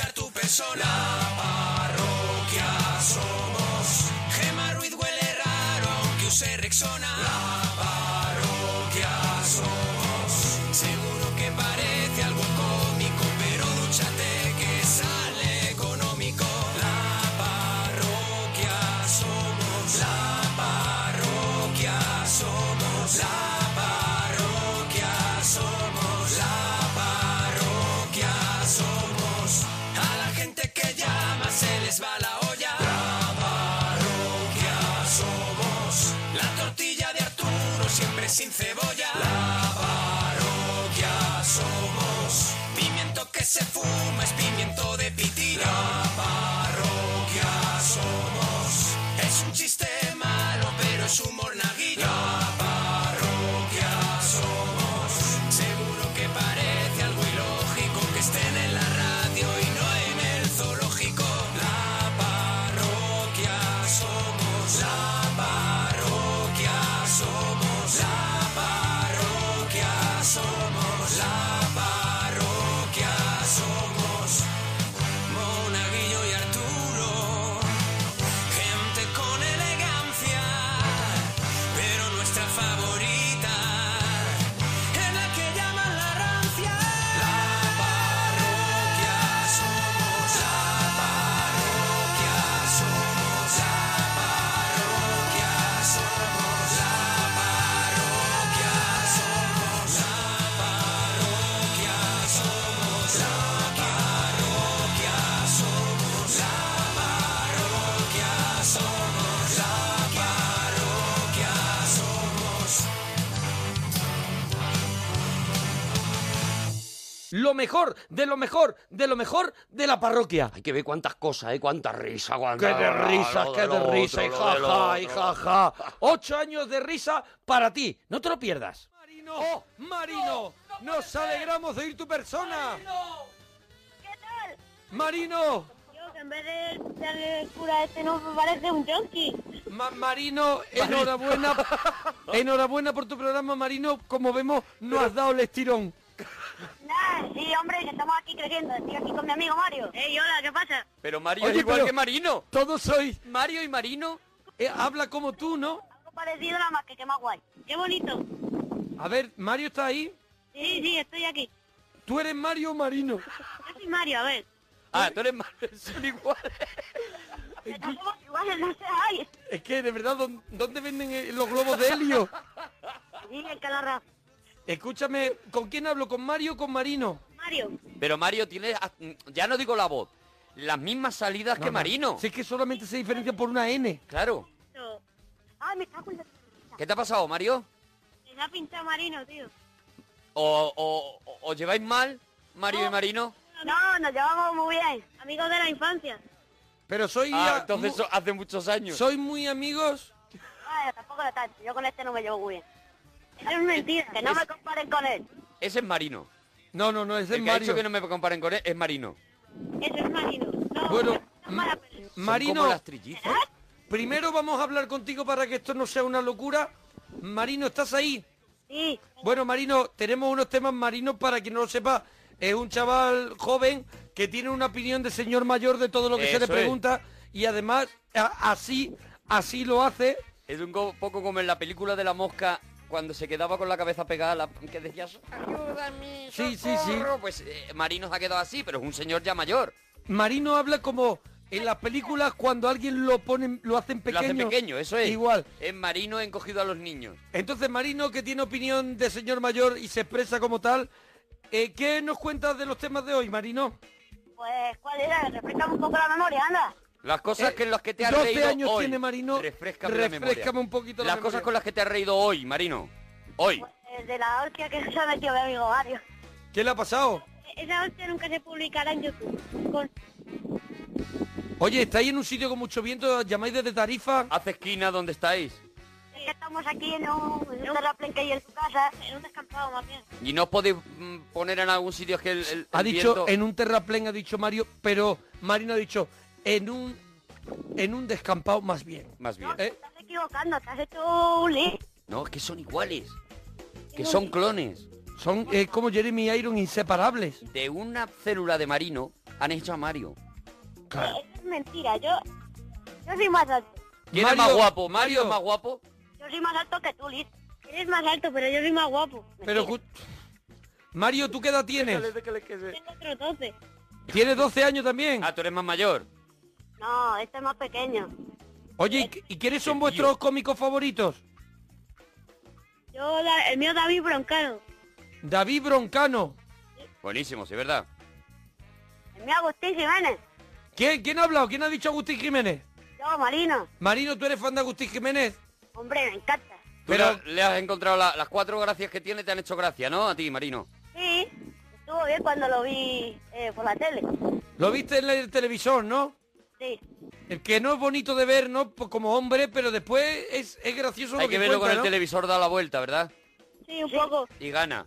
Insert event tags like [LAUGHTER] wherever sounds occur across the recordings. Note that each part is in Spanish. Somos la parroquia, somos Gema Ruiz huele raro, aunque use Rexona. La parroquia somos, seguro que parece algo cómico, pero dúchate que sale económico. La parroquia somos, la parroquia somos, la parroquia somos, la parroquia somos. A la gente que llama se les va la olla. La parroquia somos. La tortilla de Arturo siempre sin cebolla. La parroquia somos. Pimiento que se fuma es pimiento de pitilla. La parroquia somos. Es un chiste malo, pero es un monaguillo. La parroquia somos. Seguro que parece algo ilógico que estén en la radio y no en el zoológico. La parroquia somos. La parroquia somos. La parroquia somos. La parroquia somos. Monaguillo y Arturo. Gente con elegancia. Pero nuestra favorita. En la que llaman la rancia La parroquia somos La parroquia somos La parroquia somos La parroquia somos La parroquia somos La parroquia somos La parroquia somos La parroquia somos Lo mejor, de lo mejor, de lo mejor de la parroquia. Hay que ver cuántas cosas, ¿eh? Cuánta risa, Qué de risas, qué de risa, risa, y jaja, y jaja. Ocho años de risa para ti, no te lo pierdas. Marino, oh, Marino, nos alegramos de oír tu persona. Marino, Yo, que en vez de escuchar el cura este no me parece un junkie. Ma- Marino, eh, enhorabuena, [LAUGHS] enhorabuena por tu programa, Marino. Como vemos, no has dado el estirón. Nah, Ah, sí, hombre, que estamos aquí creciendo. Estoy aquí con mi amigo Mario. Ey, hola, ¿qué pasa? Pero Mario es igual que Marino. Todos sois. Mario y Marino eh, habla como tú, ¿no? Algo parecido nada más que que más guay. Qué bonito. A ver, Mario está ahí. Sí, sí, estoy aquí. ¿Tú eres Mario o Marino? Yo soy Mario, a ver. Ah, tú eres Mario, son [LAUGHS] iguales. Estamos iguales, no sé, ay. Es que, de verdad, ¿dó- ¿dónde venden eh, los globos de helio? Sí, el calarra. Escúchame, ¿con quién hablo? ¿Con Mario o con Marino? Mario. Pero Mario tiene, ya no digo la voz, las mismas salidas que Marino. Si es que solamente se diferencia por una N. Claro. esto. Ay, me está la... ¿Qué te ha pasado, Mario? Me da pinta Marino, tío. ¿O, o- o- os lleváis mal, Mario y Marino? No, nos llevamos muy bien. Amigos de la infancia. Pero soy... Ah, a- entonces mu- so- hace muchos años. soy muy amigos... Vaya, tampoco lo tanto. Yo con este no me llevo muy bien. Eso es mentira. Que no me comparen con él. Ese es Marino. No, no, no, ese es El que ha dicho Mario. que no me comparen con él es Marino. Eso es Marino. No, Bueno, no, mala persona. Son Marino, como las trillizas. ¿Eh? primero vamos a hablar contigo para que esto no sea una locura. Marino, ¿estás ahí? Sí. Bueno, Marino, tenemos unos temas, Marino, para quien no lo sepa, es un chaval joven que tiene una opinión de señor mayor de todo lo que se le Eso es. pregunta y además a- así, así lo hace. Es un go- poco como en la película de la mosca cuando se quedaba con la cabeza pegada, a la, que decía, ayúdame, Sí, sí, sí. socorro". Pues eh, Marino se ha quedado así, pero es un señor ya mayor. Marino habla como en las películas cuando alguien lo ponen, lo hacen pequeño. Lo hacen pequeño, eso es. Igual. Es Marino encogido a los niños. Entonces, Marino, que tiene opinión de señor mayor y se expresa como tal, eh, ¿qué nos cuentas de los temas de hoy, Marino? Pues, ¿cuál era? Refresca un poco la memoria, anda. Las cosas Eh, que en las que te has 12 reído años hoy. tiene Marino. Refrescame, la Refrescame memoria. un poquito la Las memoria. cosas con las que te has reído hoy, Marino. Hoy. Pues, de la hostia que se ha metido mi amigo Mario. ¿Qué le ha pasado? E-, Esa hostia nunca se publicará en YouTube. Con... Oye, estáis en un sitio con mucho viento, llamáis desde Tarifa. Hace esquina donde estáis. es que eh, Estamos aquí en un, en un terraplén que hay en su casa, en un descampado más bien. Y no os podéis mm, poner en algún sitio es que el, el- Ha el dicho viento- en un terraplén, ha dicho Mario, pero Marino ha dicho en un en un descampado más bien. Más bien. No, te Eh. estás equivocando, te has hecho un lío. No, es que son iguales. Que son clones. Son eh, como Jeremy y Iron inseparables. De una célula de Marino han hecho a Mario. Eh, eso es mentira, yo, yo soy más alto. ¿Quién es más guapo? ¿Mario es más guapo? Yo soy más alto que tú, Liz. Eres más alto, pero yo soy más guapo. Pero escu- Mario, ¿tú qué edad tienes? Tengo otro 12. ¿Tienes 12 años también? Ah, tú eres más mayor. No, este es más pequeño. Oye, ¿y qué- ¿y, quiénes son vuestros cómicos favoritos? Yo, da- el mío David Broncano. David Broncano. Buenísimo, sí, ¿verdad? El mío Agustín Jiménez. ¿Quién, ¿Quién ha hablado? ¿Quién ha dicho Agustín Jiménez? Yo, Marino. Marino, ¿tú eres fan de Agustín Jiménez? Hombre, me encanta. Tú Pero- le- le has encontrado la- las cuatro gracias que tiene, te han hecho gracia, ¿no? A ti, Marino. Sí, estuvo bien cuando lo vi eh, por la tele. Lo viste en el televisor, ¿no? Sí, El que no es bonito de ver, ¿no? Pues como hombre, pero después es, es gracioso lo Hay que que verlo cuenta, con el ¿no? televisor, da la vuelta, ¿verdad? sí, un poco. Y gana.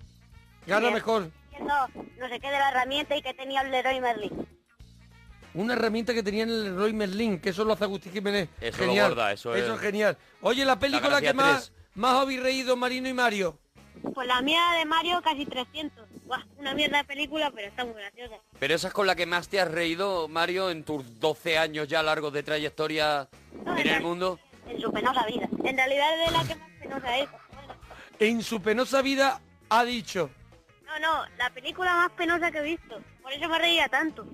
Gana Bien. mejor. Viendo no sé qué de la herramienta y que tenía el Leroy Merlin. Una herramienta que tenía en el Roy Merlin, que eso lo hace Agustín Jiménez. Eso lo genial. borda, eso es- es genial. Oye, la película gracia que más, tres. más habéis reído, Marino y Mario. Pues la mía de Mario casi 300. Buah, una mierda de película, pero está muy graciosa. Pero esa es con la que más te has reído, Mario, en tus 12 años ya largos de trayectoria No, en no. el mundo. En su penosa vida. En realidad es de la que más penosa es. En su penosa vida ha dicho. No, no, la película más penosa que he visto. Por eso me reía tanto.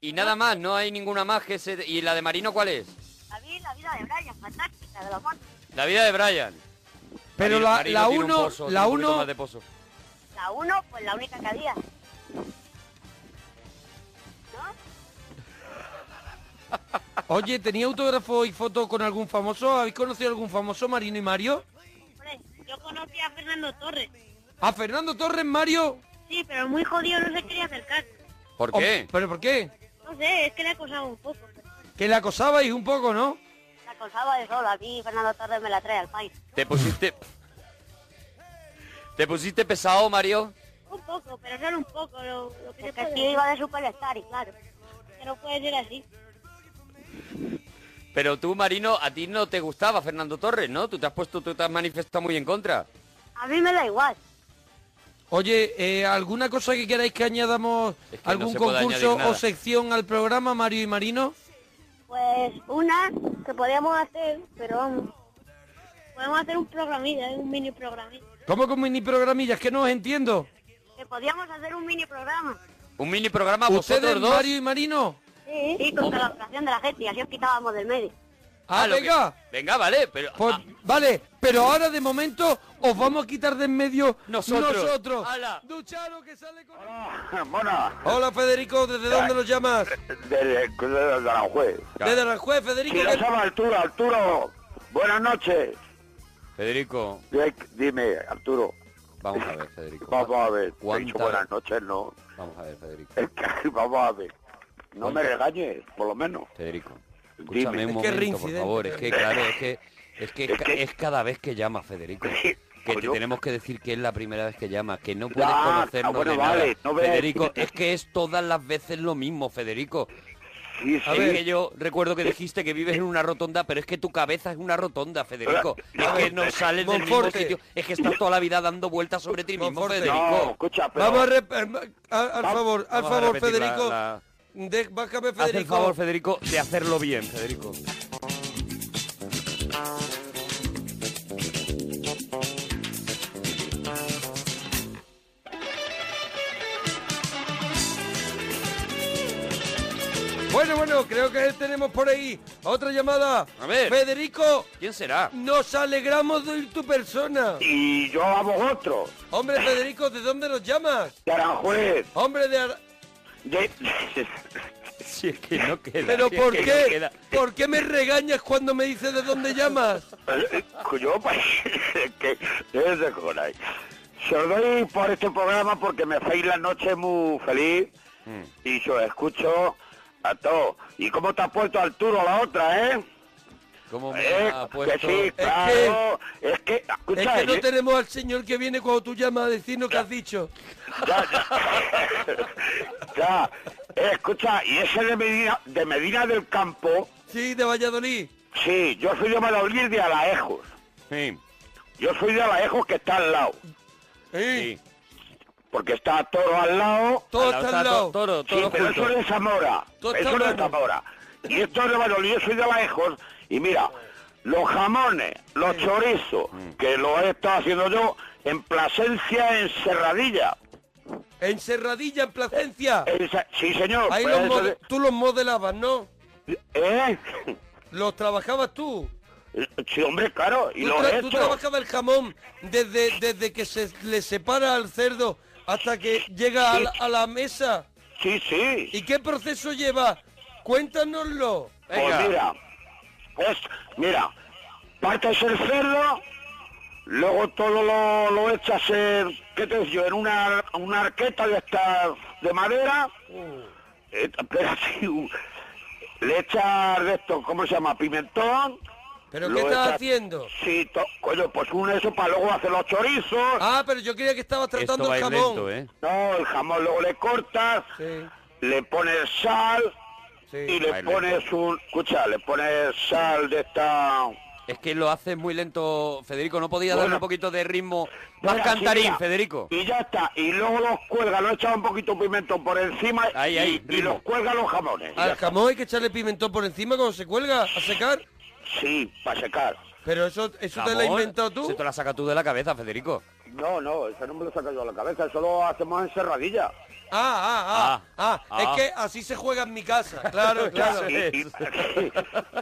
Y nada más, no hay ninguna más que se... ¿Y la de Marino cuál es? A mí la vida de Brian, fantástica, de los montes. La vida de Brian. Marino- Pero la- Marino la tiene un uno- pozo, la tiene un poquito uno- más de pozo. La uno, pues la única que había. ¿No? Oye, ¿tenía autógrafo y foto con algún famoso? ¿Habéis conocido algún famoso, Marino y Mario? Hombre, yo conocí a Fernando Torres. ¿A Fernando Torres, Mario? Sí, pero muy jodido, no se quería acercar. ¿Por Oh, qué? ¿Pero por qué? No sé, es que le acosaba un poco. Que la acosabais un poco, ¿no? La acosaba de solo, a mí Fernando Torres me la trae al país. Te pusiste... ¿Te pusiste pesado, Mario? Un poco, pero solo un poco. Lo, lo que Porque sí iba de superstar y claro. Que no puede ser así. Pero tú, Marino, a ti no te gustaba Fernando Torres, ¿no? Tú te has puesto, tú te has manifestado muy en contra. A mí me da igual. Oye, eh, ¿alguna cosa que queráis que añadamos, Es que no algún se puede concurso añadir nada. o sección al programa, Mario y Marino? Pues una que podíamos hacer, pero vamos. Podemos hacer un programita, un mini programita. ¿Cómo con mini programillas? Que no os entiendo. Que podíamos hacer un mini programa. Un mini programa, ¿Ustedes, vosotros dos... Mario y Marino? Sí, con colaboración de la gente y así os quitábamos del medio. Ah, lo que- venga. Venga, vale, pero... Pues, ah, vale, pero ahora de momento os vamos a quitar de en medio Nosotros. nosotros. Ala. Ducharo que sale con... Bueno, Hola Federico, ¿desde dónde nos llamas? del Club de Aranjuez. Desde Aranjuez, Federico. Si lo ¿qué- sabe Arturo, Arturo, buenas noches. Federico, Dime, Dime, Arturo, vamos a ver, Federico. vamos a ver. Te he ¿Cuánta- dicho buenas noches, no. Vamos a ver, Federico. Es que, [LAUGHS] vamos a ver. No ¿Cuánta? me regañes, por lo menos. Federico, Dime. escúchame un Es que momento, por reincidente, favor. Es que, claro, es que es, que Es ca- que- es cada vez que llama, Federico. Que te [LAUGHS] Coño. tenemos que decir que es la primera vez que llama, que no puedes ah, conocernos bueno, de nada. vale, no veas- Federico, es que es todas las veces lo mismo, Federico. Sí, Es sí. que yo recuerdo que dijiste que vives en una rotonda, pero es que tu cabeza es una rotonda, Federico. Es que no sales del mismo Monforte. sitio. Es que estás toda la vida dando vueltas sobre ti mismo, Monforte. No, Federico. escucha, pero... Vamos a rep- eh, a- al favor, al Vamos a favor, repetir la- Federico. la- De- bájame, Haz el Federico. favor, Federico, de hacerlo bien, Federico. Bueno, bueno, creo que tenemos por ahí otra llamada. A ver. Federico, ¿Quién será? nos alegramos de oír tu persona. Y yo a vosotros, Hombre, Federico, ¿de dónde nos llamas? de Aranjuez. Hombre de... Ar- [LAUGHS] De... Si es que no queda. ¿Pero si es por que no qué? queda. ¿Por qué me regañas cuando me dices de dónde llamas? Cuyo país pues, [LAUGHS] que es de Coray. Se os doy por este programa porque me hacéis la noche muy feliz Mm. y yo escucho a todos. ¿Y cómo te has puesto Arturo la otra, eh? ¿Cómo me Eh, ha que puesto? sí, claro. Es que, Es escucha, que no eh, tenemos al señor que viene cuando tú llamas a decirnos que has dicho. ya, ya. [LAUGHS] Ya. Eh, escucha, y ese de Medina, de Medina del Campo, Sí, de Valladolid. sí, yo soy de Valladolid de Alaejos. Sí, Yo soy de Alaejos que está al lado. Sí. sí. porque está Toro al lado. Todo Al lado está al está lado. to- Toro, Sí, Toro pero junto. eso no es Zamora. Todo está eso no es bueno. Zamora. Y esto es de Valladolid, yo soy de Alejos. Y mira, los jamones, los chorizos, Mm. que lo he estado haciendo yo en Plasencia, en Serradilla. En Serradilla, en Placencia. En Sa- sí, señor. Ahí pues los eso mode- tú los modelabas, ¿no? de- ¿Eh? Los trabajabas tú. Sí, hombre, claro. Y Tú, lo tra- he tú hecho. trabajabas el jamón desde, desde que se le separa al cerdo hasta que llega a la, a la mesa. Sí, sí. ¿Y qué proceso lleva? Cuéntanoslo. Pues mira, es, mira, partes el cerdo, luego todo lo, lo echas en, ¿qué te digo? En una, una arqueta de esta, de madera, eh, espera, sí, uh, [LAUGHS] le echas de esto, ¿cómo se llama? Pimentón. ¿Pero lo qué estás echas- haciendo? Sí, to- coño, pues un eso para luego hacer los chorizos. Ah, pero yo creía que estabas Esto tratando va a el ir jamón. lento, ¿eh? No, el jamón luego le cortas, le pones sal Sí, y sí. le pones un, escucha, le pones sal de esta... Es que lo haces muy lento, Federico. No podía Bueno. darle un poquito de ritmo más Mira, cantarín, sí, mira. Federico. Y ya está. Y luego los cuelga, lo echas un poquito de pimentón por encima Ahí, y, ahí, y ritmo. los cuelga los jamones. Y ya Al está. jamón hay que echarle pimentón por encima cuando se cuelga a secar. Sí, para secar. Pero eso, eso te lo has Jamón, inventado Se tú. te la sacas tú de la cabeza, Federico. No, no, eso no me lo saca yo a la cabeza, eso lo hacemos en [LAUGHS] cerradilla. Ah, ah, ah, ah, Ah, ah. Es que así se juega en mi casa. [LAUGHS] Claro, claro. Y- y-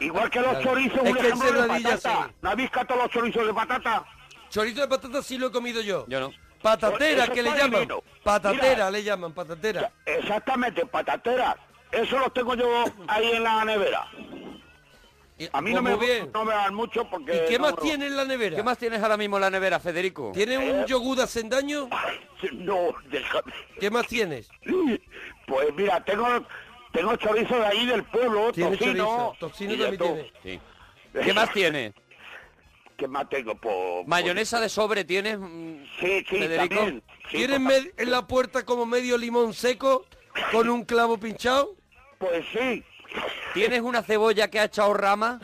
igual que los chorizos, Es un que en ejemplo de Serradilla patata. sí. ¿No habéis catado los chorizos de patata? Chorizo de patata sí lo he comido yo. Yo no. Patatera, Eso que le está llaman. divino. Patatera, Mira. le llaman, patatera. Exactamente, patateras. Eso los tengo yo ahí en la nevera. Y- A mí pues no me, muy bien. no me dan mucho porque... ¿Y qué Eh, no más me- tiene en la nevera? ¿Qué más tienes ahora mismo en la nevera, Federico? ¿Tiene Eh, un yogur de asendaño? No, déjame. ¿Qué más tienes? [LAUGHS] Pues mira, tengo tengo chorizo de ahí del pueblo, Tiene tocino. chorizo. Tocino y de también todo. tiene. Sí. ¿Qué más tienes? ¿Qué más tengo? Pues, ¿Mayonesa de sobre tienes? mm, pues, sí, sí, Federico? también. Sí, ¿Tienes pues, med- en la puerta como medio limón seco con un clavo pinchado? pues sí. ¿Tienes una cebolla que ha echado rama?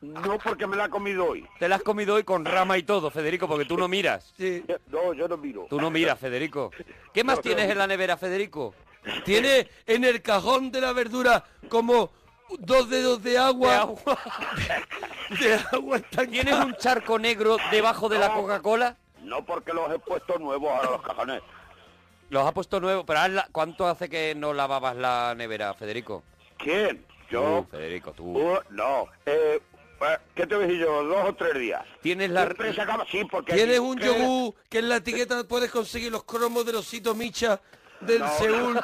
No porque me la he comido hoy. Te la has comido hoy con rama y todo, Federico, porque tú no miras. Sí. No, yo no miro. Tú no miras, Federico. ¿Qué más No, pero- tienes en la nevera, Federico? ¿Tiene en el cajón de la verdura como dos dedos de agua? De agua. [LAUGHS] De agua estanca- ¿Tienes un charco negro debajo de la Coca-Cola? No porque los he puesto nuevos ahora los cajones. Los ha puesto nuevo, pero hazla- ¿cuánto hace que no lavabas la nevera, Federico? ¿Quién? Yo. Tú, Federico, tú. Uh, no. Eh, eh, ¿Qué te voy a decir yo? Dos o tres días. Tienes la- Siempre se acaba- Sí, porque... ¿Tienes un ¿Qué? yogur que en la etiqueta puedes conseguir los cromos del osito Micha del No. [LAUGHS] Seúl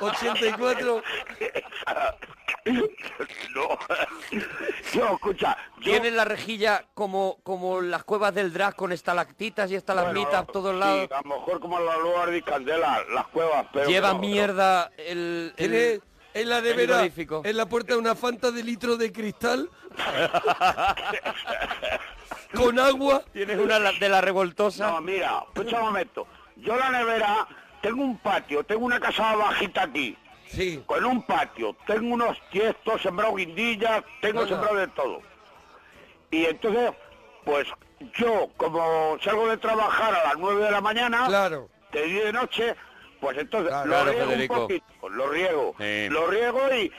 84? No. Yo, escucha. Yo... ¿Tienes la rejilla como, como las cuevas del drag con estalactitas y estalagmitas Bueno, a todos sí, lados? a lo mejor como la luz de candela, las cuevas, pero... Lleva no, mierda el... el- ¿Tienes eh, en la nevera, frigorífico. en la puerta, una fanta de litro de [LAUGHS] cristal? ¿Con agua? Tienes una la- de la No, revoltosa. no, mira, escucha un momento. Yo la nevera, tengo un patio, tengo una casa bajita aquí, Sí. con un patio, tengo unos tiestos, sembrado guindillas, tengo Bueno. sembrado de todo. Y entonces, pues yo, como salgo de trabajar a las 9 de la mañana... Claro. de día y de noche, pues entonces Claro, lo claro, riego Federico. un poquito, lo riego, Sí. lo riego y,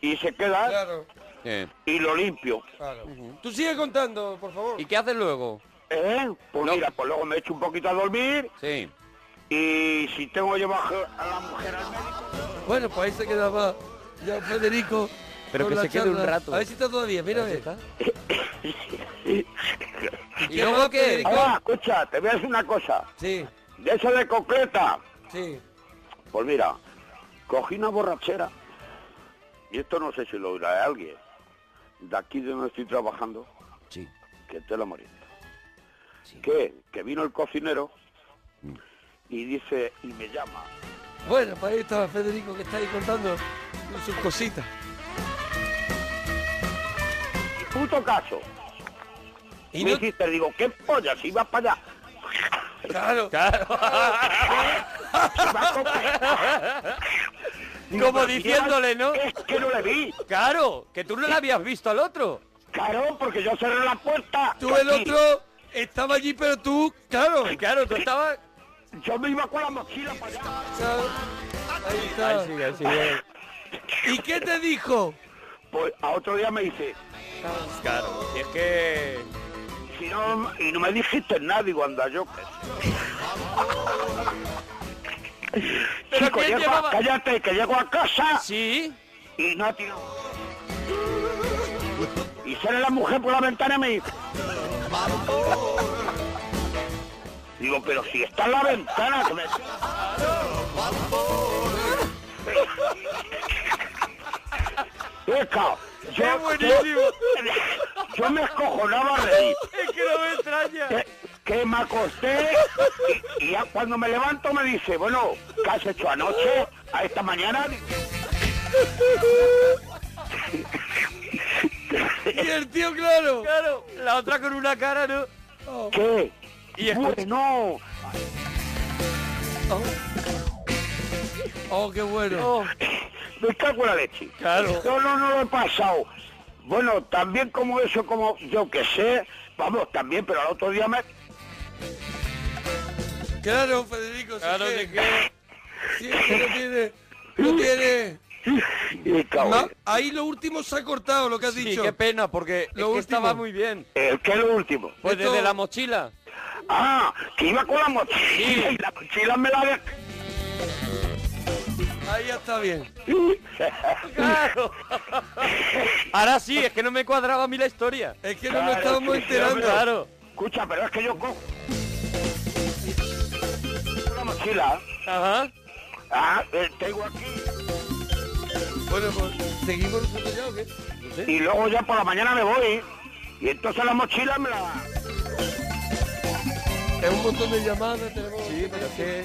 y se queda Claro, Eh. y lo limpio. claro. Tú sigue contando, por favor. ¿Y qué haces luego? ¿Eh? Pues No. mira, pues luego me echo un poquito a dormir Sí. y si tengo que llevar a la mujer al médico... Bueno, pues ahí se quedaba ya Federico. Pero con que la se quede un charla. rato. A ver si está todavía, mira a ver. ¿Y qué luego más, qué? Federico? Ahora, ah, escucha, te voy a decir una cosa. Sí, De eso de concreta, sí. pues mira, cogí una borrachera y esto no sé si lo oirá alguien. De aquí de donde estoy trabajando, Sí. que te la moriste. Sí. Mm. Que, que vino el cocinero y dice, y me llama. Bueno, pues ahí estaba Federico que está ahí contando sus cositas. Puto caso. Y me no, hiciste, digo, ¿qué polla? Si vas para allá. claro, si vas pa' Digo, [LAUGHS] Como pero si diciéndole, llevas- ¿no? Es que no le vi. Claro, que tú no la habías visto al otro. Claro, porque yo cerré la puerta. tú el Ah, Aquí. otro estaba allí, pero tú, claro, Claro, tú estabas Yo me iba con la mochila para allá. Ahí está. ¿Y qué te dijo? Pues a otro día me dice, Claro, si es que... si no, y no me dijiste nada, digo, anda, yo qué sé. Chico, quién llego a- llevaba- cállate, que llego a casa Sí. y no ha tirado. Y sale la mujer por la ventana y me dice... Digo, pero si está en la ventana, que me... Chica, yo, ¡Qué buenísimo! yo- yo me escojonaba a reír. [LAUGHS] Es que no me extraña. Que, que me acosté y, y ya cuando me levanto me dice, bueno, ¿qué has hecho anoche? A esta mañana... [LAUGHS] Y el tío, claro. Claro. La otra con una cara, ¿no? ¿Qué? Y escucha- Bueno, Oh, qué bueno. me cago en la leche. Claro. No, no, no lo he pasado. Bueno, también como eso, como yo que sé, vamos, también, pero al otro día me... Claro, Federico. sí Claro, que- te quedo. sí, que no tiene... No tiene... Me cago en- Ma- ahí lo último se ha cortado lo que has Sí, dicho. qué pena, porque es Lo que estaba último. muy bien. ¿El qué es lo último? Pues Esto- desde la mochila. Ah, que iba con la mochila y la mochila me la... de- Ahí ya está bien. Claro. Ahora sí, es que no me cuadraba a mí la historia. Es que no nos Claro, estábamos sí, enterando. hombre. Claro. Escucha, pero es que yo cojo... La mochila, Ajá. ah, eh, tengo aquí, Bueno, pues, ¿seguimos nosotros ya o qué? y luego ya por la mañana me voy, y entonces la mochila me la... Es un montón de llamadas, tenemos... Sí, pero que...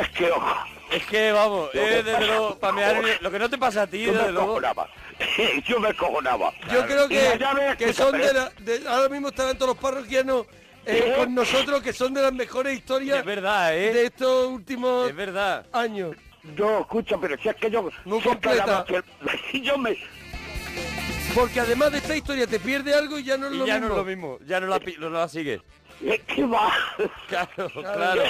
Es que, ojo, Es que vamos, Lo eh, que desde pasa- luego, para mear bien. lo que no te pasa a ti, yo me desde luego. cojonaba, [LAUGHS] yo me cojonaba. Yo creo Y la que, llave, que escucha, son pero de, la, de- Ahora mismo estarán todos los parroquianos eh, ¿Eh? con nosotros, que son de las mejores historias Es verdad, eh. de estos últimos Es verdad. años. Yo, escucha, pero si es que yo... No si es que completa. la mochila- Yo me... Porque además de esta historia te pierde algo y ya no es Y lo ya no mismo. es lo mismo, ya no la, pi- no la sigues. Es que va... [LAUGHS] Claro, eh, claro.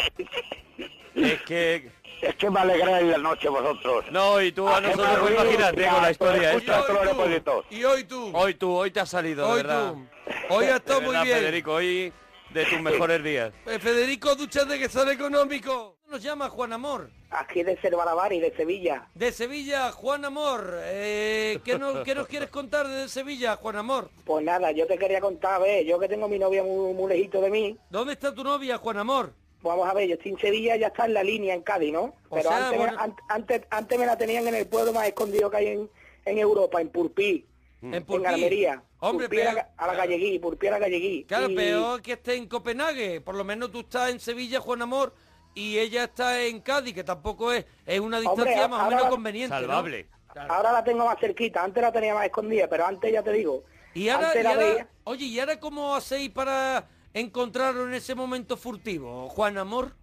Es que... Es que me alegráis la noche vosotros. Ah, No, y tú a qué nosotros, pues, maravilla, imagínate con la historia Y escucha. esta. Otro hoy tú, reposito. y hoy tú, Hoy tú, hoy te has salido, de hoy verdad. tú. Hoy has estado De muy verdad, bien. Federico, hoy de tus mejores días. Eh, Federico Duchate, que sale económico. Nos llama Juan Amor. Aquí de Cervarabar y de Sevilla. De Sevilla, Juan Amor. Eh, ¿qué, no- qué nos quieres contar desde Sevilla, Juan Amor? Pues nada, yo te quería contar, a ver, yo que tengo mi novia muy, muy lejito de mí, Pues ¿Dónde está tu novia, Juan Amor? vamos a ver, yo estoy en Sevilla, ya está en la línea en Cádiz, ¿no? O Pero sea, antes, bueno. me, an- antes, antes me la tenían en el pueblo más escondido que hay en, en Europa, en Purpí, Mm. En Purpí. en Almería. Hombre, Purpí a peor- la, a la Galleguí, Purpí a la Galleguí. Claro, Y- peor que esté en Copenhague. Por lo menos tú estás en Sevilla, Juan Amor, y ella está en Cádiz, que tampoco es, es una Hombre, distancia más o ahora- menos conveniente. ¿no? Salvable. Ahora la tengo más cerquita, antes la tenía más escondida, pero antes ya te digo. Y ahora, antes y la ahora- veía- oye, ¿y ahora cómo hacéis para encontrarlo en ese momento furtivo, Juan Amor?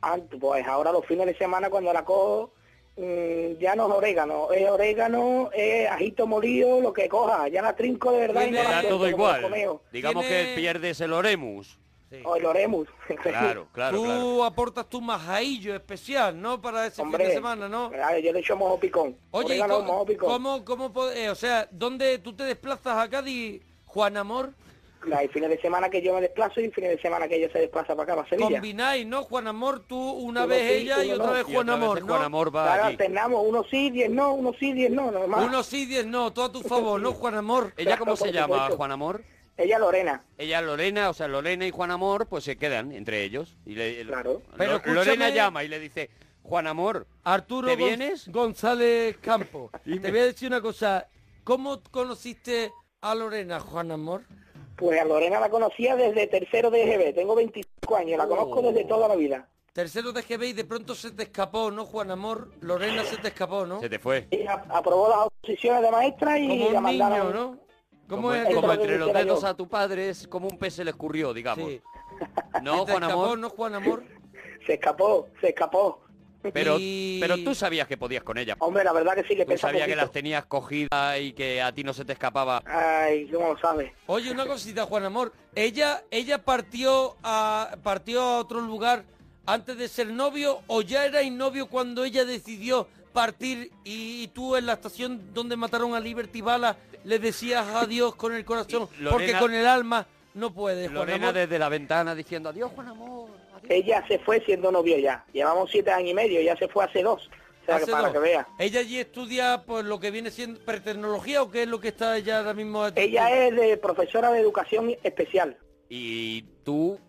Antes, pues ahora los fines de semana cuando la cojo, mm, ya no es orégano, es orégano, es ajito molido, lo que coja, ya la trinco de verdad y no Tiene- la Está siento todo como igual. los coneos. Digamos Tiene- que pierdes el [LAUGHS] Oremus. O el oremus. Claro, claro, tú claro. aportas tu majaillo especial, ¿no? Para ese Hombre, fin de semana, ¿no? claro, yo le echo mojo picón. Oye, ¿y Orégano, cómo, mojo picón. cómo, cómo po- eh, o sea, ¿dónde tú te desplazas a Cádiz, Juan Amor? Claro, Hay fines de semana que yo me desplazo y fines de semana que ella se desplaza para acá, para Sevilla. Combináis, ¿no? Juan Amor, tú una Uno vez sí, ella y uno otra no. vez Y Juan otra vez Amor, el ¿no? Juan Amor va Claro, aquí. alternamos unos sí, diez no, unos sí, diez no, normal. Uno sí, diez no, todo a tu favor, ¿no, Juan Amor? ¿Ella cómo se por llama, supuesto. Juan Amor? Ella Lorena. Ella Lorena, o sea, Lorena y Juan Amor, pues se quedan entre ellos. Y le, Claro. Pero Pero escúchame- Lorena llama y le dice, Juan Amor, Arturo ¿Te Gon- vienes? González Campo. [LAUGHS] Dime. Te voy a decir una cosa. ¿Cómo conociste a Lorena, Juan Amor? Pues a Lorena la conocía desde tercero de EGB, tengo 25 años, Oh. la conozco desde toda la vida. Tercero de GB y de pronto se te escapó, ¿no, Juan Amor? Lorena se te escapó, ¿no? se te fue. Y a- aprobó las oposiciones de maestra y Como la un mandaron. niño, ¿no? ¿Cómo Como, es? el- como Eso entre que los dijera dedos yo. a tu padre es como un pez se le escurrió, digamos. Sí. [LAUGHS] Este No, Se te Juan escapó, Amor, ¿no, Juan Amor? Se escapó, se escapó. pero, Y- pero tú sabías que podías con ella. [LAUGHS] Hombre, la verdad que sí le Tú pesa sabías que poquito. Ah, las tenías cogidas y que a ti no se te escapaba. Ay, ¿cómo lo sabes? Oye, una cosita, Juan Amor. Ella, ella partió a, partió a otro lugar antes de ser novio o ya erais novio cuando ella decidió partir y tú en la estación donde mataron a Liberty Bala le decías adiós con el corazón Y Lorena- porque con el alma no puedes, Juan Lorena Amor? desde la ventana diciendo adiós, Juan Amor. Ella se fue siendo novio ya. Llevamos siete años y medio, ya se fue hace dos. O sea, Hace que para dos. que vea. Ella allí estudia pues lo que viene siendo pretecnología o qué es lo que está ella ahora mismo. Ella es de profesora de educación especial. Y tú,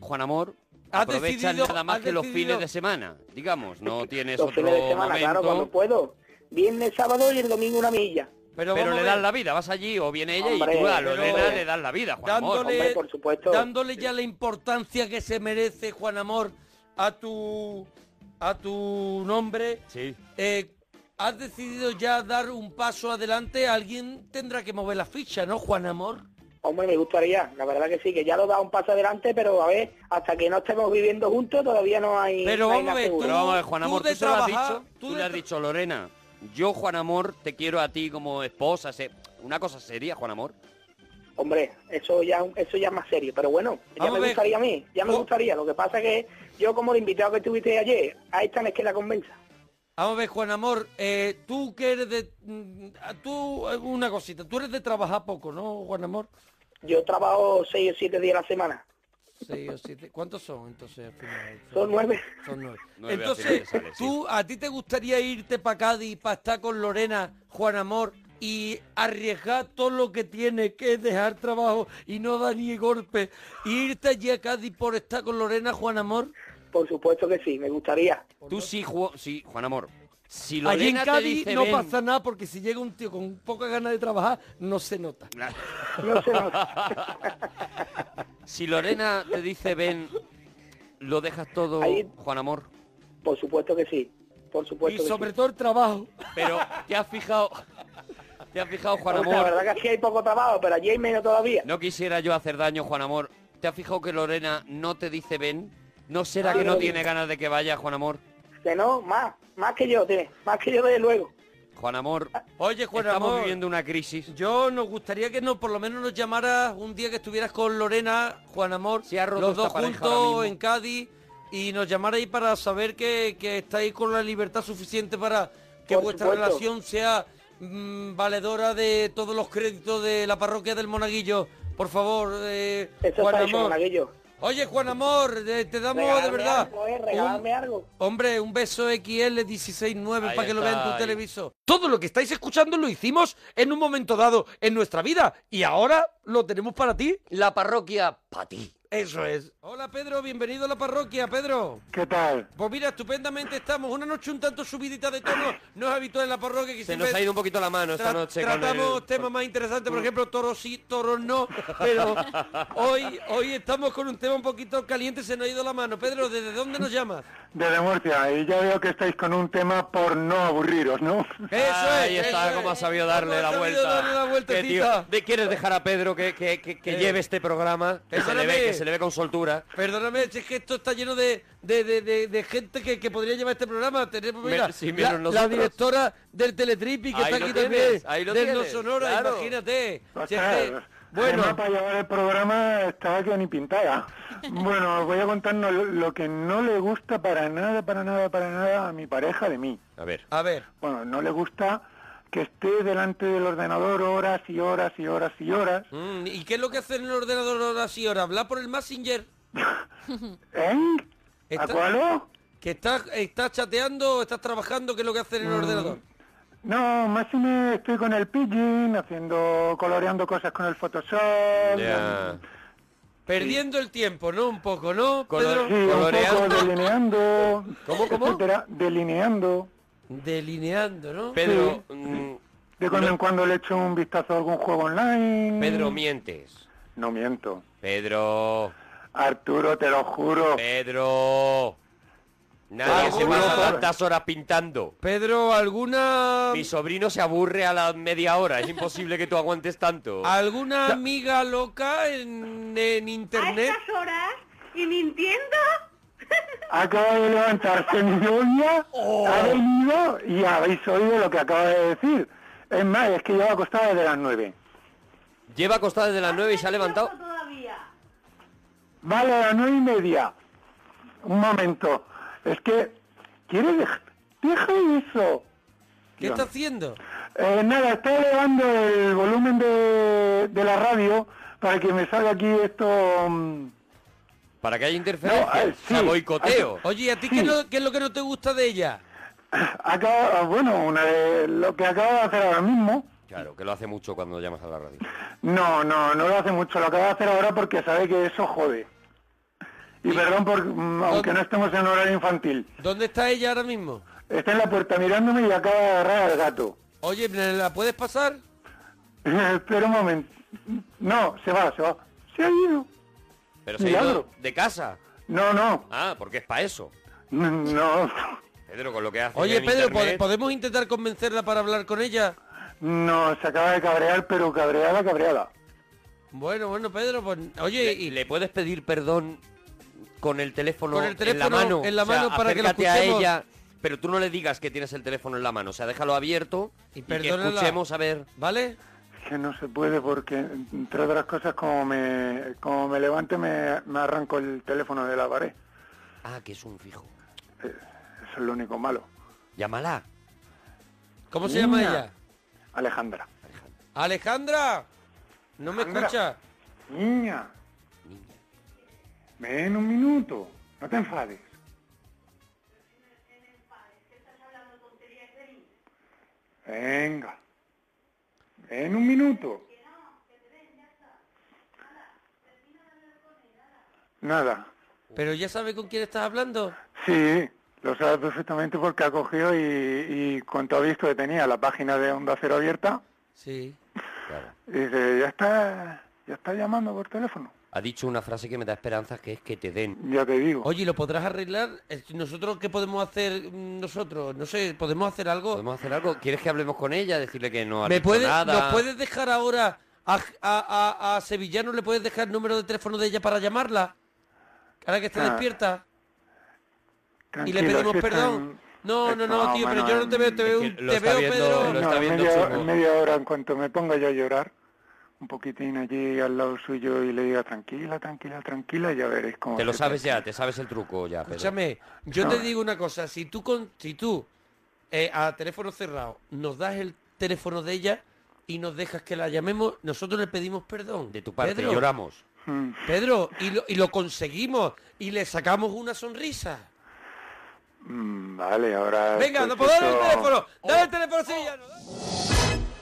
Juan Amor, Has aprovechas decidido- nada más has que los decidido- fines de semana, digamos. No tienes Los otro fines de semana, momento, claro, cuando puedo. Viernes, sábado y el domingo una milla. pero, vamos le a das ver. la vida. Vas allí o viene ella y Hombre, tú a pero- Lorena le das la vida, Juan Amor. dándole, hombre, por supuesto. dándole ya la importancia que se merece, Juan Amor, a tu a tu nombre. Sí. Eh, has decidido ya dar un paso adelante. Alguien tendrá que mover la ficha, ¿no, Juan Amor? Hombre, me gustaría, la verdad que sí, que ya lo da un paso adelante, pero a ver, hasta que no estemos viviendo juntos todavía no hay, Pero no hay vamos a nada ver, seguro. Pero vamos a ver, Juan tú Amor, tú, de se lo has trabajar- dicho. tú Tú de le has tra- dicho, Lorena, yo, Juan Amor, te quiero a ti como esposa. se- Una cosa seria, Juan Amor. Hombre, eso ya eso ya es más serio, pero bueno, ya Vamos a me ver. gustaría a mí, ya me Oh. gustaría. Lo que pasa que yo como el invitado que tuviste ayer, a esta no es que la convenza. Vamos a ver, Juan Amor, eh, tú que eres de... mm, a- Tú, eh, una cosita, tú eres de trabajar poco, ¿no, Oh, Juan Amor? Yo trabajo seis o siete días a la semana, Seis o siete. ¿Cuántos son entonces al final? son nueve. Son nueve. Nueve al final Entonces, te sale, sí. tú, a ti te gustaría irte para Cádiz, para estar con Lorena, Juan Amor, y arriesgar todo lo que tienes, que es dejar trabajo y no dar ni golpe, e irte allí a Cádiz por estar con Lorena, Juan Amor. Por supuesto que sí, me gustaría. Tú sí, Ju- sí, Juan Amor. Si Allí en Lorena te Cádiz dice no ven- pasa nada porque si llega un tío con poca ganas de trabajar, no se nota. No sé, no. Si Lorena te dice ven, lo dejas todo, Ahí- Juan Amor. por supuesto que sí, por y supuesto pues que sobre sí. todo el trabajo. Pero te has fijado, te has fijado, Juan Hombre, La Amor. verdad que aquí hay poco trabajo, pero allí hay menos todavía. No quisiera yo hacer daño, Juan Amor. ¿Te has fijado que Lorena no te dice ven? ¿No será Ah, que no no. tiene ganas de que vaya, Juan Amor? Que no, más, más que yo, tiene, más que yo desde luego. Juan Amor, Oye, Juan estamos Amor, viviendo una crisis. yo nos gustaría que no, por lo menos nos llamaras un día que estuvieras con Lorena, Juan Amor, Se ha roto los esta dos pareja ahora mismo. juntos en Cádiz, y nos llamarais para saber que, que estáis con la libertad suficiente para que Por vuestra supuesto. relación sea mm, valedora de todos los créditos de la parroquia del Monaguillo. Por favor, eh, Eso Juan está hecho, Amor. monaguillo. Oye, Juan Amor, eh, te damos de Regalarme verdad. algo, eh, un- regalarme algo. Hombre, un beso XL169 Ahí para que lo vean en está, tu ahí. televisor. Todo lo que estáis escuchando lo hicimos en un momento dado en nuestra vida y ahora lo tenemos para ti. La parroquia para ti. Eso es. Hola Pedro, bienvenido a la parroquia, Pedro. ¿Qué tal? Pues mira, estupendamente estamos. Una noche un tanto subidita de tono. No es habitual en la parroquia que Se siempre nos ha ido un poquito la mano esta tra- noche con tratamos el- Uh. temas más interesantes, por ejemplo, toros sí, toros no. [LAUGHS] Pero hoy, hoy estamos con un tema un poquito caliente, se nos ha ido la mano. Pedro, ¿desde dónde nos llamas? Desde Murcia, y ya veo que estáis con un tema por no aburriros, ¿no? Ah, Ahí eso está, es. cómo ha sabido darle Cómo ha la sabido vuelta. darle la Qué vueltecita. tío. ¿De- ¿Quieres dejar a Pedro que, que- que- que Eh. lleve este programa? Que se, le Perdóname. ve, que se le ve con soltura. Perdóname, si es que esto está lleno de, de, de- de- de gente que, que podría llevar este programa. Tenemos, Me- mira, sí, menos la, la nosotros. directora del Teletripi que Ahí está lo aquí tienes, también. ahí lo del No tienes, Sonora, claro. imagínate. Pues Si es que- Ostras, además, bueno, para llevar el programa está que ni pintada. Bueno, os voy a contarnos lo- lo que no le gusta para nada, para nada, para nada a mi pareja de mí. A ver. a ver. Bueno, no le gusta que esté delante del ordenador horas y horas y horas [LAUGHS] y horas. Mm, ¿Y qué es lo que hace en el ordenador ahora sí? Ahora hablar por el Messenger. ¿Eh? Está- ¿A cuál? Que estás está chateando o estás trabajando, ¿qué es lo que hace Mm. en el ordenador? No, más si me estoy con el pidgin, haciendo, coloreando cosas con el Photoshop. Ya. Perdiendo el tiempo, ¿no? Un poco, ¿no? Con la- Pedro? Sí, un poco Coloreando. delineando. ¿Cómo, cómo? etcétera, delineando. Delineando, ¿no? Pedro, mm, De cuando No. en cuando le echo un vistazo a algún juego online. Pedro, mientes. No miento. Pedro, Arturo, te lo juro. Pedro. Nadie se Alguno pasa por- tantas horas pintando. Pedro, ¿alguna Mi sobrino se aburre a la media hora. Es imposible que tú aguantes tanto. alguna amiga loca en, en internet? horas y Nintendo. Ah, Acaba de levantarse mi novia, Oh. ha venido y habéis oído lo que acaba de decir. Es más, es que lleva acostada desde las nueve. Lleva acostada desde las 9 y se ha levantado. Todavía. Vale, a las nueve y media. un momento. Es que, ¿quiere dejar? Deja eso. ¿Qué está haciendo? Eh, nada, está elevando el volumen de, de la radio para que me salga aquí esto... mm, Para que haya interferencia. No, eh, O sea, sí. boicoteo. Oye, ¿y ¿a ti qué, es lo, qué es lo que no te gusta de ella? Acaba, ah, bueno, una de- lo que acaba de hacer ahora mismo, Claro, que lo hace mucho cuando llamas a la radio. no, no, no lo hace mucho, lo acaba de hacer ahora porque sabe que eso jode. Y perdón, por, mm, aunque no estemos en horario infantil, ¿Dónde está ella ahora mismo? está en la puerta mirándome y acaba de agarrar al gato. Oye, ¿me la puedes pasar? [LAUGHS] Espera un momento. No, se va, se va. Se ha ido. Pero se ha ido Milagro. de casa. No, no, [LAUGHS] Ah, porque es para eso. no, Pedro, con lo que hace Oye, en Pedro, ¿pod- internet, ¿podemos intentar convencerla para hablar con ella? no, se acaba de cabrear, pero cabreada, cabreada. Bueno, bueno, Pedro, pues... Oye, le, y... le puedes pedir perdón con el teléfono, Con el en teléfono la mano, en la O sea, mano para que lo acércate escuchemos. a ella, pero tú no le digas que tienes el teléfono en la mano, o sea, déjalo abierto Y y, que perdónala. escuchemos a ver. ¿Vale? Es que no se puede porque, entre otras cosas, como me, como me levante, me, me arranco el teléfono de la pared. Eh, Ah, que es un fijo. Eso es lo único malo. Llámala. ¿Cómo se llama Niña. ella? Alejandra. Alejandra, ¿no me Alejandra. escucha? Niña, Niña. ven un minuto. No te enfades. Venga. Ven un minuto. Nada. Pero ya sabe con quién estás hablando. Sí, lo sabe perfectamente porque ha cogido y, y cuanto ha visto que tenía la página de Onda Cero abierta, Sí. y dice, ya está, Eh, ya está llamando por teléfono. Ha dicho una frase que me da esperanzas, que es que te den. Ya te digo. Oye, ¿y ¿lo podrás arreglar? Eh, ¿Nosotros qué podemos hacer? mm, Nosotros, no sé, ¿podemos hacer algo? ¿Podemos hacer algo? ¿Quieres que hablemos con ella? Decirle que no ha ¿Me dicho puede, nada. ¿Nos puedes dejar ahora a, a, a- a Sevillano? ¿Le puedes dejar el número de teléfono de ella para llamarla? Ahora que está Ah, despierta. Y Tranquilo, le pedimos si está perdón. en- No, no, no, No, tío, pero bueno, yo no te veo, te es veo, que un- lo te está veo, viendo, Pedro. lo No, está en viendo media, chungo. en media hora, en cuanto me ponga yo a llorar, un poquitín allí al lado suyo y le diga tranquila, tranquila, tranquila, ya veréis cómo... Te lo se sabes ya, te sabes el truco ya, Pedro. Escúchame, Eh, yo No. te digo una cosa, si tú con, si tú eh, a teléfono cerrado nos das el teléfono de ella y nos dejas que la llamemos, nosotros le pedimos perdón. De tu parte, Pedro, lloramos. Mm, Pedro, y lo, y lo conseguimos y le sacamos una sonrisa. mm, Vale, ahora... pues Venga, estoy no puedo dar el justo- teléfono. Dale Oh. el teléfono, Sevillano.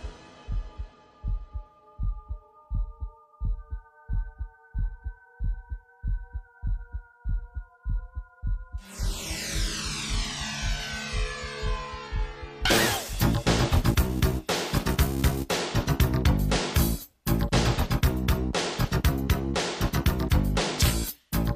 I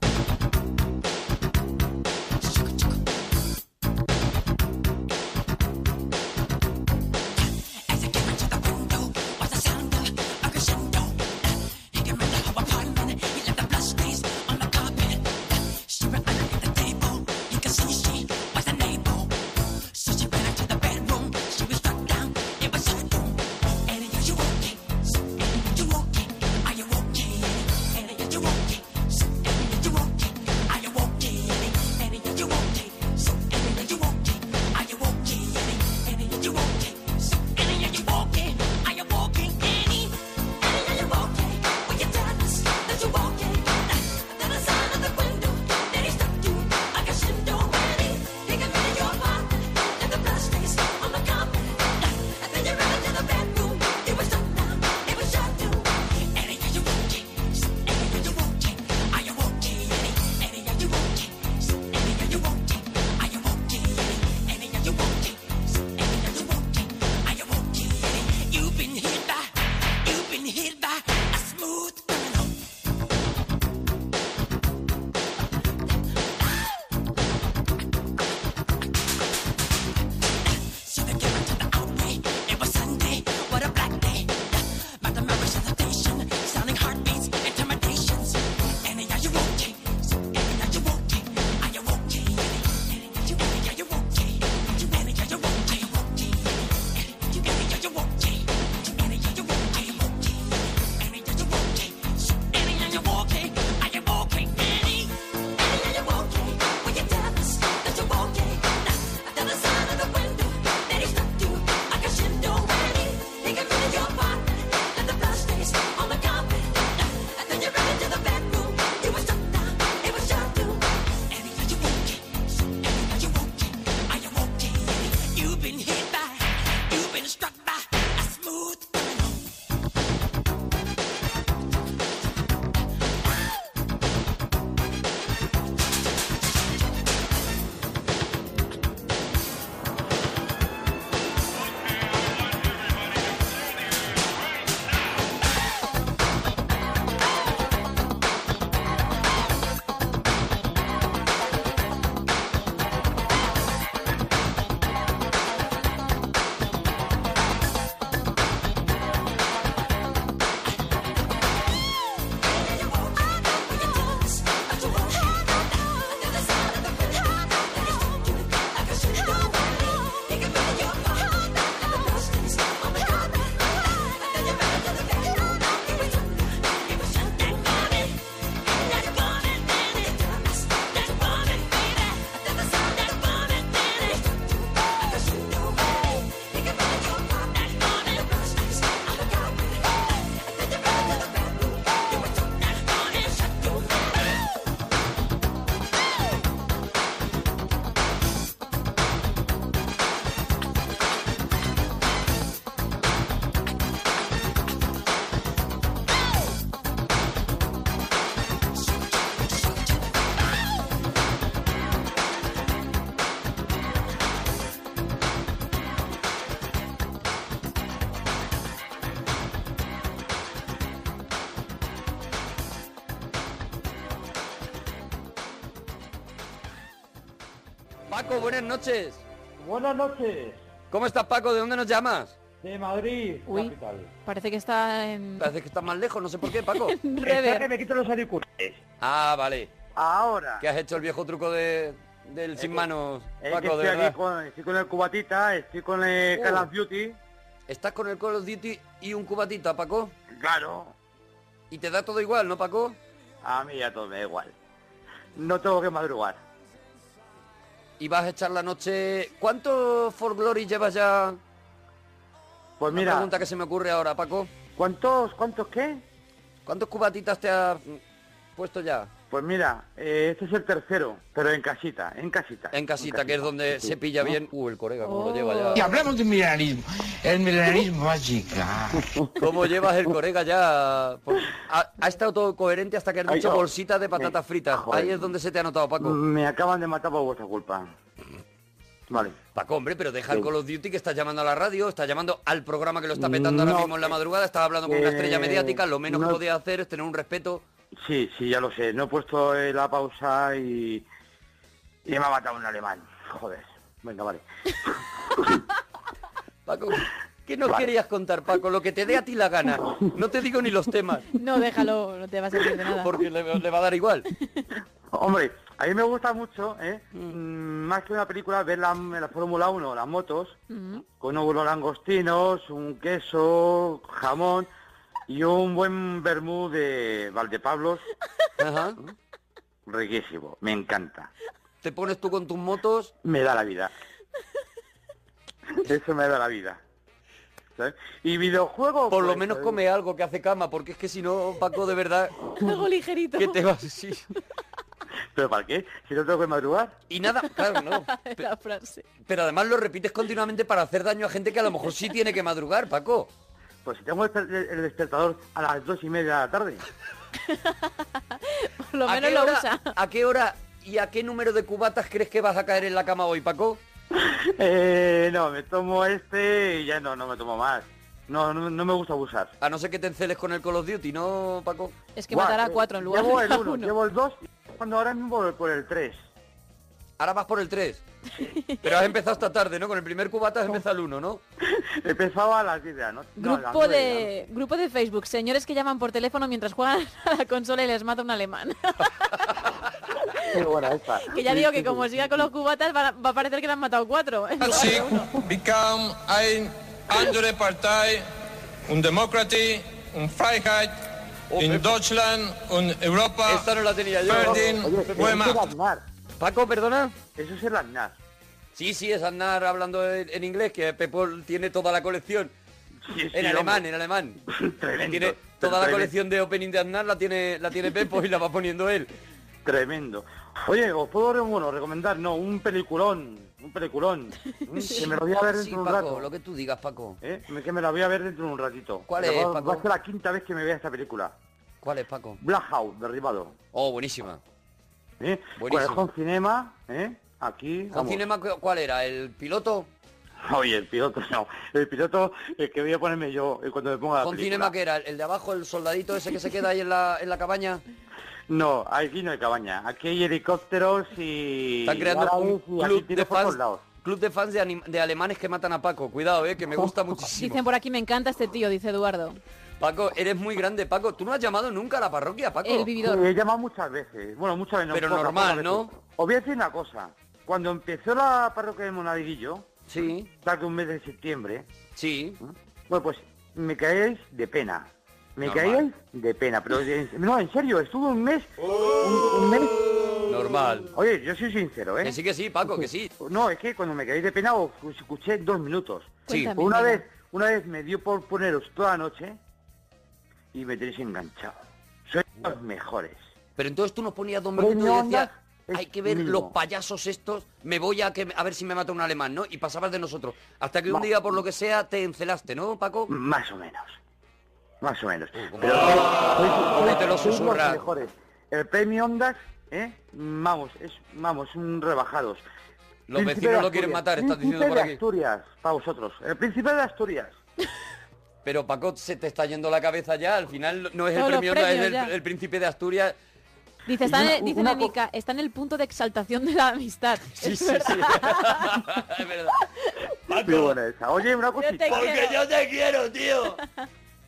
Paco, buenas noches. Buenas noches, ¿Cómo estás, Paco? ¿De dónde nos llamas? de Madrid, Uy. capital. Parece que está en Parece que estás más lejos, no sé por qué, Paco. Espera que me quito los auriculares. Ah, vale. Ahora, Que has hecho el viejo truco de, del sin manos, es Eh, que Paco, estoy de aquí verdad. con, estoy con el cubatita, estoy con el Uh. Call of Duty. ¿Estás con el Call of Duty y un cubatita, Paco? Claro, Y te da todo igual, ¿no, Paco? a mí ya todo me da igual. No tengo que madrugar. Y vas a echar la noche... ¿Cuántos For Glory llevas ya? Pues Una mira, pregunta que se me ocurre ahora, Paco. ¿cuántos, cuántos qué? ¿Cuántos cubatitas te has mm, puesto ya? Pues mira, eh, este es el tercero, pero en casita, en casita. En casita, que es donde sí, se pilla ¿no? bien. Uh, el colega, ¿cómo lo lleva ya? Oh. hablamos de milenarismo. El milenarismo así, claro. ¿Cómo llevas el corega ya? Por- Ha, ha estado todo coherente hasta que has Ay, dicho no. bolsita de patatas fritas. joder. Ahí es donde se te ha notado, Paco. [LAUGHS] Me acaban de matar por vuestra culpa. Vale. Paco, hombre, pero deja el Call of Duty que estás llamando a la radio, estás llamando al programa que lo está petando No, ahora mismo en la madrugada, estás hablando con una eh, estrella mediática, lo menos que no. podías hacer es tener un respeto. Sí, sí, ya lo sé. No he puesto eh, la pausa y... Y me ha matado un alemán. Joder. Venga, vale. Paco, ¿qué nos Vale. querías contar, Paco? Lo que te dé a ti la gana. No te digo ni los temas, No, déjalo, no te va a servir de nada. porque le, le va a dar igual. [LAUGHS] Hombre, a mí me gusta mucho, ¿eh? Mm, Más que una película, ver la, la Fórmula 1, las motos, Ujú. con unos langostinos, un queso, jamón y un buen vermú de Valdepablos, Ajá. riquísimo. Me encanta. Te pones tú con tus motos. me da la vida. Eso me da la vida. ¿Sabes? Y videojuegos. Por lo pues, menos eh, come algo que hace cama, porque es que si no, Paco, de verdad, Algo ligerito. que te vas... sí. ¿Pero para qué? Si no tengo que madrugar. Y nada, claro, no. [LAUGHS] Es la frase. Pero además lo repites continuamente para hacer daño a gente que a lo mejor sí tiene que madrugar, Paco. Pues si tengo el, desper- el despertador a las dos y media de la tarde. [LAUGHS] [LAUGHS] Por lo ¿A menos qué lo hora- usa. ¿A qué hora y a qué número de cubatas crees que vas a caer en la cama hoy, Paco? Eh, no, me tomo este y ya no, no me tomo más. No, no, no me gusta abusar. A no ser que te enceles con el Call of Duty, ¿no, Paco? Es que Buah, matará a eh, cuatro en lugar Llevo de el a uno, uno. llevo el dos y cuando ahora mismo voy por el tres. Ahora vas por el 3. Pero has empezado esta tarde, ¿no? Con el primer cubata has empezado el 1, ¿no? [LAUGHS] Empezaba a las 10 de la noche. no, a las Grupo nueve la noche. de grupo de Facebook, señores que llaman por teléfono mientras juegan a la consola y les mata [LAUGHS] un alemán. Qué buena esta. [LAUGHS] Que ya digo que como siga con los cubatas va, va a parecer que le han matado Ah, cuatro. en lugar de uno. become ein andere Partei, un Demokratie, un Freiheit in Deutschland und Europa. Esta no la tenía yo. Perdin, Oye, eso es Buema. el Aznar. Paco, perdona. Eso es el Aznar. Sí, sí, es andar hablando en, en inglés, que Pepol tiene toda la colección. Sí, sí, En hombre. alemán, en alemán. [LAUGHS] Tremendo, tiene toda la tremendo. colección de opening de Aznar la tiene, la tiene Pepo y la va poniendo él. Tremendo. Oye, os puedo re- bueno, recomendar, no, un peliculón, un [LAUGHS] peliculón, mm, que me lo voy a ver Sí, dentro de un Paco, rato. lo que tú digas, Paco. ¿eh? Me- Que me la voy a ver dentro de un ratito. ¿Cuál Que es, va, Paco? va a ser la quinta vez que me vea esta película. ¿Cuál es, Paco? Blackout, derribado. Oh, buenísima. ¿eh? Buenísimo. Con Cinema, ¿eh? Aquí. ¿Con vamos. cinema cu- cuál era? ¿El piloto? [LAUGHS] Oye, el piloto no. El piloto el que voy a ponerme yo eh, cuando me ponga la ¿Con película. cinema qué era? ¿El de abajo, el soldadito ese que se queda ahí en la, en la cabaña? No, aquí no hay cabaña. Aquí hay helicópteros y... Están creando y un aquí club tiros de por fans, todos lados. club de, fans de, anim- de alemanes que matan a Paco. Cuidado, eh, que me [LAUGHS] gusta Dicen muchísimo. por aquí, me encanta este tío, dice Eduardo. Paco, eres muy grande, Paco. Tú no has llamado nunca a la parroquia, Paco. El Sí, vividor. He llamado muchas veces. Bueno, muchas veces. no, Pero pocas, normal, pocas ¿no? veces. Os voy a decir una cosa. Cuando empezó la parroquia de Monaguillo, Sí, tal que un mes de septiembre, sí. bueno, pues me caíais de pena. Me Normal. caíais de pena. Pero, en- no, en serio, estuve un mes... Un, un mes... Normal. Oye, yo soy sincero, Que ¿eh? sí, que sí, Paco, que sí. Pues, No, es que cuando me caí de pena os escuché dos minutos. Sí. Cuéntame, Una venga. vez, una vez me dio por poneros toda la noche y me tenéis enganchado. Sois los mejores. Pero entonces tú nos ponías dos Premio minutos y decías, Ondas es hay que ver mínimo. los payasos estos, me voy a que a ver si me mata un alemán, ¿no? Y pasabas de nosotros. Hasta que un Va. día, por lo que sea, te encelaste, ¿no, Paco? Más o menos. Más o menos. como- Pero sois- sois- como te lo sois los susurra. mejores. El premio Ondas, ¿eh? Vamos, es, vamos, un rebajados. Los Príncipe vecinos de lo quieren Asturias. matar, estás Príncipe diciendo por de aquí. Asturias, para vosotros. El príncipe de Asturias. Pero Paco, se te está yendo la cabeza ya. Al final no es el Todos los premio, Ondas, es premios el, ya. el príncipe de Asturias. Dice, está, Y en, una- el- dice una la Mica, está en el punto de exaltación de la amistad. Es verdad. [LAUGHS] es verdad. Muy buena esa. Oye, una Yo cosita. te quiero. Yo te quiero, tío.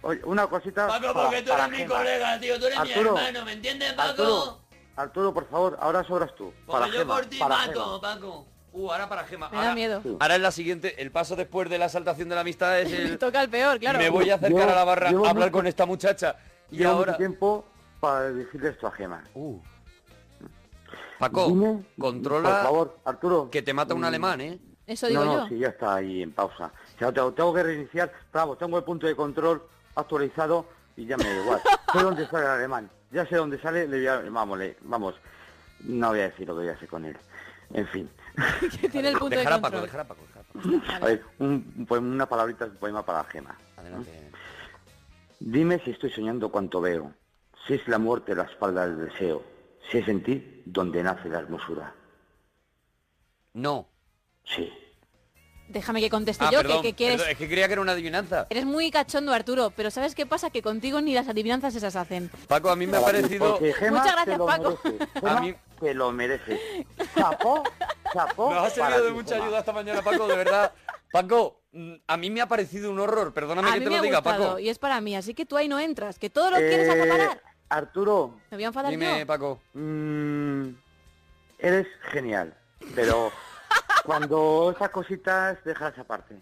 Oye, una cosita. Paco, para- porque tú para eres mi Gema. colega, tío. Tú eres Arturo, mi hermano, ¿me entiendes, Paco? Arturo, Arturo, por favor, ahora sobras tú. Porque Para yo Gema, por ti para mato, Gema. Paco. Uh, ahora para Gema. Me ahora, da miedo. Ahora es la siguiente, el paso después de la saltación de la amistad [LAUGHS] es el... Toca el peor, claro. Me voy a acercar Yo- a la barra llevo a hablar mucho- con esta muchacha. Y Llevo ahora... mucho tiempo para decirle esto a Gema. Mm. Uh. Paco, Dime, Por controla favor, Arturo. que te mata un Mm. alemán, ¿eh? Eso digo no, no, yo. sí, ya está ahí en pausa. Ya tengo, tengo que reiniciar. Bravo, tengo el punto de control actualizado y ya me [LAUGHS] da igual. sé dónde sale el alemán. Ya sé dónde sale. Le voy a- vamos, le- vamos. No voy a decir lo que voy a hacer con él. En fin. Que tiene el punto Dejar a de Paco, control. dejar a Paco, dejar a Paco. A ver, un, un poema- una palabrita, un poema para Gema. Adelante. Dime si estoy soñando cuanto veo, si es la muerte la espalda del deseo, si es en ti donde nace la hermosura. No. Sí. Déjame que conteste Ah, Este yo, perdón, que, que quieres... perdón, es que creía que era una adivinanza. Eres muy cachondo, Arturo, pero ¿sabes qué pasa? Que contigo ni las adivinanzas esas hacen. Paco, a mí me ha parecido... Porque Gema Muchas te gracias, lo Paco. merece. A Gema mí- te lo mereces. Chapo, chapo. Nos ha para servido de ti, mucha Gema. ayuda esta mañana, Paco, de verdad. Paco, mm, a mí me ha parecido un horror, perdóname A que mí te me lo ha diga, gustado Paco. y es para mí, así que tú ahí no entras, que todo lo quieres Eh, acaparar. Arturo, Me voy a enfadar Dime, yo. Paco. mm, eres genial, [LAUGHS] pero cuando esas cositas dejas aparte.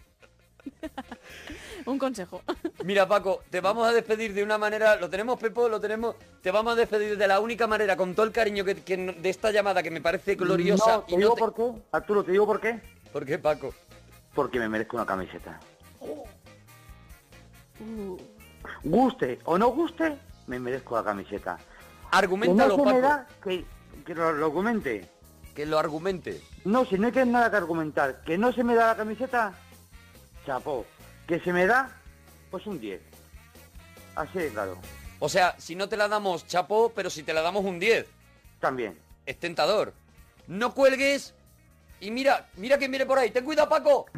Un consejo. Mira, Paco, te vamos a despedir de una manera... Lo tenemos, Pepo, lo tenemos... Te vamos a despedir de la única manera, con todo el cariño que, que no- de esta llamada que me parece gloriosa. No, te y no digo te- por qué, Arturo, te digo por qué. ¿Por qué, Paco? Porque me merezco una camiseta. Uh. Guste o no guste, me merezco la camiseta. Que no Argumentalo, se me Paco. da que, que lo, lo argumente. Que lo argumente. No, si no hay que nada que argumentar. Que no se me da la camiseta, chapó. Que se me da, pues un 10. Así de claro. O sea, si no te la damos, chapo, pero si te la damos un 10. También. Es tentador. No cuelgues. Y mira, mira que viene por ahí. Ten cuidado, Paco. [LAUGHS]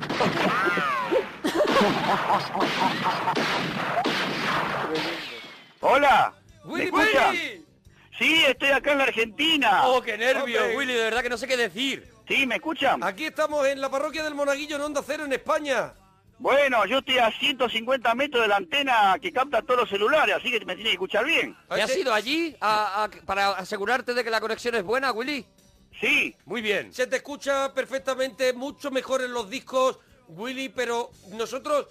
Hola, ¿me Willy, escuchan? Willy. Sí, estoy acá en la Argentina. Oh, qué nervios, Hombre. Willy. De verdad que no sé qué decir. Sí, ¿me escuchan? Aquí estamos en la parroquia del Monaguillo en Onda Cero en España. Bueno, yo estoy a 150 metros de la antena que capta todos los celulares, así que me tiene que escuchar bien. ¿Te has ido allí a- a- para asegurarte de que la conexión es buena, Willy? Sí, Muy bien. Se te escucha perfectamente, mucho mejor en los discos, Willy, pero nosotros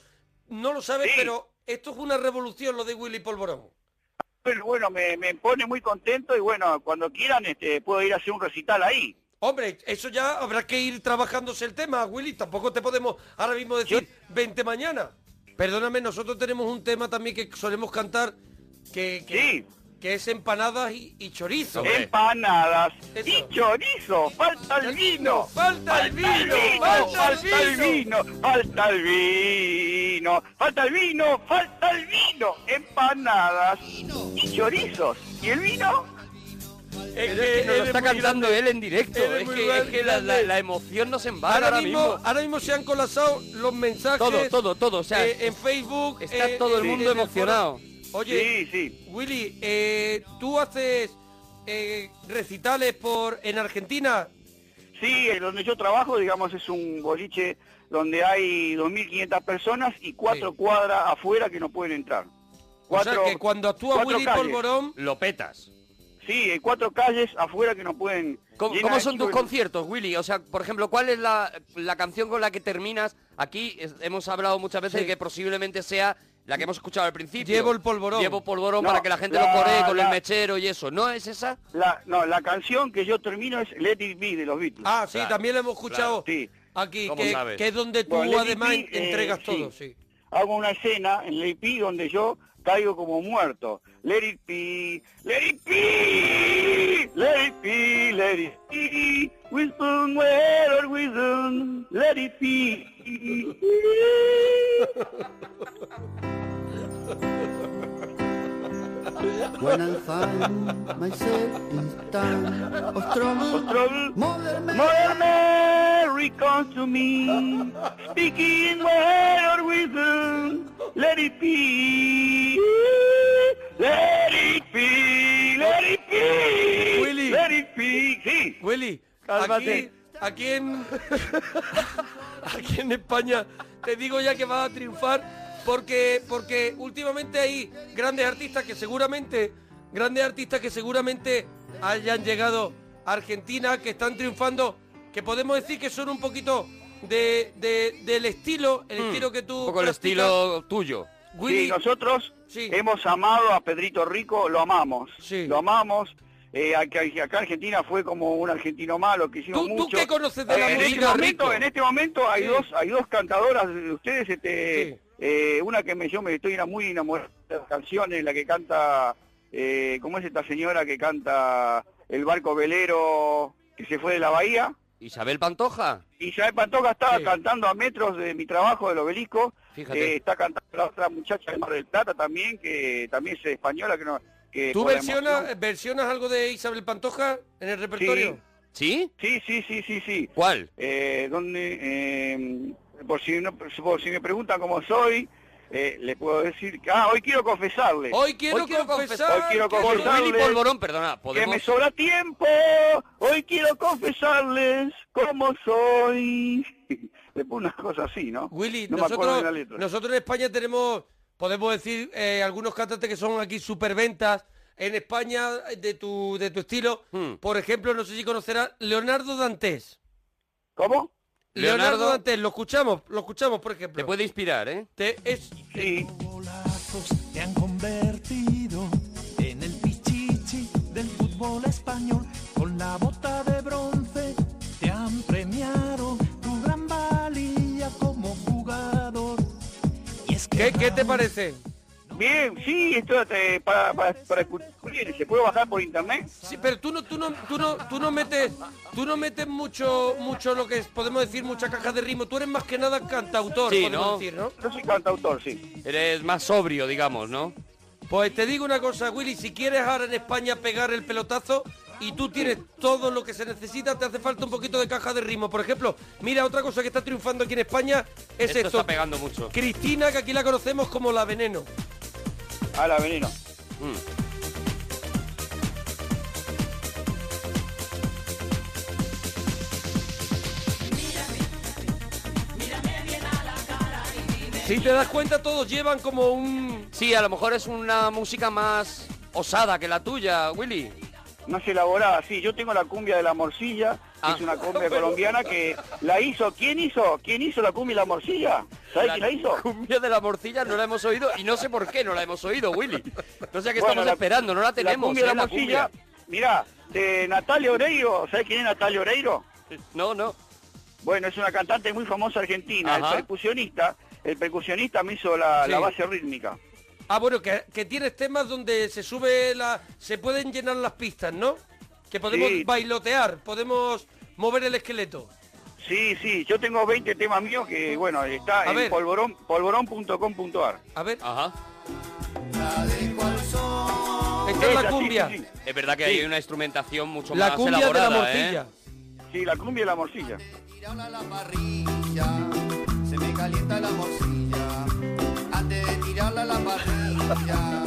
no lo sabes, Sí. pero esto es una revolución lo de Willy Polvorón. pero bueno, me, me pone muy contento y bueno, cuando quieran este, puedo ir a hacer un recital ahí. Hombre, eso ya habrá que ir trabajándose el tema, Willy. Tampoco te podemos ahora mismo decir 20 mañana. Perdóname, nosotros tenemos un tema también que solemos cantar que, que, Sí. que es empanadas y, y chorizo. Hombre. Empanadas Eso. y chorizo, falta el vino. ¡Falta el vino! ¡Falta el vino! falta el vino, falta el vino, falta el vino, falta el vino, empanadas y chorizos. ¿Y el vino? Es Pero es que nos lo eres está muy cantando grande. él en directo. Eres Es muy que, es que la, la- grande. la emoción nos embala Ahora, ahora mismo, mismo. ahora mismo se han colapsado los mensajes. Todo, todo, todo. O sea, eh, en Facebook. está eh, todo el en- mundo en foro. emocionado. Oye, Sí, sí. Willy, eh, tú haces eh, recitales por en Argentina. Sí, eh, donde yo trabajo, digamos, es un boliche donde hay 2.500 personas y cuatro Sí. cuadras afuera que no pueden entrar. Cuatro, o sea, que cuando actúa cuatro Willy calles. Polvorón, Lo petas. Sí, hay cuatro calles afuera que no pueden... ¿Cómo, llena cómo de son tus chicos- conciertos, Willy? O sea, por ejemplo, ¿cuál es la, la canción con la que terminas? Aquí es- hemos hablado muchas veces Sí. de que posiblemente sea la que hemos escuchado al principio. Llevo el polvorón. Llevo polvorón No, para que la gente la- lo coree con la- el mechero y eso. ¿No es esa? La, no, la canción que yo termino es Let It Be de los Beatles. ah, sí, Claro, también lo hemos escuchado claro, sí. aquí, ¿Cómo que, sabes? que es donde tú Bueno, Lady además Di, eh, entregas sí. todo, sí. hago una escena en Let It Be donde yo caigo como muerto. Let it be, let it be, let it be, let it be, wisdom, where or wisdom, let it be. [LAUGHS] [LAUGHS] Control, Mother Mary, come to me, speaking where or wisdom, let it be, let it be, let it be. Piqui. Willy, Cálmate. Aquí, aquí en, [LAUGHS] aquí en España te digo ya que vas a triunfar porque, porque últimamente hay grandes artistas que seguramente, grandes artistas que seguramente hayan llegado a Argentina, que están triunfando, que podemos decir que son un poquito de, de- del estilo, Hmm. el estilo que tú... Un poco el practicas. estilo tuyo. Willy. Sí, nosotros hemos amado a Pedrito Rico, lo amamos. Lo amamos. Eh, acá, acá Argentina fue como un argentino malo que hicimos ¿Tú- tú mucho. qué conoces de la en este música, momento, Rico? En este momento hay Sí. dos hay dos cantadoras de ustedes. este eh, Una que me, yo me estoy ena- muy enamorada de las canciones, la que canta... Eh, ¿Cómo es esta señora que canta El barco velero que se fue de la bahía? Isabel Pantoja. Y Isabel Pantoja estaba cantando a metros de mi trabajo del obelisco. Fíjate. Eh, está cantando la otra muchacha de Mar del Plata también, que también es española. que no que ¿Tú con la versionas, emoción- versionas algo de Isabel Pantoja en el repertorio? ¿Sí? Sí, sí, sí, sí, sí. ¿Cuál? Eh, donde, eh, por, si no- por si me preguntan cómo soy, eh, les puedo decir que... Ah, hoy quiero confesarle. Hoy quiero, confesar, Hoy quiero que- confesarles Willy Polvorón, perdona, que podemos... me sobra tiempo. Hoy quiero confesarles cómo soy. [LAUGHS] Le pongo una cosa así, ¿no? Willy, no me acuerdo de la nosotros, letra. nosotros en España tenemos, podemos decir, eh, algunos cantantes que son aquí superventas en España eh, de tu, de tu estilo. Hmm. Por ejemplo, no sé si conocerás Leonardo Dantes. ¿Cómo? Leonardo, Leonardo- Dantes, lo escuchamos, lo escuchamos, por ejemplo. Te puede inspirar, ¿eh? Te- es, te han convertido en el pichichi del fútbol español. Con la bota de bronce te han premiado tu gran valía como jugador. Y es que ¿Qué, qué te parece? Bien, sí, esto eh, para, para, para escuchar. Bien, ¿se puede bajar por internet? Sí, pero tú no, tú no, tú no, tú no metes, tú no metes mucho, mucho lo que es, podemos decir, mucha caja de ritmo. Tú eres más que nada cantautor, Sí, podemos ¿no? decir, ¿no? Yo soy cantautor, sí. Eres más sobrio, digamos, ¿no? Pues te digo una cosa, Willy, si quieres ahora en España pegar el pelotazo y tú tienes todo lo que se necesita, te hace falta un poquito de caja de ritmo. Por ejemplo, mira, otra cosa que está triunfando aquí en España es Esto esto. está pegando mucho. Cristina, que aquí la conocemos como la veneno. A la veneno. Si te das cuenta, todos llevan como un... Sí, a lo mejor es una música más osada que la tuya, Willy. Más elaborada, sí. Yo tengo la cumbia de la morcilla, que Ah. es una [LAUGHS] cumbia colombiana que la hizo. ¿Quién hizo? ¿Quién hizo la cumbia y la morcilla? ¿Sabes quién la hizo? cumbia de la morcilla no la hemos oído y no sé por qué no la hemos oído, Willy. No sé a qué estamos Bueno, la- esperando, no la La tenemos. cumbia de la ¿eh? La morcilla, cumbia. mira, de eh, Natalia Oreiro. ¿Sabes quién es Natalia Oreiro? No, no. Bueno, es una cantante muy famosa argentina, Ajá. el percusionista. El percusionista me hizo la, la Sí. base rítmica. Ah, bueno, que, que tienes temas donde se sube la... Se pueden llenar las pistas, ¿no? Que podemos Sí. bailotear, podemos mover el esqueleto. Sí, sí, yo tengo 20 temas míos que, bueno, está A en ver. polvorón- polvorón.com.ar. A ver. Ajá. Esta es Esa, la sí, cumbia. sí, sí. Es verdad que Sí. hay una instrumentación mucho La más cumbia de la elaborada, morcilla. ¿eh? Sí, la cumbia y la morcilla. se me calienta la morcilla. Antes de tirarla a la parrilla,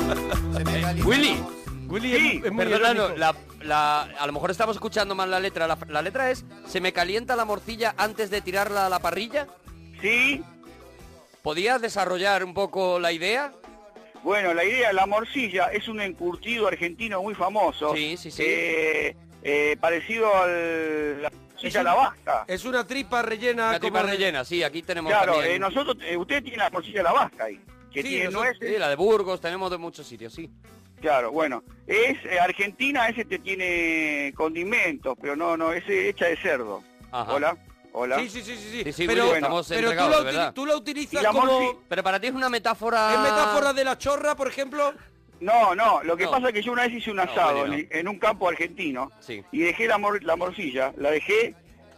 se me calienta Willy, Willy, Sí, es, es muy perdona, no, irónico. la- la- a lo mejor estamos escuchando mal la letra. La, la letra es, ¿se me calienta la morcilla antes de tirarla a la parrilla? Sí, ¿Podías desarrollar un poco la idea? bueno, la idea, la morcilla es un encurtido argentino muy famoso. Sí, sí, sí. Eh, eh, parecido al, la Es morcilla a un- la vasca. Es una tripa rellena. Una tripa como de- rellena, sí, aquí tenemos Claro, también- eh, nosotros, eh, ustedes tienen la morcilla a la vasca ahí, que Sí, tiene nosotros- nueces. Sí, eh, la de Burgos, tenemos de muchos sitios, sí. Claro, bueno, es eh, Argentina, ese te tiene condimentos, pero no, no, ese hecha de cerdo. Ajá. Hola, hola. Sí, sí, sí, sí. Sí, sí. sí, pero Willy, estamos pero tú, entregados, la de uti- verdad. tú la Y utilizas la como... morci- Pero para ti es una metáfora... ¿Es metáfora de la chorra, por ejemplo? No, no, lo que No. pasa es que yo una vez hice un No, asado Willy, no. en, en un campo argentino Sí. y dejé la, mor- la morcilla, la dejé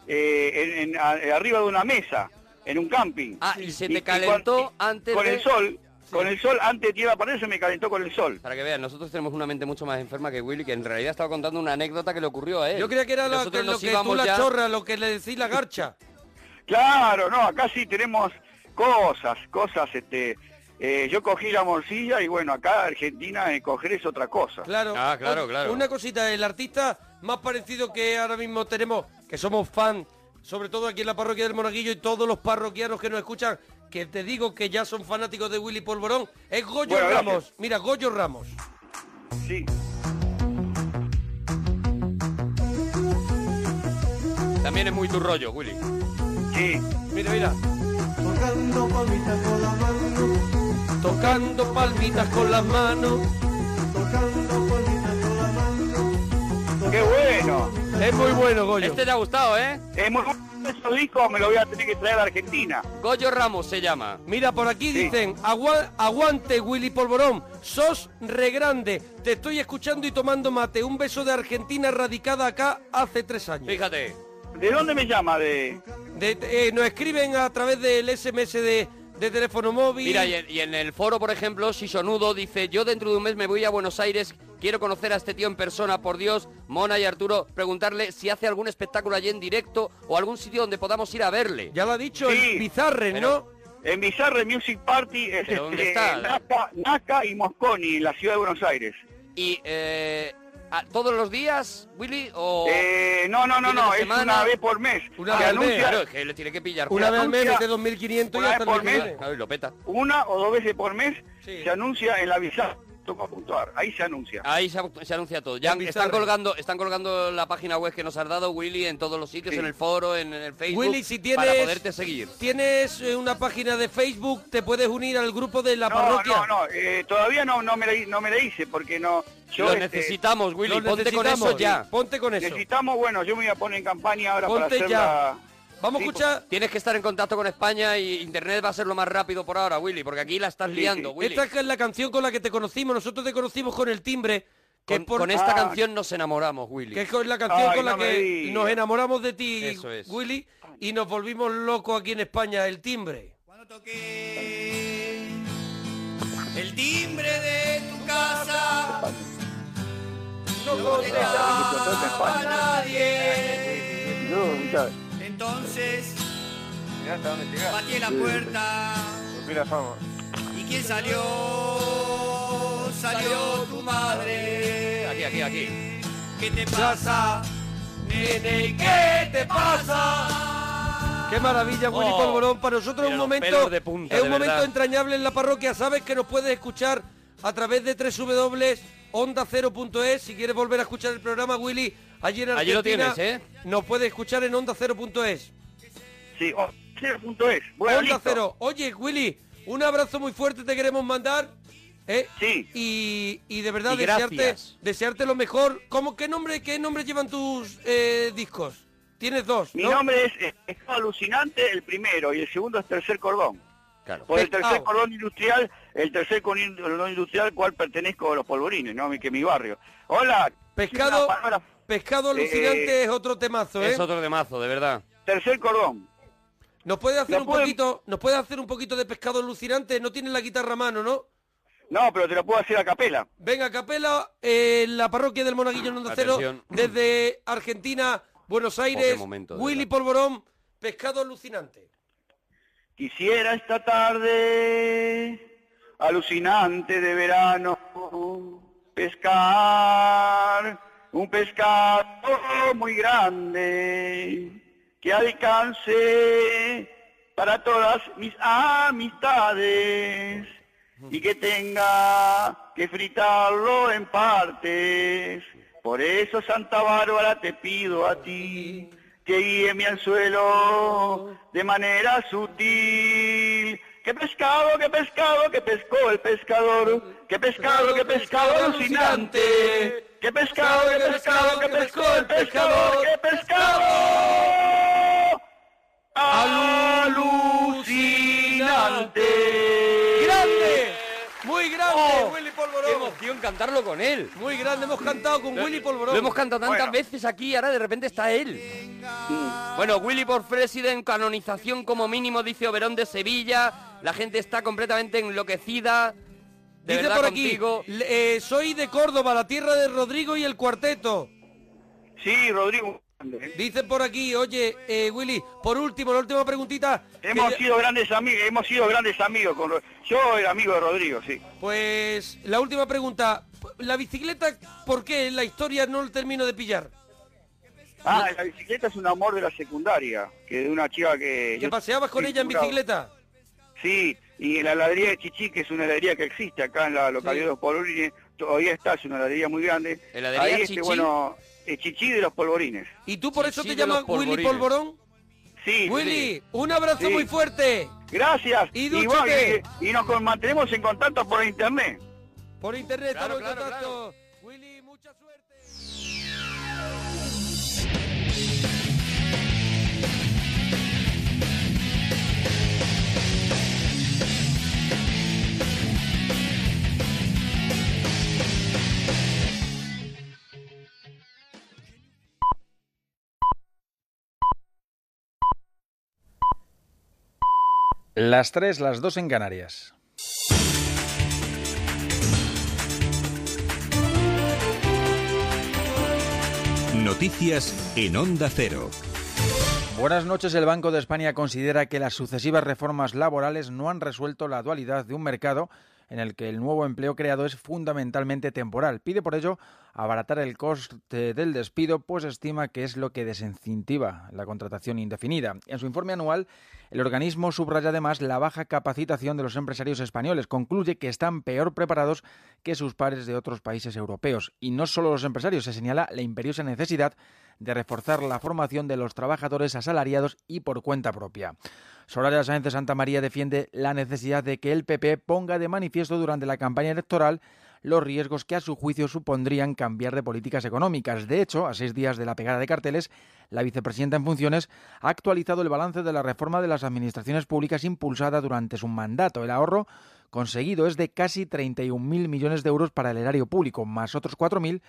eh, en- en- a- arriba de una mesa, en un camping. Ah, y se Y- y te calentó con, antes con de... el sol, con el sol, antes de que iba a parar se me calentó con el sol. Para que vean, nosotros tenemos una mente mucho más enferma que Willy, que en realidad estaba contando una anécdota que le ocurrió a él. Yo creía que era Y lo nosotros que, lo nos que tú íbamos la ya- chorra, lo que le decís la garcha. [LAUGHS] Claro, no, acá sí tenemos cosas, cosas, este... eh, yo cogí la morcilla y bueno, acá Argentina eh, coger es otra cosa. Claro. Ah, claro, O- claro. Una cosita, el artista más parecido que ahora mismo tenemos, que somos fan, sobre todo aquí en la parroquia del Monaguillo y todos los parroquianos que nos escuchan, que te digo que ya son fanáticos de Willy Polvorón, es Goyo Bueno, gracias. Ramos. Mira, Goyo Ramos. Sí. También es muy tu rollo, Willy. Sí. Mira, mira. Tocando palmitas con las manos. Tocando palmitas con las manos. ¡Qué bueno! Es muy bueno, Goyo. Este te ha gustado, ¿eh? Es muy bueno ese disco, me lo voy a tener que traer a Argentina. Goyo Ramos se llama. Mira, por aquí dicen, "Agua- aguante Willy Polvorón, sos re grande, te estoy escuchando y tomando mate, un beso de Argentina radicada acá hace tres años. Fíjate. ¿De dónde me llama? De... de- eh, nos escriben a través del SMS de, de teléfono móvil. Mira, y en, y en el foro, por ejemplo, Sisonudo dice, yo dentro de un mes me voy a Buenos Aires, quiero conocer a este tío en persona, por Dios, Mona y Arturo, preguntarle si hace algún espectáculo allí en directo o algún sitio donde podamos ir a verle. Ya lo ha dicho el Bizarre, ¿no? En Bizarre Music Party es ¿Pero este, dónde está? Naca, Naca y Mosconi, en la ciudad de Buenos Aires. Y eh, ¿a- todos los días, Willy, o... Eh, no, no, no, fin de no, es semana? una vez por mes. Una Que vez al mes, anuncia Claro, es que le tiene que pillar. Una vez al mes, este anuncia- mete 2.500 y una vez hasta el mes por que mes. viene. Claro, y lo peta. una o dos veces por mes, se anuncia en la Bizarre. Toca puntuar, ahí se anuncia. Ahí se, se anuncia todo. Ya En están Bizarre. colgando, están colgando la página web que nos has dado, Willy, en todos los sitios, Sí. en el foro, en, en el Facebook, Willy, si tienes, para poderte seguir. tienes eh, una página de Facebook, te puedes unir al grupo de la No, parroquia. no, no, eh, todavía no, no, me la, hi- no me la hice porque no... Yo, Lo este, necesitamos, Willy. Lo Ponte con necesitamos, eso ya. Ponte con eso. Necesitamos, bueno, yo me voy a poner en campaña ahora para Ponte hacer ya. la... Vamos a Sí, pues. escuchar. Tienes que estar en contacto con España y Internet va a ser lo más rápido por ahora, Willy, porque aquí la estás liando, Willy. Esta es la canción con la que te conocimos. Nosotros te conocimos con el timbre. Que Con, es por- con esta Ah. canción nos enamoramos, Willy. que es con la canción Ay, con la no me que digas. nos enamoramos de ti, Eso es. Willy, y nos volvimos locos aquí en España, el timbre. El timbre de tu casa no contestaba contestaba a a nadie. No, mira, Entonces mira hasta dónde llega. batí la Sí, puerta Mira, vamos. y quién salió, Oh, salió tu madre. Aquí, aquí, aquí. ¿Qué te pasa, nene? ¿Qué te pasa? Qué maravilla, Willy Oh, Polvorón. Para nosotros es mira un los momento, pelos de punta, es de un momento verdad. entrañable en la parroquia. Sabes que nos puedes escuchar a través de www.onda0.es. Si quieres volver a escuchar el programa, Willy, allí en Argentina. Allí lo tienes, ¿eh? Nos puedes escuchar en onda0.es. Sí, oh, cero punto es. Bueno, Onda listo. Cero. Oye, Willy, un abrazo muy fuerte te queremos mandar. ¿eh? Sí. Y, y de verdad Y desearte, gracias. desearte lo mejor. ¿Cómo, qué, nombre, ¿Qué nombre llevan tus eh, discos? Tienes dos. Mi ¿no? nombre es eh, Estado Alucinante, el primero, y el segundo es Tercer Cordón. Claro. ah. Pues Por el Pescado. tercer cordón industrial, el tercer cordón industrial, cual pertenezco a los polvorines, ¿no? Mi- Que mi barrio. Hola. Pescado, Una palabra. pescado alucinante Eh, es otro temazo, ¿eh? Es otro de mazo, de verdad. Tercer cordón. ¿Nos puedes hacer ¿Lo un pueden- poquito, nos puedes hacer un poquito de pescado alucinante? No tienes la guitarra a mano, ¿no? No, pero te lo puedo hacer a capela. Venga, Capela, eh, la parroquia del Monaguillo en Onda Cero, Atención. desde Argentina, Buenos Aires, momento, de Willy verdad. Polvorón, pescado alucinante. Quisiera esta tarde alucinante de verano pescar un pescado muy grande que alcance para todas mis amistades y que tenga que fritarlo en partes. Por eso, Santa Bárbara, te pido a ti que guíe mi anzuelo de manera sutil. ¡Qué pescado, qué pescado, que pescó el pescador! ¡Qué pescado, qué pescado alucinante! ¡Qué pescado, qué pescado, que pescó el pescador! ¡Qué pescado! ¡Alucinante! ¡Grande! ¡Muy grande, ¡Oh! Willy ¡Qué Polvorón! emoción cantarlo con él! Muy grande, hemos cantado con Willy Polvorón. Lo hemos cantado tantas Bueno. veces aquí y ahora de repente está él. Bueno, Willy por President, canonización como mínimo, dice Oberón de Sevilla. La gente está completamente enloquecida. De Dice verdad por aquí, contigo. le- eh, soy de Córdoba, la tierra de Rodrigo y el cuarteto. Sí, Rodrigo. Dicen por aquí, oye, eh, Willy, por último, la última preguntita. que Hemos ya- sido grandes amigos, hemos sido grandes amigos con Ro- yo era amigo de Rodrigo, sí. Pues la última pregunta. La bicicleta, ¿por qué en la historia no lo termino de pillar? Ah, la bicicleta es un amor de la secundaria, que de una chica que... ¿Que paseabas con ella en bicicleta? Sí, y en la heladería de Chichi, que es una heladería que existe acá en la localidad de los Polvorines, todavía está, es una heladería muy grande. ¿Heladería Ahí este, Chichi? bueno, eh, Chichi de los Polvorines. ¿Y tú por eso Chichi te de llamas los Willy polvorines. Polvorón? Sí. Willy, un abrazo Sí. muy fuerte. Gracias. Y bueno, dúchate. y- y nos con- mantenemos en contacto por internet. Por internet estamos en contacto. Las 3, las 2 en Canarias. Noticias en Onda Cero. Buenas noches. El Banco de España considera que las sucesivas reformas laborales no han resuelto la dualidad de un mercado en el que el nuevo empleo creado es fundamentalmente temporal. Pide por ello abaratar el coste del despido, pues estima que es lo que desincentiva la contratación indefinida. En su informe anual, el organismo subraya además la baja capacitación de los empresarios españoles. Concluye que están peor preparados que sus pares de otros países europeos. Y no solo los empresarios, se señala la imperiosa necesidad de reforzar la formación de los trabajadores asalariados y por cuenta propia. Soraya Sáenz de Santa María defiende la necesidad de que el PP ponga de manifiesto durante la campaña electoral los riesgos que a su juicio supondrían cambiar de políticas económicas. De hecho, a seis días de la pegada de carteles, la vicepresidenta en funciones ha actualizado el balance de la reforma de las administraciones públicas impulsada durante su mandato. El ahorro conseguido es de casi 31.000 millones de euros para el erario público, más otros 4.000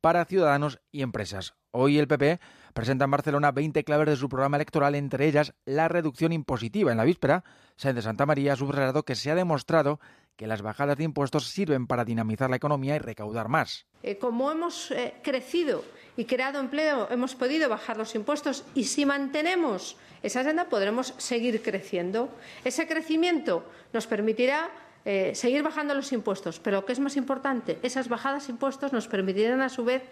para ciudadanos y empresas. Hoy el PP presenta en Barcelona 20 claves de su programa electoral, entre ellas la reducción impositiva. En la víspera, Sáenz de Santa María ha subrayado que se ha demostrado que las bajadas de impuestos sirven para dinamizar la economía y recaudar más. Eh, como hemos eh, crecido y creado empleo, hemos podido bajar los impuestos y si mantenemos esa agenda podremos seguir creciendo. Ese crecimiento nos permitirá eh, seguir bajando los impuestos, pero lo que es más importante, esas bajadas de impuestos nos permitirán a su vez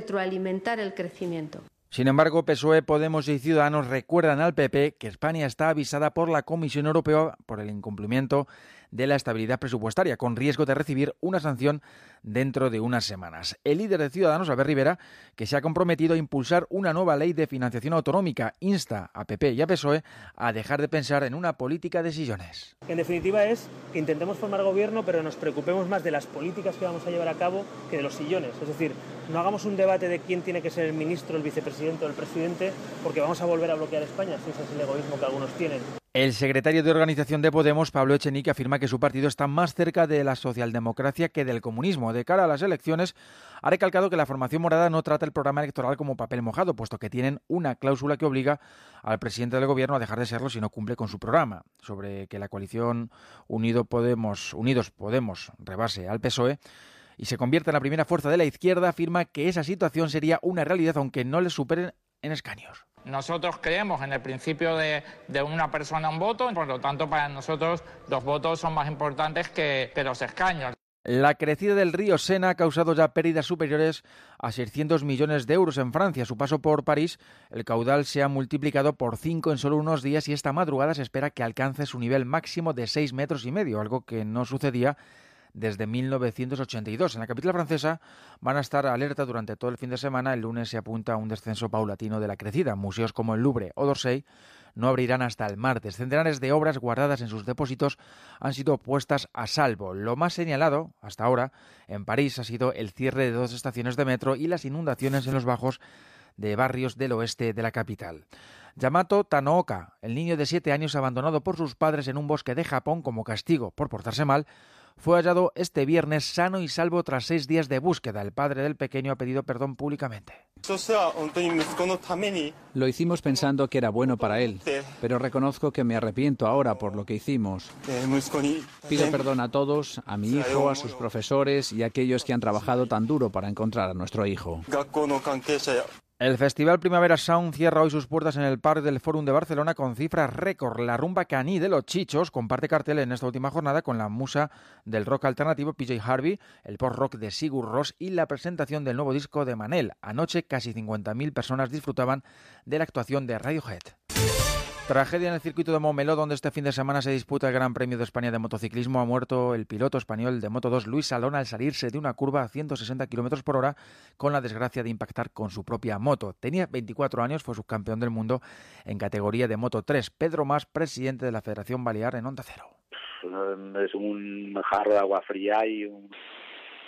retroalimentar el crecimiento. Sin embargo, PSOE, E, Podemos y Ciudadanos recuerdan al PP que España está avisada por la Comisión Europea por el incumplimiento de la estabilidad presupuestaria, con riesgo de recibir una sanción dentro de unas semanas. El líder de Ciudadanos, Albert Rivera, que se ha comprometido a impulsar una nueva ley de financiación autonómica, insta a PP y a PSOE E a dejar de pensar en una política de sillones. En definitiva es que intentemos formar gobierno, pero nos preocupemos más de las políticas que vamos a llevar a cabo que de los sillones. Es decir, no hagamos un debate de quién tiene que ser el ministro, el vicepresidente o el presidente, porque vamos a volver a bloquear España. Si ese es el egoísmo que algunos tienen. El secretario de organización de Podemos, Pablo Echenique, afirma que su partido está más cerca de la socialdemocracia que del comunismo. De cara a las elecciones, ha recalcado que la formación morada no trata el programa electoral como papel mojado, puesto que tienen una cláusula que obliga al presidente del gobierno a dejar de serlo si no cumple con su programa. Sobre que la coalición Unido Podemos, Unidos Podemos rebase al PSOE E y se convierta en la primera fuerza de la izquierda, afirma que esa situación sería una realidad aunque no le superen en escaños. Nosotros creemos en el principio de, de una persona un voto, por lo tanto para nosotros los votos son más importantes que, que los escaños. La crecida del río Sena ha causado ya pérdidas superiores a 600 millones de euros en Francia. A su paso por París, el caudal se ha multiplicado por cinco en solo unos días y esta madrugada se espera que alcance su nivel máximo de 6 metros y medio, algo que no sucedía desde 1982. En la capital francesa van a estar alerta durante todo el fin de semana. El lunes se apunta a un descenso paulatino de la crecida. Museos como el Louvre o Dorsey no abrirán hasta el martes. Centenares de obras guardadas en sus depósitos han sido puestas a salvo. Lo más señalado hasta ahora en París ha sido el cierre de dos estaciones de metro y las inundaciones en los bajos de barrios del oeste de la capital. Yamato Tanooka, el niño de siete años abandonado por sus padres en un bosque de Japón como castigo por portarse mal, fue hallado este viernes sano y salvo tras seis días de búsqueda. El padre del pequeño ha pedido perdón públicamente. Lo hicimos pensando que era bueno para él, pero reconozco que me arrepiento ahora por lo que hicimos. Pido perdón a todos, a mi hijo, a sus profesores y a aquellos que han trabajado tan duro para encontrar a nuestro hijo. El Festival Primavera Sound cierra hoy sus puertas en el Parc del Fórum de Barcelona con cifras récord. La rumba caní de los chichos comparte cartel en esta última jornada con la musa del rock alternativo PJ Harvey, el post-rock de Sigur Ross y la presentación del nuevo disco de Manel. Anoche casi 50.000 personas disfrutaban de la actuación de Radiohead. Tragedia en el circuito de Montmeló, donde este fin de semana se disputa el Gran Premio de España de motociclismo. Ha muerto el piloto español de Moto2, Luis Salón, al salirse de una curva a 160 km por hora con la desgracia de impactar con su propia moto. Tenía 24 años, fue subcampeón del mundo en categoría de Moto3. Pedro Más, presidente de la Federación Balear en Onda Cero. Pues, Es un jarro de agua fría y un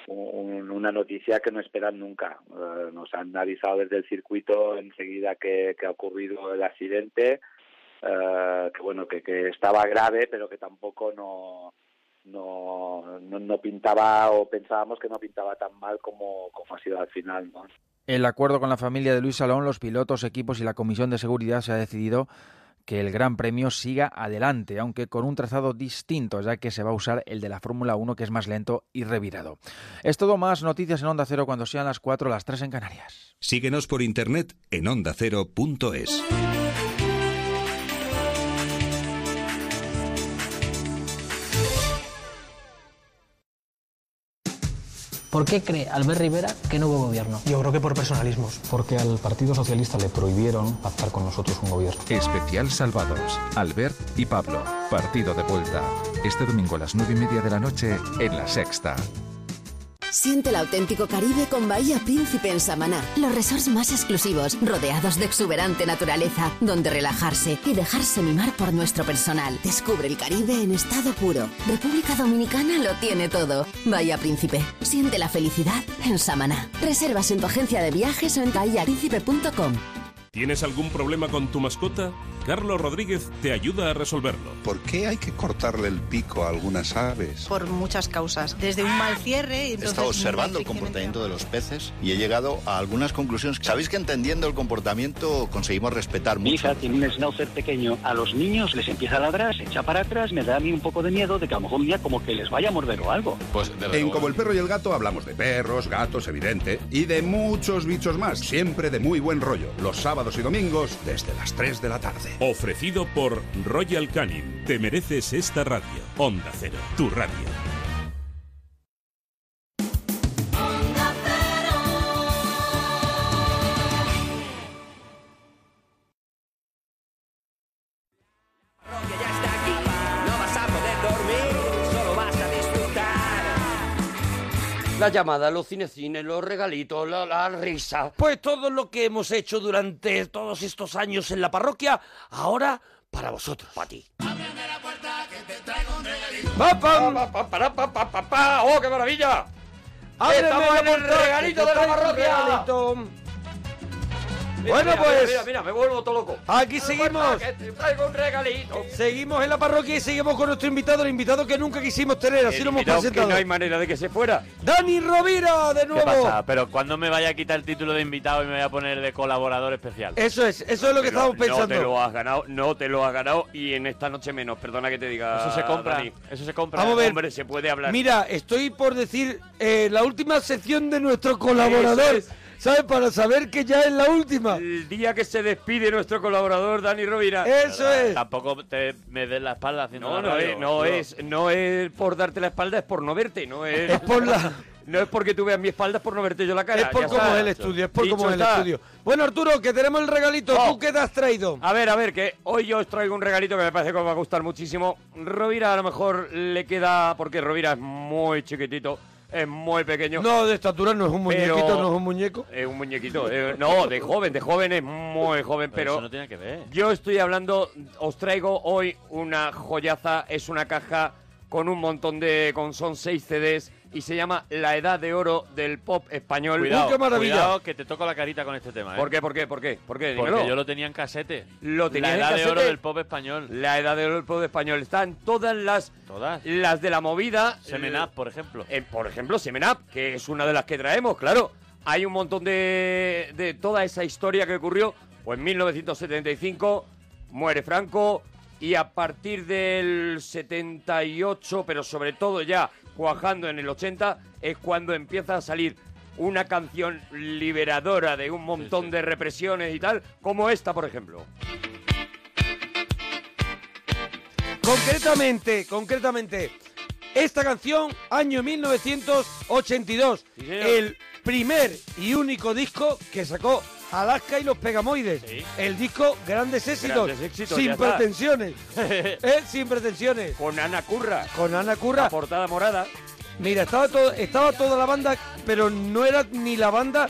un, una noticia que no esperan nunca. Eh, nos han avisado desde el circuito enseguida que, que ha ocurrido el accidente, eh, que bueno, que, que estaba grave, pero que tampoco no, no, no, no pintaba o pensábamos que no pintaba tan mal como, como ha sido al final. ¿no? El acuerdo con la familia de Luis Salón, los pilotos, equipos y la Comisión de Seguridad se ha decidido que el Gran Premio siga adelante, aunque con un trazado distinto, ya que se va a usar el de la Fórmula 1, que es más lento y revirado. Es todo más noticias en Onda Cero cuando sean las 4 las 3 en Canarias. Síguenos por internet en ondacero.es. ¿Por qué cree Albert Rivera que no hubo gobierno? Yo creo que por personalismos. Porque al Partido Socialista le prohibieron pactar con nosotros un gobierno. Especial Salvados, Albert y Pablo. Partido de vuelta. Este domingo a las nueve y media de la noche en La Sexta. Siente el auténtico Caribe con Bahía Príncipe en Samaná. Los resorts más exclusivos, rodeados de exuberante naturaleza, donde relajarse y dejarse mimar por nuestro personal. Descubre el Caribe en estado puro. República Dominicana lo tiene todo. Bahía Príncipe. Siente la felicidad en Samaná. Reservas en tu agencia de viajes o en bahiapríncipe.com. ¿Tienes algún problema con tu mascota? Carlos Rodríguez te ayuda a resolverlo. ¿Por qué hay que cortarle el pico a algunas aves? Por muchas causas, desde un mal cierre... He estado observando el comportamiento de los peces y he llegado a algunas conclusiones. Sabéis que entendiendo el comportamiento conseguimos respetar mucho. Mi hija tiene un schnauzer pequeño. A los niños les empieza a ladrar, se echa para atrás, me da a mí un poco de miedo de que a lo mejor un día como que les vaya a morder o algo. Pues de En Como el perro y el gato hablamos de perros, gatos, evidente, y de muchos bichos más, siempre de muy buen rollo. Los sábados y domingos desde las 3 de la tarde. Ofrecido por Royal Canin. Te mereces esta radio. Onda Cero, tu radio. La llamada, los cinecines, los regalitos, la, la risa. Pues todo lo que hemos hecho durante todos estos años en la parroquia, ahora para vosotros, para ti. ¡Pam, pam, pam, pam, para, pam, pam, pam, pam! oh qué maravilla! Ábreme ¡Estamos en la el puerta, regalito de que te la traigo un parroquia! regalito. Mira, Bueno, mira, pues. Mira, mira, me vuelvo todo loco. Aquí Dale seguimos. cuenta que te traigo un regalito. Seguimos en la parroquia y seguimos con nuestro invitado, el invitado que nunca quisimos tener, así lo hemos Mirad que presentado. no hay manera de que se fuera. Dani Rovira, de ¿Qué nuevo. pasa? Pero cuando me vaya a quitar el título de invitado y me voy a poner de colaborador especial. Eso es, eso es lo que Pero estamos pensando. No te lo has ganado, no te lo has ganado y en esta noche menos. Perdona que te diga. Eso se compra, eso se compra. Vamos a ver. Hombre, se puede hablar. Mira, estoy por decir eh, la última sección de nuestro colaborador. Eso ¿Sabes? Para saber que ya es la última. El día que se despide nuestro colaborador Dani Rovira. Eso es. Tampoco te me des la espalda haciendo No, la no radio, es, no, bro. es, no es por darte la espalda, es por no verte. No es, por la. No es porque tú veas mi espalda, es por no verte yo la cara. es por ya cómo está. es el estudio, es por Dicho cómo es el está. estudio. Bueno, Arturo, que tenemos el regalito. Oh. ¿Tú qué te has traído? A ver, a ver, que hoy yo os traigo un regalito que me parece que os va a gustar muchísimo. Rovira a lo mejor le queda, porque Rovira es muy chiquitito, es muy pequeño. No, de estatura no es un Pero- muñequito, no es un muñeco. Es un muñequito. eh, no, de joven, de joven es muy joven, pero... eso no tiene que ver. Yo estoy hablando, os traigo hoy una joyaza, es una caja con un montón de... con son seis CDs y se llama La Edad de Oro del Pop Español. Cuidado, ¡Uy, qué maravilla! cuidado que te toco la carita con este tema. ¿eh? ¿Por qué, por qué, por qué? ¿Por qué? Porque Dímelo. yo lo tenía en casete. Lo tenías la en edad de oro casete. del pop español. La edad del pueblo español. Están todas las. Todas. Las de la movida. Semenap, por ejemplo. Eh, por ejemplo, Semenap, que es una de las que traemos, claro. Hay un montón de. de toda esa historia que ocurrió. Pues en 1975 muere Franco. Y a partir del 78, pero sobre todo ya cuajando en el 80, es cuando empieza a salir una canción liberadora de un montón de represiones y tal, como esta, por ejemplo. Concretamente, concretamente, esta canción, año 1982, el primer y único disco que sacó Alaska y los Pegamoides, el disco Grandes Éxitos, Grandes éxitos, ya sin está. [LAUGHS] pretensiones, ¿Eh? sin pretensiones. Con Ana Curra. Con Ana Curra. portada morada. Mira, estaba, todo, estaba toda la banda, pero no era ni la banda,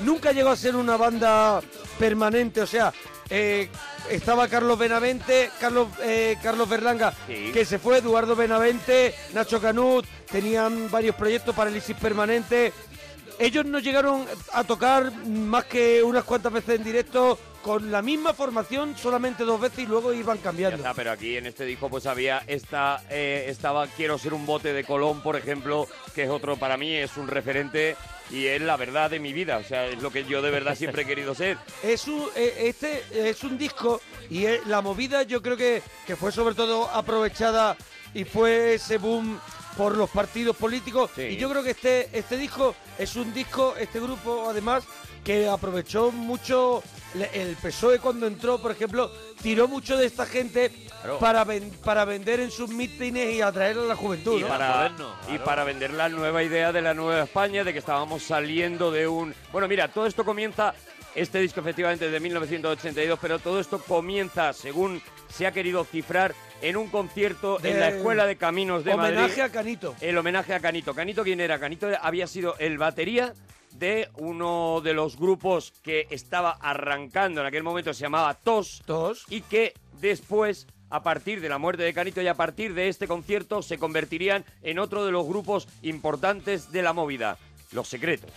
nunca llegó a ser una banda permanente, o sea... eh, estaba Carlos Benavente, Carlos eh, Carlos Berlanga, Sí. que se fue, Eduardo Benavente, Nacho Canut, tenían varios proyectos, parálisis permanente. Ellos no llegaron a tocar más que unas cuantas veces en directo con la misma formación, solamente dos veces y luego iban cambiando. Ya está, pero aquí en este disco pues había esta eh, estaba Quiero ser un bote de Colón, por ejemplo, que es otro para mí es un referente y es la verdad de mi vida, o sea, es lo que yo de verdad siempre he querido [LAUGHS] ser. Es un, eh, este es un disco y eh, la movida yo creo que, que fue sobre todo aprovechada y fue ese boom por los partidos políticos. Y yo creo que este, este disco es un disco, este grupo además, que aprovechó mucho le- el PSOE E cuando entró, por ejemplo, tiró mucho de esta gente Claro. para, ven- para vender en sus mítines y atraer a la juventud. y, ¿no? para, y para vender la nueva idea de la nueva España, de que estábamos saliendo de un... Bueno, mira, todo esto comienza, este disco efectivamente es de 1982, pero todo esto comienza, según se ha querido cifrar, en un concierto en De- la Escuela de Caminos de Madrid. Homenaje a Canito. El homenaje a Canito. ¿Canito quién era? Canito había sido el batería de uno de los grupos que estaba arrancando en aquel momento, se llamaba Tos. Tos. Y que después, a partir de la muerte de Canito y a partir de este concierto, se convertirían en otro de los grupos importantes de la movida, Los Secretos.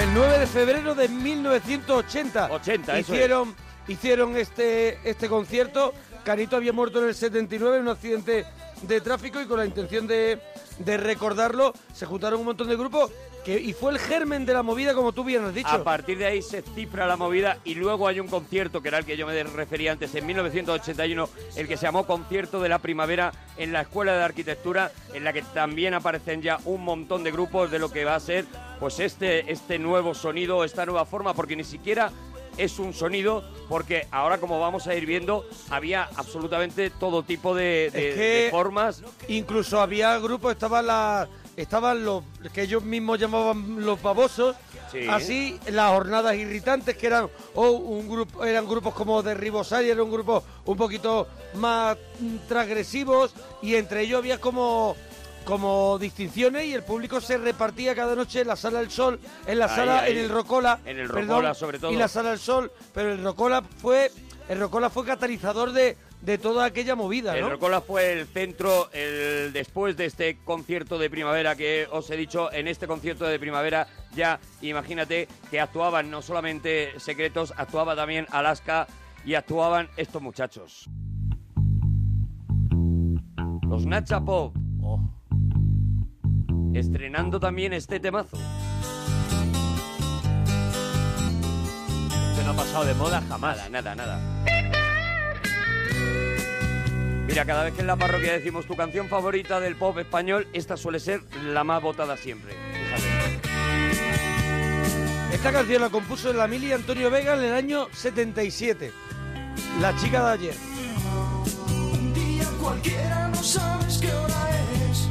El 9 de febrero de 1980 eso hicieron, hicieron este, este concierto. Canito había muerto en el 79 en un accidente de tráfico y con la intención de, de recordarlo se juntaron un montón de grupos que, y fue el germen de la movida como tú bien has dicho. A partir de ahí se cifra la movida y luego hay un concierto que era el que yo me refería antes en 1981, el que se llamó Concierto de la Primavera en la Escuela de Arquitectura, en la que también aparecen ya un montón de grupos de lo que va a ser pues este este nuevo sonido, esta nueva forma, porque ni siquiera es un sonido porque ahora como vamos a ir viendo había absolutamente todo tipo de, de- Es de formas Incluso había grupos, estaban la, estaban los que ellos mismos llamaban los babosos. Sí. Así las jornadas irritantes que eran o un grupo eran grupos como de Ribosari, eran grupos un poquito más mm, transgresivos y entre ellos había como como distinciones y el público se repartía cada noche en la sala del sol, en la Ahí, sala ahí. en el Rocola, En el perdón, Rocola, sobre todo. y la sala del sol, pero el Rocola fue el Rocola fue catalizador de, de toda aquella movida, ¿no? El Rocola fue el centro el, después de este concierto de primavera que os he dicho. En este concierto de primavera ya imagínate que actuaban no solamente Secretos, actuaba también Alaska y actuaban estos muchachos. Los Nacha Pop. Estrenando también este temazo. Este no ha pasado de moda jamás. Nada, nada, nada. Mira, cada vez que en la parroquia decimos tu canción favorita del pop español, esta suele ser la más votada siempre. Esta canción la compuso la Mili Antonio Vega en el año 77. La chica de ayer. Un día cualquiera no sabes qué hora es.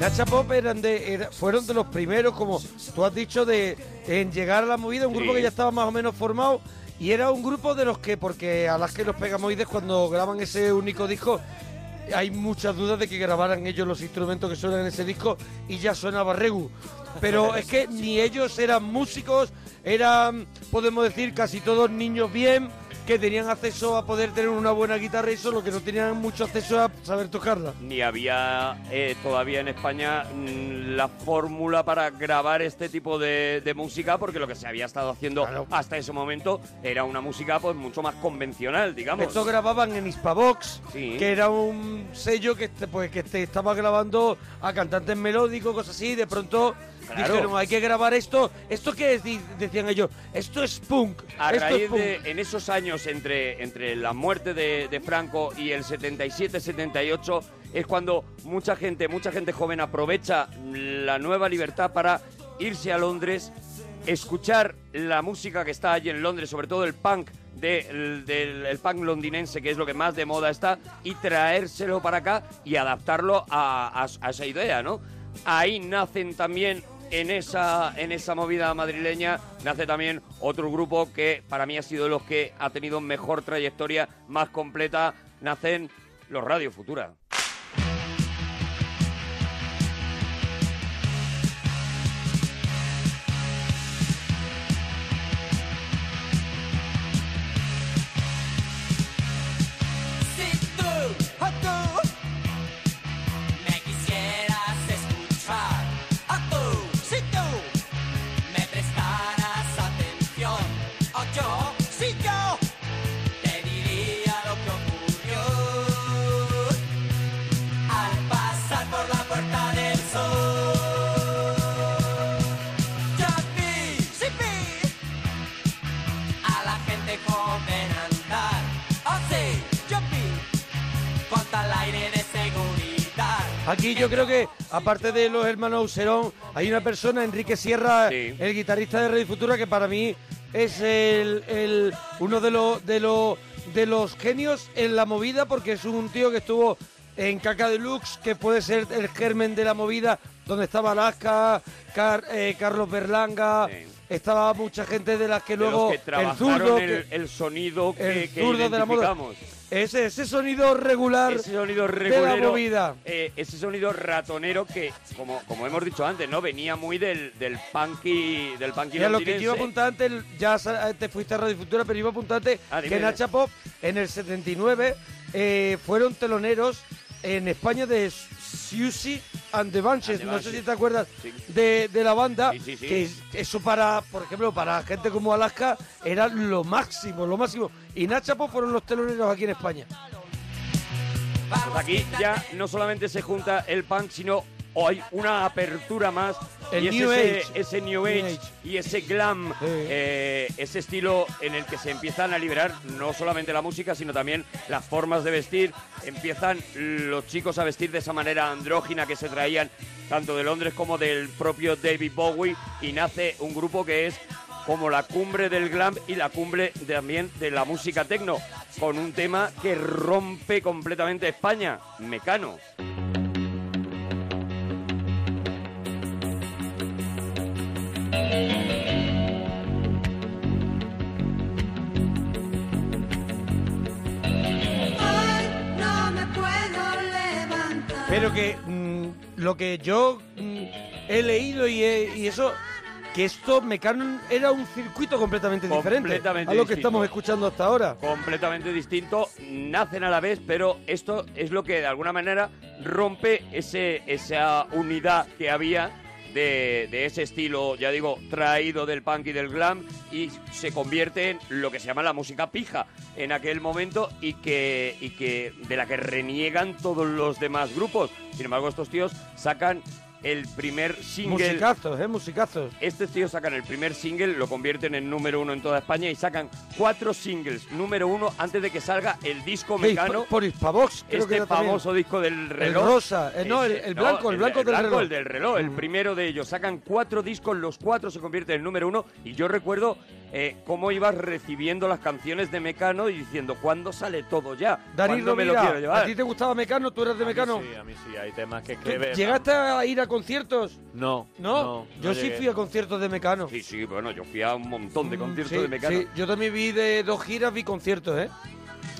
Nacha Pop eran de, era- fueron de los primeros, como tú has dicho, de, en llegar a la movida, un grupo Sí. que ya estaba más o menos formado. Y era un grupo de los que, porque a las que los pegamoides cuando graban ese único disco, hay muchas dudas de que grabaran ellos los instrumentos que suenan en ese disco y ya sonaba Regu. Pero es que ni ellos eran músicos, eran, podemos decir, casi todos niños bien, que tenían acceso a poder tener una buena guitarra y solo que no tenían mucho acceso a saber tocarla. Ni había eh, todavía en España mm, la fórmula para grabar este tipo de, de música, porque lo que se había estado haciendo hasta ese momento era una música pues mucho más convencional, digamos. Esto grababan en Hispavox, Sí. que era un sello que te, pues, que te estaba grabando a cantantes melódicos, cosas así, y de pronto Claro. Dijeron, hay que grabar esto. ¿Esto qué es? Di- Decían ellos, esto es punk. A esto es raíz punk. de, en esos años entre, entre la muerte de, de Franco y el 77-78, es cuando mucha gente, mucha gente joven aprovecha la nueva libertad para irse a Londres, escuchar la música que está allí en Londres, sobre todo el punk, de- del, del- el punk londinense, que es lo que más de moda está, y traérselo para acá y adaptarlo a, a- a esa idea, ¿no? Ahí nacen también en esa, en esa movida madrileña nace también otro grupo que para mí ha sido de los que ha tenido mejor trayectoria, más completa. Nacen los Radio Futura. Si tú o tú me quisieras escuchar, o tú, si tú me prestaras atención, o yo, si yo te diría lo que ocurrió al pasar por la puerta del sol. Yo vi, si vi a la gente joven andar, o sí, yo vi contra el aire de seguridad. Aquí yo creo que, aparte de los hermanos Userón, hay una persona, Enrique Sierra, el guitarrista de Radio Futura, que para mí es el, el- uno de los, de, los, de los genios en la movida, porque es un tío que estuvo en Caca Deluxe, que puede ser el germen de la movida, donde estaba Alaska, Car- eh, Carlos Berlanga, estaba mucha gente de las que De los luego que el trabajaron zurdo... que- el, el sonido que, el que zurdo de la moda. identificamos. Ese, ese sonido regular Ese sonido de la regulero, movida. eh, ese sonido ratonero que, como, como hemos dicho antes, no venía muy del, del punky, del punky Mira, lo que londinense. yo iba a apuntar antes, ya sa- eh, te fuiste a Radio Futura, pero iba a apuntarte Ah, dime, que dime. Nacha Pop en el 79 eh, fueron teloneros en España de Susie and the And Banshees. the No sé Banshees. si te acuerdas Sí. de, de la banda. Sí, sí, sí. Que es- eso para, por ejemplo, para gente como Alaska era lo máximo, lo máximo. Y Nacha Pop fueron los teloneros aquí en España. Pues aquí ya no solamente se junta el punk, sino hay una apertura más. El y es New ese, Age. ese New New Age, Age. y ese glam, eh, ese estilo en el que se empiezan a liberar no solamente la música, sino también las formas de vestir. Empiezan los chicos a vestir de esa manera andrógina que se traían tanto de Londres como del propio David Bowie y nace un grupo que es como la cumbre del glam y la cumbre también de la música techno, con un tema que rompe completamente España, Mecano. No me puedo levantar. Pero que mm, lo que yo mm, he leído y, he- y eso, que esto Mecano era un circuito completamente, diferente Completamente a lo que distinto. estamos escuchando hasta ahora. completamente distinto, nacen a la vez, pero esto es lo que de alguna manera rompe ese, esa unidad que había de, de ese estilo, ya digo, traído del punk y del glam y se convierte en lo que se llama la música pija en aquel momento y que, y que de la que reniegan todos los demás grupos. Sin embargo, estos tíos sacan el primer single Musicazos, ¿eh? Musicazos. estos tíos Este sacan el primer single, lo convierten en número uno en toda España y sacan cuatro singles número uno antes de que salga el disco Que mecano. hispa- por Hispavox, pues, creo que este era también. famoso disco del reloj. rosa, eh, no, el- el blanco, el blanco del reloj. El del reloj, el primero de ellos. Sacan cuatro discos, los cuatro se convierten en número uno. Y yo recuerdo eh, cómo ibas recibiendo las canciones de Mecano y diciendo, ¿cuándo sale todo ya? Dani ¿Cuándo me lo quiero Rovira, llevar? ¿a ti te gustaba Mecano? ¿Tú eras de Mecano? Sí, a mí sí, hay temas que ¿Tú escribe. ¿Llegaste a ir a conciertos? No, No, no, yo no sí llegué. fui a conciertos de Mecano. Mm, Sí, sí, bueno, yo fui a un montón de conciertos Sí, de Mecano. sí, yo también vi de dos giras, vi conciertos, ¿eh?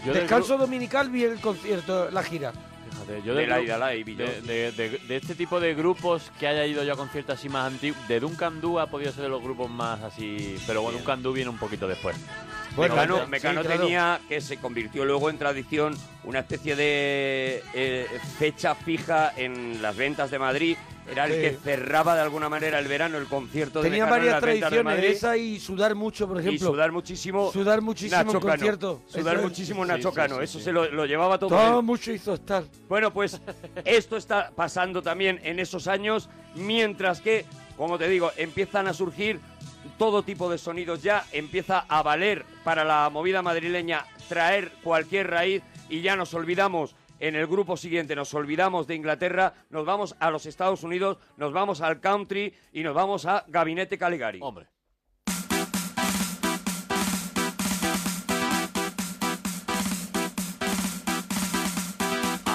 Yo del Descanso dominical vi el concierto, la gira. Fíjate, yo De del la gru- ida, la ibi, yo. de, de- de- de este tipo de grupos que haya ido yo a conciertos así más antiguos, de Duncan Du ha podido ser de los grupos más así, pero bueno, Duncan Du viene un poquito después. Mecano, Entonces, Mecano sí, claro. tenía, que se convirtió luego en tradición, una especie de eh, fecha fija en las ventas de Madrid. Era el Sí. que cerraba de alguna manera el verano, el concierto de Tenía Mecano en varias las ventas de tradiciones, Madrid. esa y sudar mucho, por ejemplo. y sudar muchísimo. Sudar muchísimo Nacho en Cano. concierto. Sudar Eso es. muchísimo Sí, Nacho sí, Cano. sí, Eso sí. se lo, lo llevaba todo. él. Todo mucho hizo estar. Bueno, pues esto está pasando también en esos años, mientras que como te digo, empiezan a surgir todo tipo de sonidos ya, empieza a valer para la movida madrileña traer cualquier raíz y ya nos olvidamos. En el grupo siguiente nos olvidamos de Inglaterra, nos vamos a los Estados Unidos, nos vamos al country y nos vamos a Gabinete Caligari. Hombre.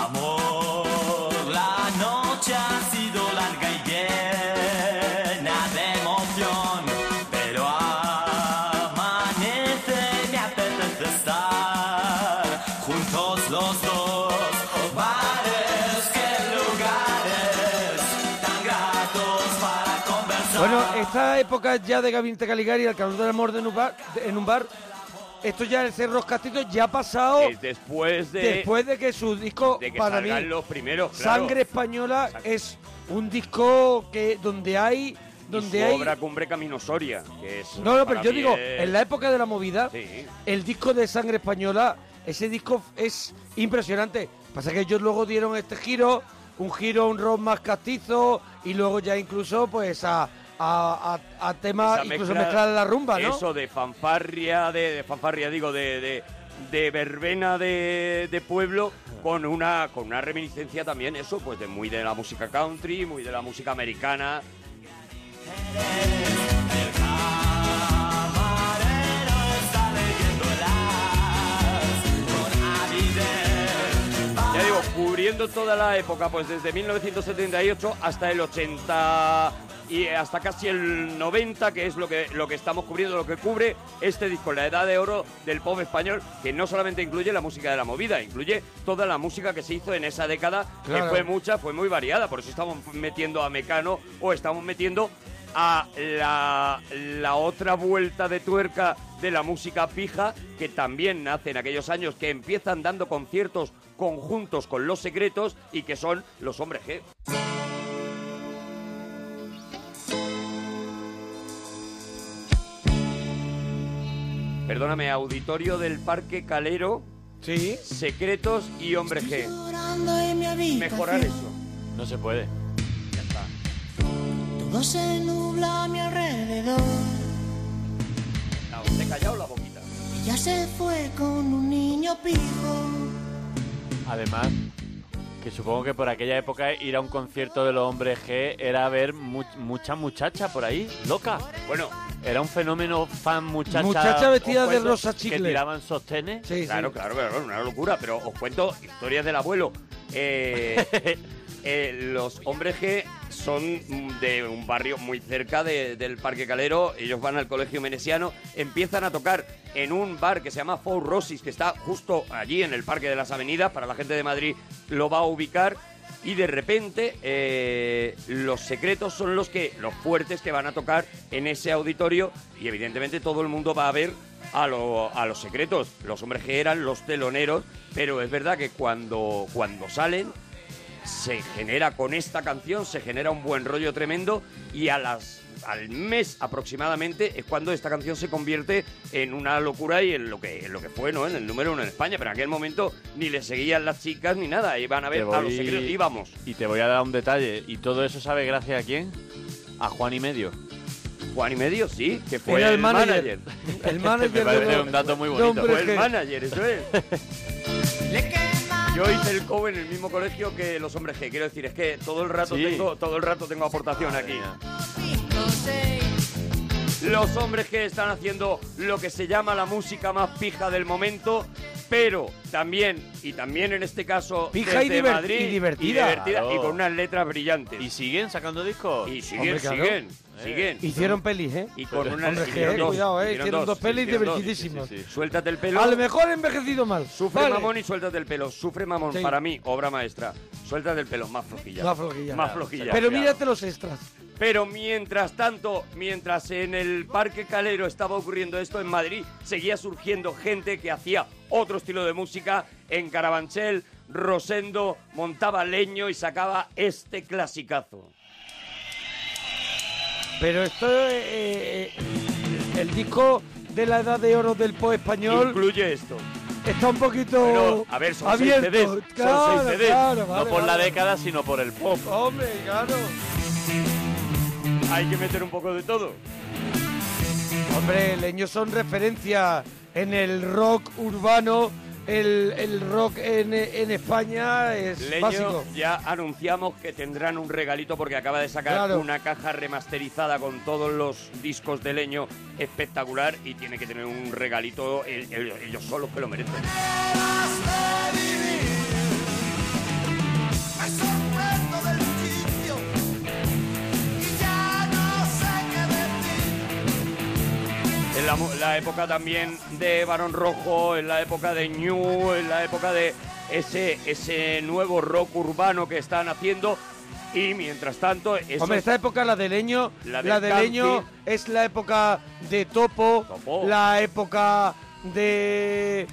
Amor, la noche ha sido larga y llena de emoción, pero amanece, me apetece estar juntos los dos. Bares, qué lugares tan gratos para conversar. Bueno, esta época ya de Gabinete Caligari, al calor del amor de en un bar, de- en un bar esto ya el Cerro Castillo ya ha pasado Es después de- después de que su disco de que para mí salgan los primeros, claro. Sangre Española es un disco que donde hay donde Y su hay obra Cumbre Caminosoria, que es... no, no, para pero yo mí digo, es- en la época de la movida, Sí. el disco de Sangre Española, ese disco es impresionante. Pasa que ellos luego dieron este giro, un giro, un rock más castizo, y luego ya incluso pues a, a- a- a temas, esa incluso mezcla- mezclar pues la rumba, ¿no? Eso de fanfarria, de, de fanfarria, digo, de, de, de verbena de, de pueblo, con una, con una reminiscencia también, eso, pues de muy de la música country, muy de la música americana. Ya digo, cubriendo toda la época, pues desde 1978 hasta el 80 y hasta casi el 90, que es lo que, lo que estamos cubriendo, lo que cubre este disco, la edad de oro del pop español, que no solamente incluye la música de la movida, incluye toda la música que se hizo en esa década, Claro. que fue mucha, fue muy variada, por eso estamos metiendo a Mecano o estamos metiendo a la, la otra vuelta de tuerca de la música pija, que también nace en aquellos años, que empiezan dando conciertos conjuntos con los secretos y que son los hombres G. Perdóname, auditorio del Parque Calero. Sí. Secretos y hombres G. Mejorar eso. No se puede. Ya está. Todo se nubla a mi alrededor. Ah, ¿os he callado la boquita? Ella se fue con un niño pijo. Además, que supongo que por aquella época ir a un concierto de los hombres G era ver mu- mucha muchacha por ahí, loca. Bueno, era un fenómeno fan muchacha. Muchacha vestida ¿os de cuento? rosa Que chicle. tiraban sostenes. claro, claro, claro, una locura, pero os cuento historias del abuelo. [LAUGHS] Eh, eh, los hombres G son de un barrio muy cerca de- del Parque Calero, ellos van al colegio menesiano, empiezan a tocar en un bar que se llama Four Roses, que está justo allí en el Parque de las Avenidas, para la gente de Madrid lo va a ubicar, y de repente eh, los secretos son los que los fuertes que van a tocar en ese auditorio y evidentemente todo el mundo va a ver a, lo- a los secretos los hombres que eran los teloneros pero es verdad que cuando cuando salen se genera con esta canción se genera un buen rollo tremendo y a las al mes aproximadamente es cuando esta canción se convierte en una locura y en lo que en lo que fue no en el número uno en España pero en aquel momento ni le seguían las chicas ni nada iban a ver Te a los voy- secretos y vamos Y te voy a dar un detalle. ¿Y todo eso sabe gracias a quién? A Juan y medio. Juan y medio, sí. Que fue Era el, el manager. manager. El manager [LAUGHS] Me de parece los- un dato muy de bonito. hombres Fue el G. manager, eso es. [LAUGHS] Yo hice el cover en el mismo colegio que los hombres G. Quiero decir, es que todo el rato Sí. tengo todo el rato tengo aportación Madre aquí. Los hombres que están haciendo lo que se llama la música más pija del momento, pero también y también en este caso Pija y desde diver- Madrid, y divertida. y, divertida, Claro. y con unas letras brillantes. Y siguen sacando discos. Eh. Y siguen, Hombre, claro. siguen, siguen. Hicieron pelis, ¿eh? Y con una Hombre, hicieron que, dos, cuidado, ¿eh? hicieron Hicieron dos, dos, pelis hicieron dos, divertidísimas. Suéltate el pelo. A lo mejor he envejecido mal. Sufre Vale. mamón y suéltate el pelo. Sufre mamón, Sí. para mí, obra maestra. Suéltate el pelo, más flojilla. Más flojilla. Más flojilla. Pero Claro. mírate los extras. Pero mientras tanto, mientras en el Parque Calero estaba ocurriendo esto en Madrid, seguía surgiendo gente que hacía otro estilo de música en Carabanchel, Rosendo, montaba leño y sacaba este clasicazo. Pero esto eh, eh, el disco de la edad de oro del pop español Incluye esto. está un poquito Pero, a ver, son abierto. seis CDs. Claro, son seis CDs. claro, vale, no por la vale. década, sino por el pop. Hombre, claro. hay que meter un poco de todo. Hombre, Leño son referencia en el rock urbano, el, el rock en, en España es Leño, básico. ya anunciamos que tendrán un regalito porque acaba de sacar Claro. una caja remasterizada con todos los discos de Leño espectacular y tiene que tener un regalito, el- el- ellos son los que lo merecen. Me sorprendo del sitio y ya no sé qué En la, mu- la época también de Barón Rojo, en la época de New, en la época de ese, ese nuevo rock urbano que están haciendo. Y mientras tanto, eso Hombre, esta época, la de Leño, La la de de, Campi. Leño es la época de Topo, la época de...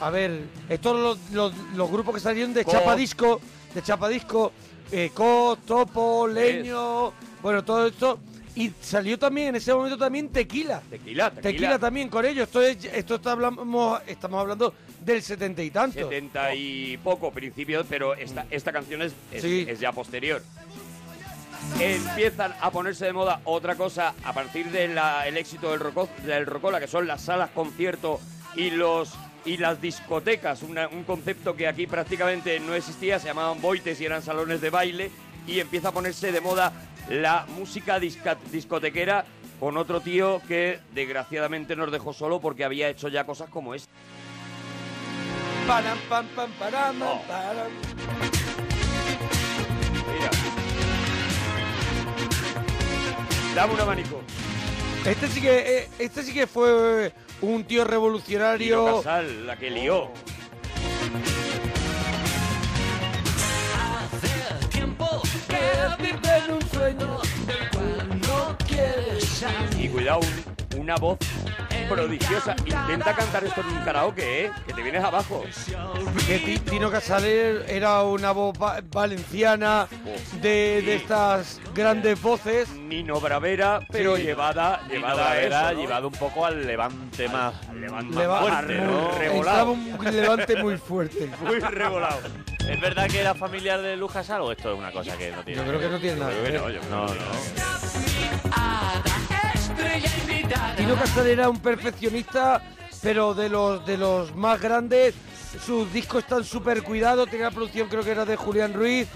A ver, estos los, los- los grupos que salieron de Co. Chapadisco, de Chapadisco, eh, Co, Topo, Leño, bueno, todo esto. Y salió también, en ese momento también Tequila. Tequila, tequila. también con ellos. Esto, es- esto está hablamos, estamos hablando del setenta y tanto. 70 y poco principios, pero esta, esta canción es, es, Sí. es ya posterior. Empiezan a ponerse de moda otra cosa a partir del éxito del, roco- del Rocola, que son las salas concierto y los y las discotecas, una- un concepto que aquí prácticamente no existía, se llamaban boites y eran salones de baile, y empieza a ponerse de moda la música disca- discotequera con otro tío que desgraciadamente nos dejó solo porque había hecho ya cosas como esta. Param, pam, pam, param, Oh. param. Mira. Dame un abanico. Este sí que eh, este sí que fue eh, un tío Tino revolucionario. Casal, la que lió. El tiempo que vive en un sueño del cual no quieres salir. Y cuidado, un- una voz prodigiosa. Intenta cantar esto en un karaoke, ¿eh? Que te vienes abajo. Que Ti- Tino Casal er- era una voz va- valenciana de, de estas grandes voces. Nino Bravera, pero llevada, llevada a Bravera, eso, ¿no? llevado un poco al levante más, más Leva- fuerte, ¿no? Arnul- Entraba un levante muy fuerte. Muy revolado. ¿Es verdad que era familiar de Luz Casal o esto es una cosa que no tiene Yo creo que no tiene nada Yo creo que que ver. no, yo creo que no. Estrella invitada. Tino Casal era un perfeccionista, pero de los de los más grandes. Sus discos están súper cuidados. Tenía la producción, creo que era de Julián Ruiz.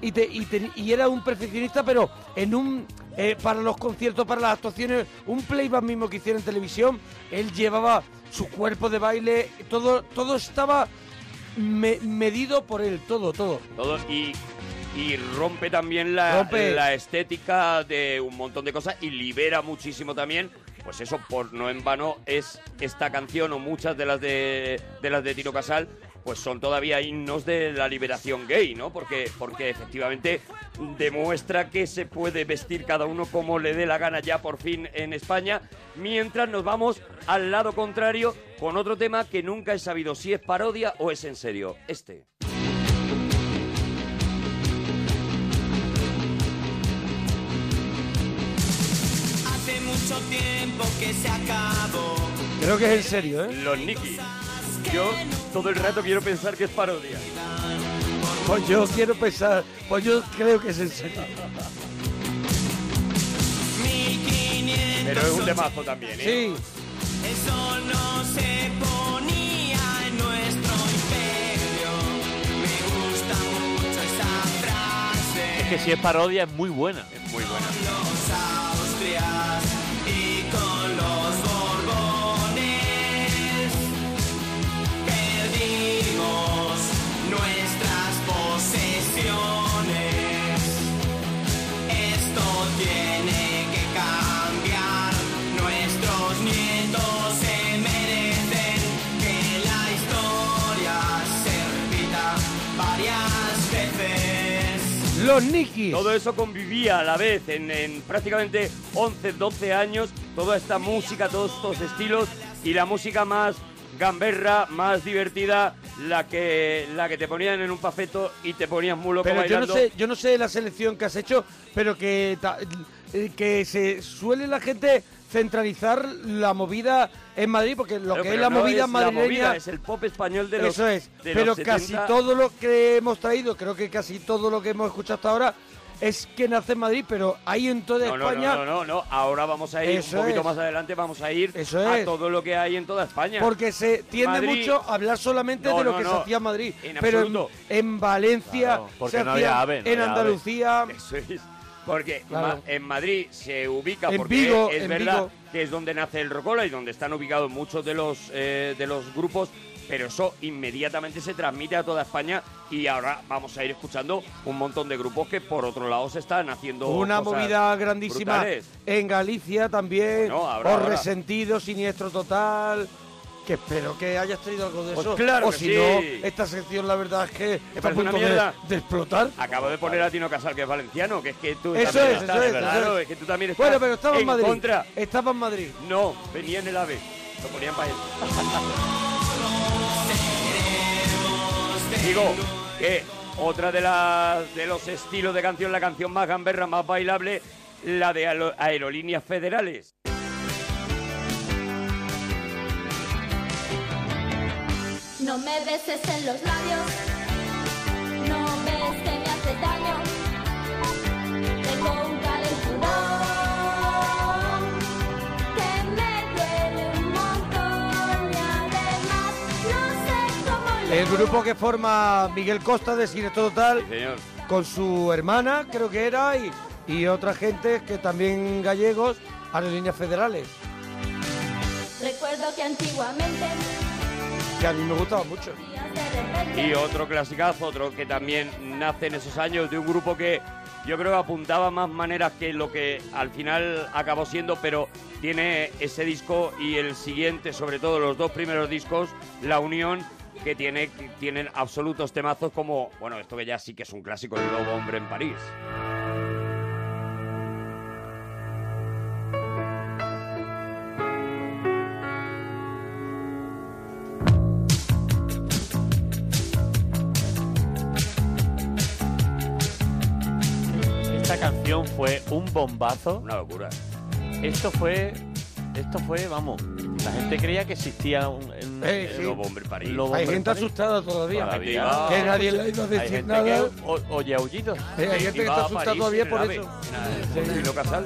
Y, te- y te- y era un perfeccionista, pero en un eh, para los conciertos, para las actuaciones, un playback mismo que hiciera en televisión, él llevaba su cuerpo de baile, todo, todo estaba me- medido por él, todo, todo. Todo y, y rompe también la, Rompe. la estética de un montón de cosas y libera muchísimo también. Pues eso, por no en vano, es esta canción o muchas de las de, de las de Tino Casal, pues son todavía himnos de la liberación gay, ¿no? Porque, porque efectivamente demuestra que se puede vestir cada uno como le dé la gana ya por fin en España, mientras nos vamos al lado contrario con otro tema que nunca he sabido si es parodia o es en serio. Este. Hace mucho tiempo que se acabó. Creo que es en serio, ¿eh? Los Nicky. Yo todo el rato quiero pensar que es parodia. Pues yo quiero pensar, pues yo creo que es en serio. Pero es un temazo también, ¿eh? Sí. El sol no se ponía en nuestro imperio. Me gusta mucho esa frase. Es que si es parodia es muy buena. Es muy buena. Los Austrias y con los Borbones perdimos nuestras posesiones. Esto tiene que cambiar. Nuestros nietos se merecen que la historia se repita varias veces. Los Nikis. Todo eso convivía a la vez en, en prácticamente 11, 12 años. Toda esta música, todos estos estilos y la música más gamberra, más divertida, la que, la que te ponían en un pafeto y te ponías muy loco Pero yo no bailando. sé, yo no sé la selección que has hecho, pero que ta- eh, que se suele la gente centralizar la movida en Madrid, porque lo Pero- que es pero la no movida es la madrileña movida, es el pop español de los- Eso es, de pero los casi 70. todo lo que hemos traído, creo que casi todo lo que hemos escuchado hasta ahora es que nace en Madrid, pero hay en toda No, no, España no, no, no, no, ahora vamos a ir Eso un poquito es. más adelante, vamos a ir Eso a es. todo lo que hay en toda España. Porque se tiende Madrid- mucho a hablar solamente No, de lo no, que se no. hacía en Madrid. En pero en, absoluto. en Valencia, Claro, porque se no había hacía ave, no en había ave. Andalucía. Eso es. Porque Claro. ma- en Madrid se ubica, En porque Vigo, es en verdad Vigo. que es donde nace el Rocola y donde están ubicados muchos de los, eh, de los grupos, pero eso inmediatamente se transmite a toda España y ahora vamos a ir escuchando un montón de grupos que por otro lado se están haciendo Una cosas movida grandísima brutales. en Galicia también. Bueno, ahora, por ahora. resentido, siniestro total. Que espero que hayas traído algo de Pues eso. claro o que si sí. no, esta sección la verdad es que está a parece una punto de- mierda. de explotar. Acabo de poner a Tino Casal, que es valenciano, que es que tú también Eso es, estás, eso es, claro, eso es. es que tú también estás Bueno, pero estaba en en Madrid. contra. Estaba en Madrid. No, venía en el AVE, lo ponían para él. Digo que otra de las de los estilos de canción, la canción más gamberra, más bailable, la de aero- Aerolíneas Federales. No me beses en los labios, no ves que me haces daño. Tengo un calenturón que me duele un montón y además no sé cómo lo El grupo que forma Miguel Costa de Siniestro Total con su hermana, creo que era, y, y otra gente que también gallegos, Aerolíneas Federales, Recuerdo que antiguamente que a mí me gustaba mucho. Y otro clasicazo, otro que también nace en esos años de un grupo que yo creo que apuntaba más maneras que lo que al final acabó siendo, pero tiene ese disco y el siguiente, sobre todo los dos primeros discos, La Unión, que tiene que tienen absolutos temazos como, bueno, esto que ya sí que es un clásico, El Lobo Hombre en París. Esta canción fue un bombazo. Una locura. Esto fue. Esto fue, vamos. La gente creía que existía un. un- Eh, un sí. Lobo Hombre en París. Lobo Hay Hombre en gente París. asustada todavía, Todavía. que nadie le ha ido a Hay decir gente nada. que o- oye aullidos. Eh, hay Sí, gente que iba está a asustada París todavía en por el eso. AVE. En el- Tino Casal.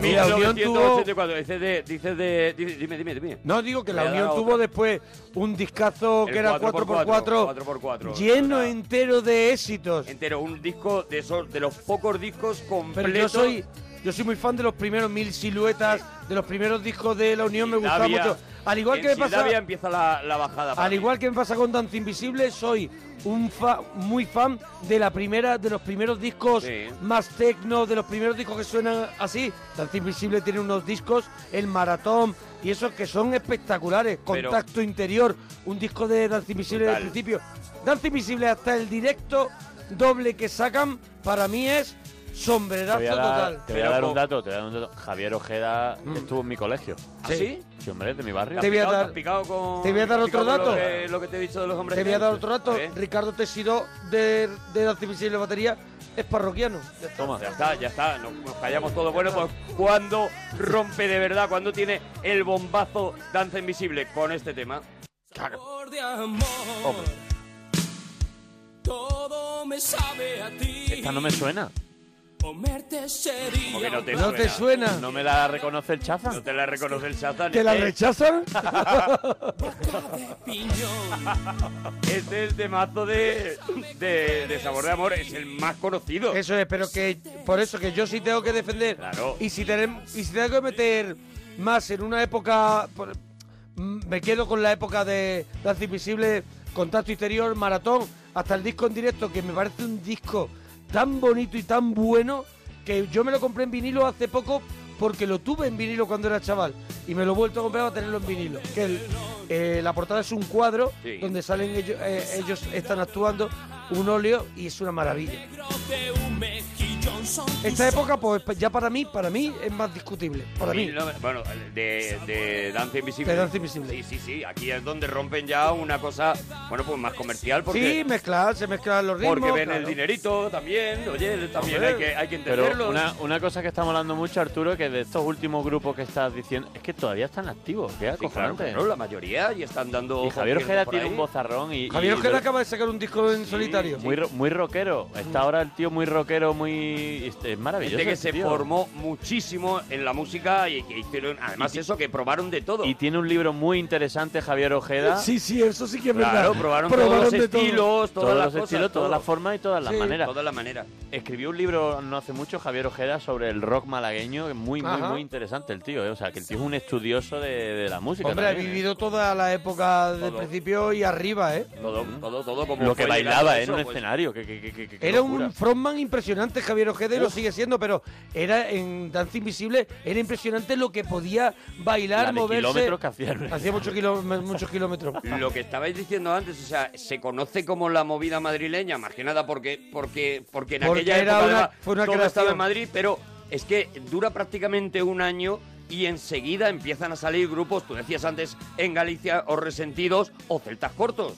Mira, la Unión tuvo- 1984, dice de, dice de, di- dime, dime, dime. No, digo que Voy la a dar Unión otra. tuvo después un discazo El que era 4x4, 4x4, 4x4, lleno entero de éxitos. entero, un disco de esos, de los pocos discos completos. Pero yo soy, yo soy muy fan de los primeros mil siluetas, de los primeros discos de La Unión, me gustaba Davia. mucho. Al igual En que me pasa... Sildavia empieza la, la bajada. para Al mí. igual que me pasa con Danza Invisible, soy un fa- muy fan de la primera, de los primeros discos más tecno, de los primeros discos que suenan así. Danza Invisible tiene unos discos, el maratón y esos que son espectaculares. Pero- Contacto interior, un disco de Danza Invisible del Brutal. principio. Danza Invisible hasta el directo doble que sacan, para mí es Te sombrerazo voy a dar, total. Mm. te voy a dar un dato, te voy a dar un dato. Javier Ojeda estuvo en mi colegio. ¿Ah, sí? Sí, hombre, de mi barrio. Te voy a ¿Te has dar, picado con- te voy a dar has otro picado con dato. Lo que, lo que te he dicho de los hombres. Te voy a G? dar otro dato. ¿Eh? Ricardo Tesidó de, de Danza Invisible Batería es parroquiano. Toma. Ya está, ya está. Nos, nos callamos todo. Bueno, pues ¿cuándo rompe de verdad? ¿Cuándo tiene el bombazo Danza Invisible con este tema? Flor de amor, Oh. Hombre, [LAUGHS] todo me sabe a ti. Esta no me suena. Comerte sería. Como que no te No te suena. No me la reconoce el chaza. No te la reconoce el chaza. ¿Te la [LAUGHS] rechazan? [LAUGHS] Este es el temazo de, de, de Sabor de Amor. Es el más conocido. Eso es, pero que por eso que yo sí tengo que defender. Claro. Y si tenem- y si tengo que meter más en una época por- mm, me quedo con la época de Danza Invisible, Contacto Exterior, Maratón, hasta el disco en directo que me parece un disco tan bonito y tan bueno que yo me lo compré en vinilo hace poco porque lo tuve en vinilo cuando era chaval y me lo he vuelto a comprar para tenerlo en vinilo. Que el- eh, la portada es un cuadro Sí. donde salen ellos, eh, ellos están actuando un óleo y es una maravilla. de un mejillón. Esta época, pues ya para mí, para mí es más discutible. Para mí. 1900 Bueno, de, de Danza Invisible. De Danza Invisible. Sí, sí, sí. Aquí es donde rompen ya una cosa, bueno, pues más comercial. Porque, Sí, mezclar, se mezclan los ritmos. porque ven el claro. dinerito también. Oye, también hay que, hay que entenderlo. Pero una, una cosa que estamos hablando mucho, Arturo, que de estos últimos grupos que estás diciendo, es que todavía están activos. Qué Sí, claro, acojonante. claro, la mayoría y están dando. Y Javier conciertos Ojeda por tiene ahí. un bozarrón y... Javier y- Ojeda acaba de sacar un disco en solitario. Muy, ro- muy rockero. Está ahora el tío muy rockero, muy... este, Es maravilloso. Gente que el se tío. formó muchísimo en la música y que hicieron, además eso, que probaron de todo. Y tiene un libro muy interesante, Javier Ojeda. Sí, sí, eso sí que es Claro, verdad. probaron, todos de los todo. estilos, todas todos las los cosas, estilos, todas todo. las formas y todas las Sí, maneras. Todas las maneras. Escribió un libro no hace mucho, Javier Ojeda, sobre el rock malagueño, que es muy, muy, Ajá. muy interesante el tío. ¿eh? O sea, que el tío es un estudioso de, de la música. Hombre, ha también, ¿eh? vivido toda la época del Todo. principio y arriba, ¿eh? Todo, todo, todo como Lo que fue bailaba llegando ¿eh? en eso, un pues, escenario. Que, que- que- que- que Era locura. un frontman impresionante, Javier Ojeda, y lo Uf. sigue siendo, pero era en Danza Invisible, era impresionante lo que podía bailar, La de moverse. kilómetros que hacían. Hacía muchos kilómetros. Muchos kilómetros. [LAUGHS] Lo que estabais diciendo antes, o sea, se conoce como la movida madrileña, más que nada porque, porque, porque en Porque aquella era época una- además, fue una todo creación. estaba en Madrid, pero es que dura prácticamente un año y enseguida empiezan a salir grupos, tú decías antes, en Galicia, o Resentidos, o Celtas Cortos.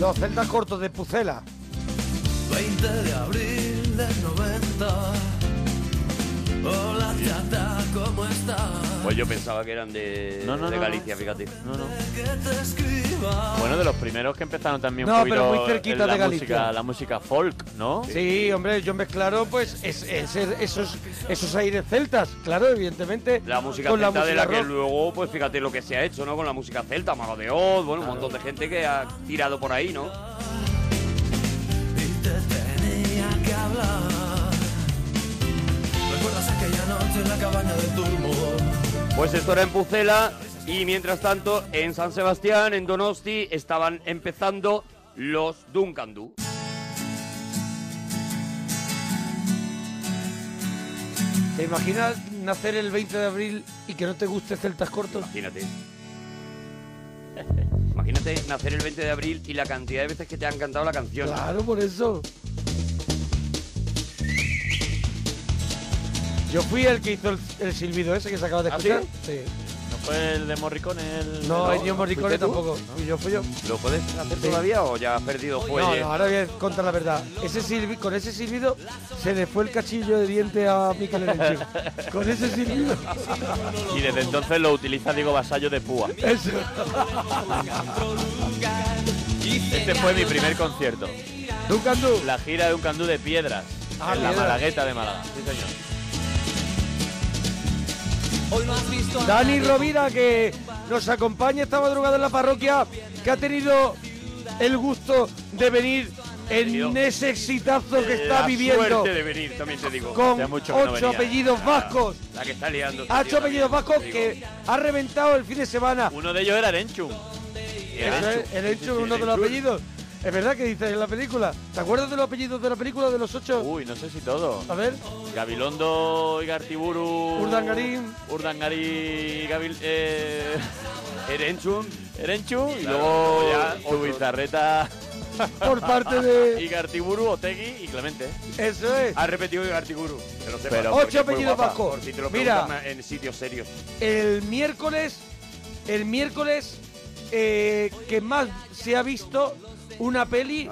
Los celtas cortos de Pucela. 20 de abril del 90. Hola, chata, ¿cómo estás? Pues yo pensaba que eran de, No, no, de no, Galicia, fíjate. No, no. Que te escriba. Bueno, de los primeros que empezaron también un No, poquito pero muy cerquita en la de Galicia. Música, la música folk, ¿no? Sí, hombre, yo me claro, pues es- es- esos, esos aires celtas, claro, evidentemente. La música con celta de la música que rock. luego, pues fíjate lo que se ha hecho, ¿no? Con la música celta, Mago de Oz, bueno, un montón de gente que ha tirado por ahí, ¿no? Tenía que hablar. ¿Recuerdas aquella noche en la cabaña del turmo? Pues esto era en Pucela y mientras tanto en San Sebastián, en Donosti, estaban empezando los Dunkandú. ¿Te imaginas nacer el 20 de abril y que no te guste celtas cortos? Imagínate. Imagínate nacer el 20 de abril y la cantidad de veces que te han cantado la canción. Claro, por eso. Yo fui el que hizo el, el silbido ese que se acaba de ¿Ah, escuchar. sí? ¿No fue el de Morricone? El... No, el Ennio Morricone tampoco. Fui yo, fui yo. ¿Lo puedes hacer Sí. todavía o ya has perdido No, fuelle? no, ahora voy a contar la verdad. Ese silbi- con ese silbido se le fue el cachillo de diente a Miquel Erenche. Con ese silbido. [LAUGHS] Y desde entonces lo utiliza Diego Vasallo de Púa. Eso. Este fue mi primer concierto. ¿Ducandú? La gira de un candú de piedras. Ah, en piedras. la Malagueta de Málaga. Sí, señor. Dani Rovira, que nos acompaña esta madrugada en la parroquia, que ha tenido el gusto de venir en ese exitazo que está Eh, La viviendo. suerte de venir, también te digo. Con Hacía mucho que no ocho venía. ¿eh? apellidos La- vascos. La que está liando. este Ha tío hecho apellidos también, vascos te digo. Ah, que ha reventado el fin de semana. Uno de ellos era Erenchum. Eso es, el hecho uno de los apellidos. Es verdad que dices en la película. ¿Te acuerdas de los apellidos de la película de los ocho? Uy, no sé si todo. A ver. Gabilondo y Gartiburu. Urdangarín. Urdangarín. Gavil, eh... [LAUGHS] Erenchum. Erenchum. Y Claro, luego ya, ya, [LAUGHS] Ubizarreta. Por parte de- Y Gartiburu, Otegui y Clemente. Eso es. Ha repetido Gartiguru. que lo sepas, Pero porque ocho es muy apellidos guapa, vascos. por si te lo Mira. preguntan más en sitios serios. [LAUGHS] El miércoles, el miércoles eh, que más se ha visto una peli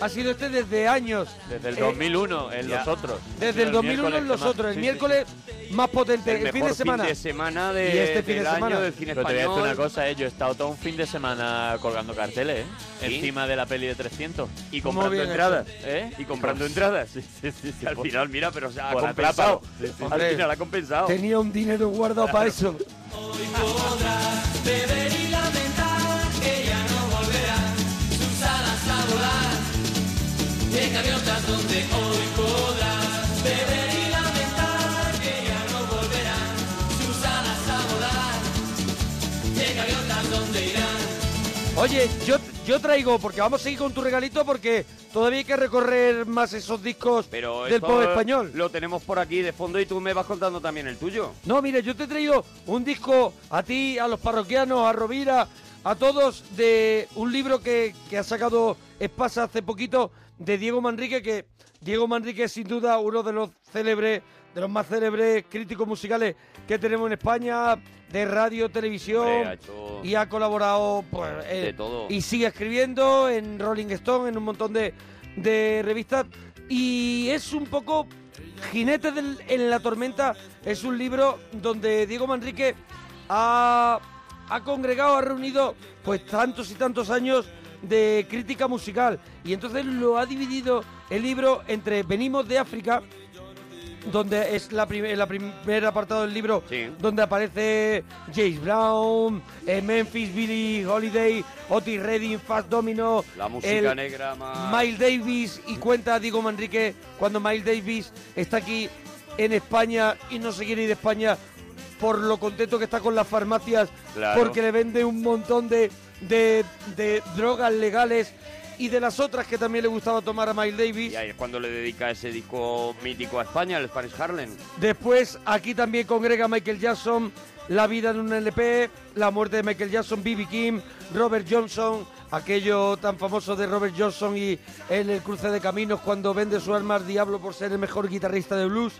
ha sido este desde años. Desde el Eh, 2001, en ya. los otros. Desde el 2001 en los otros, el miércoles más potente, el, fin de semana. de- y este fin de del año semana. del cine Pero te voy a decir una cosa, eh, yo he estado todo un fin de semana colgando carteles, eh, encima de la peli de 300. Y comprando Muy bien entradas. hecho. ¿Eh? Y comprando entradas. Sí, sí, sí, sí, Al por- final, mira, pero o sea, ha por compensado. atrápalo. Sí, sí, sí. Al final ha compensado. Tenía un dinero guardado para eso. Beber y lamentar que ya no volverá sus alas a volar de gaviotas donde hoy podrás beber y lamentar que ya no volverá sus alas a volar de gaviotas donde irán Oye, yo, yo traigo, porque vamos a seguir con tu regalito, porque todavía hay que recorrer más esos discos Pero del esto pop español. Lo tenemos por aquí de fondo y tú me vas contando también el tuyo. No, mire, yo te he traído un disco a ti, a los parroquianos, a Rovira, a todos de un libro que, que ha sacado Espasa hace poquito de Diego Manrique, que Diego Manrique es sin duda uno de los célebres, de los más célebres críticos musicales que tenemos en España, de radio, televisión, Hombre, Eh, ha hecho y ha colaborado pues, eh, de todo. y sigue escribiendo en Rolling Stone, en un montón de, de revistas. Y es un poco Jinete del- en la tormenta. Es un libro donde Diego Manrique ha, ha congregado, ha reunido pues tantos y tantos años de crítica musical. Y entonces lo ha dividido el libro entre Venimos de África, donde es la, prim- la primer apartado del libro donde aparece James Brown, eh, Memphis Billy Holiday, Otis Redding, Fast Domino, La música el- negra más... Miles Davis y cuenta Diego Manrique cuando Miles Davis está aquí en España y no se quiere ir de España por lo contento que está con las farmacias Claro. porque le vende un montón de, de, de drogas legales y de las otras que también le gustaba tomar a Miles Davis. Y ahí es cuando le dedica ese disco mítico a España, el Spanish Harlem. Después aquí también congrega Michael Jackson, La vida en un LP, La muerte de Michael Jackson, B.B. King, Robert Johnson, aquello tan famoso de Robert Johnson y en el cruce de caminos cuando vende su arma al diablo por ser el mejor guitarrista de blues,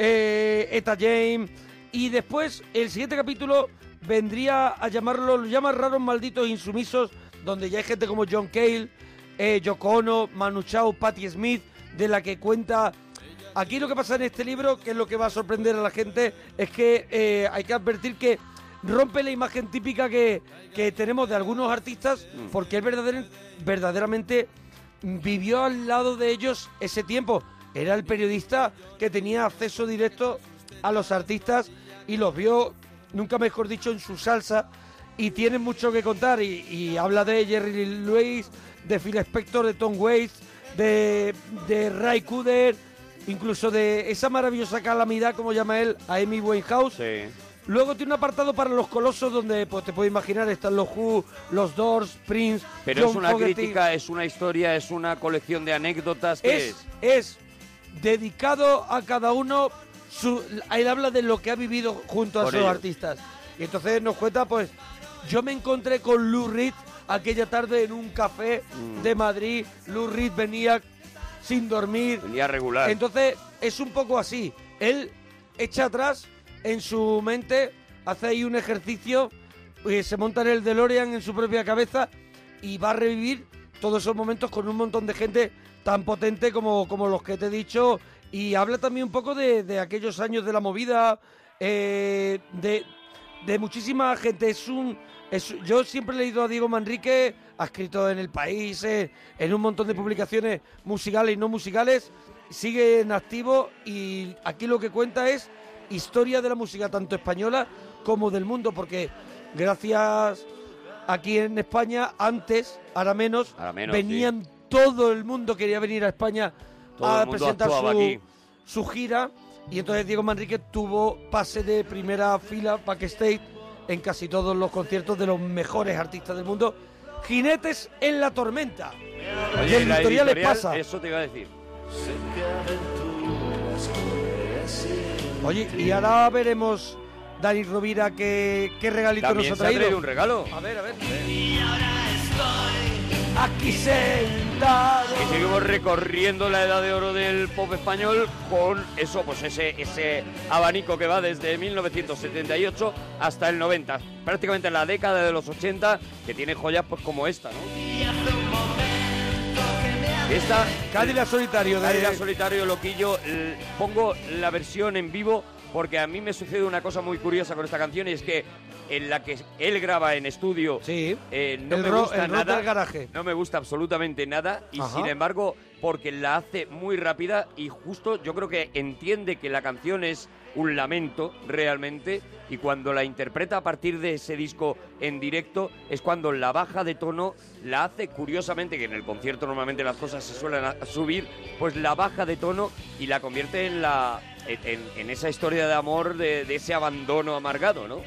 eh, Eta James. Y después el siguiente capítulo vendría a llamarlo, lo llama raros malditos insumisos, donde ya hay gente como John Cale, eh, Yoko Ono, Manu Chao, Patti Smith, de la que cuenta Aquí lo que pasa en este libro, que es lo que va a sorprender a la gente, es que eh, hay que advertir que rompe la imagen típica que, que tenemos de algunos artistas, porque él verdader- verdaderamente vivió al lado de ellos ese tiempo. Era el periodista que tenía acceso directo a los artistas y los vio, nunca mejor dicho, en su salsa. Y tiene mucho que contar. Y, y habla de Jerry Lee Lewis, de Phil Spector, de Tom Waits, de, de Ray Cooder, incluso de esa maravillosa calamidad, como llama él, a Amy Winehouse. eh, Luego tiene un apartado para los colosos donde, pues te puedes imaginar, están los Who, los Doors, Prince. Pero es John una Fogerty. crítica, es una historia, es una colección de anécdotas. ¿Qué es? Es, es dedicado a cada uno. Su, él habla de lo que ha vivido junto a Por esos ellos. artistas. Y entonces nos cuenta, pues, yo me encontré con Lou Reed aquella tarde en un café Mm. de Madrid. Lou Reed venía sin dormir. Venía regular. Entonces es un poco así. Él echa atrás en su mente, hace ahí un ejercicio, eh, se monta en el DeLorean en su propia cabeza y va a revivir todos esos momentos con un montón de gente tan potente como, como los que te he dicho. Y habla también un poco de, de aquellos años de la movida, eh, de, de muchísima gente. Es un, es- yo siempre he leído a Diego Manrique, ha escrito en El País, eh, en un montón de publicaciones musicales y no musicales. Sigue en activo y aquí lo que cuenta es historia de la música, tanto española como del mundo, porque gracias aquí en España, antes, ahora menos, menos, venían todo el mundo quería venir a España Todo a el mundo presentar su, actuaba aquí. su gira. Y entonces Diego Manrique tuvo pase de primera fila backstage en casi todos los conciertos de los mejores artistas del mundo. Jinetes en la tormenta. Oye, y el la editorial les editorial, pasa. Eso te iba a decir. Oye, y ahora veremos Dani Rovira qué, qué regalito También nos se ha ha traído. traído un regalo. A ver, a ver. Aquí sentado. Y seguimos recorriendo la edad de oro del pop español con eso, pues ese, ese abanico que va desde 1978 hasta el 90. Prácticamente en la década de los 80, que tiene joyas pues como esta, ¿no? Esta. Cádila Solitario de- Cádila Solitario, Loquillo. l- Pongo la versión en vivo porque a mí me sucede una cosa muy curiosa con esta canción y es que en la que él graba en estudio, eh, no El me ro- gusta el rock nada. del garaje. No me gusta absolutamente nada y Ajá. sin embargo, porque la hace muy rápida y justo yo creo que entiende que la canción es un lamento realmente y cuando la interpreta a partir de ese disco en directo es cuando la baja de tono la hace curiosamente que en el concierto normalmente las cosas se suelen a- subir pues la baja de tono y la convierte en la en, en- en esa historia de amor de, de ese abandono amargado no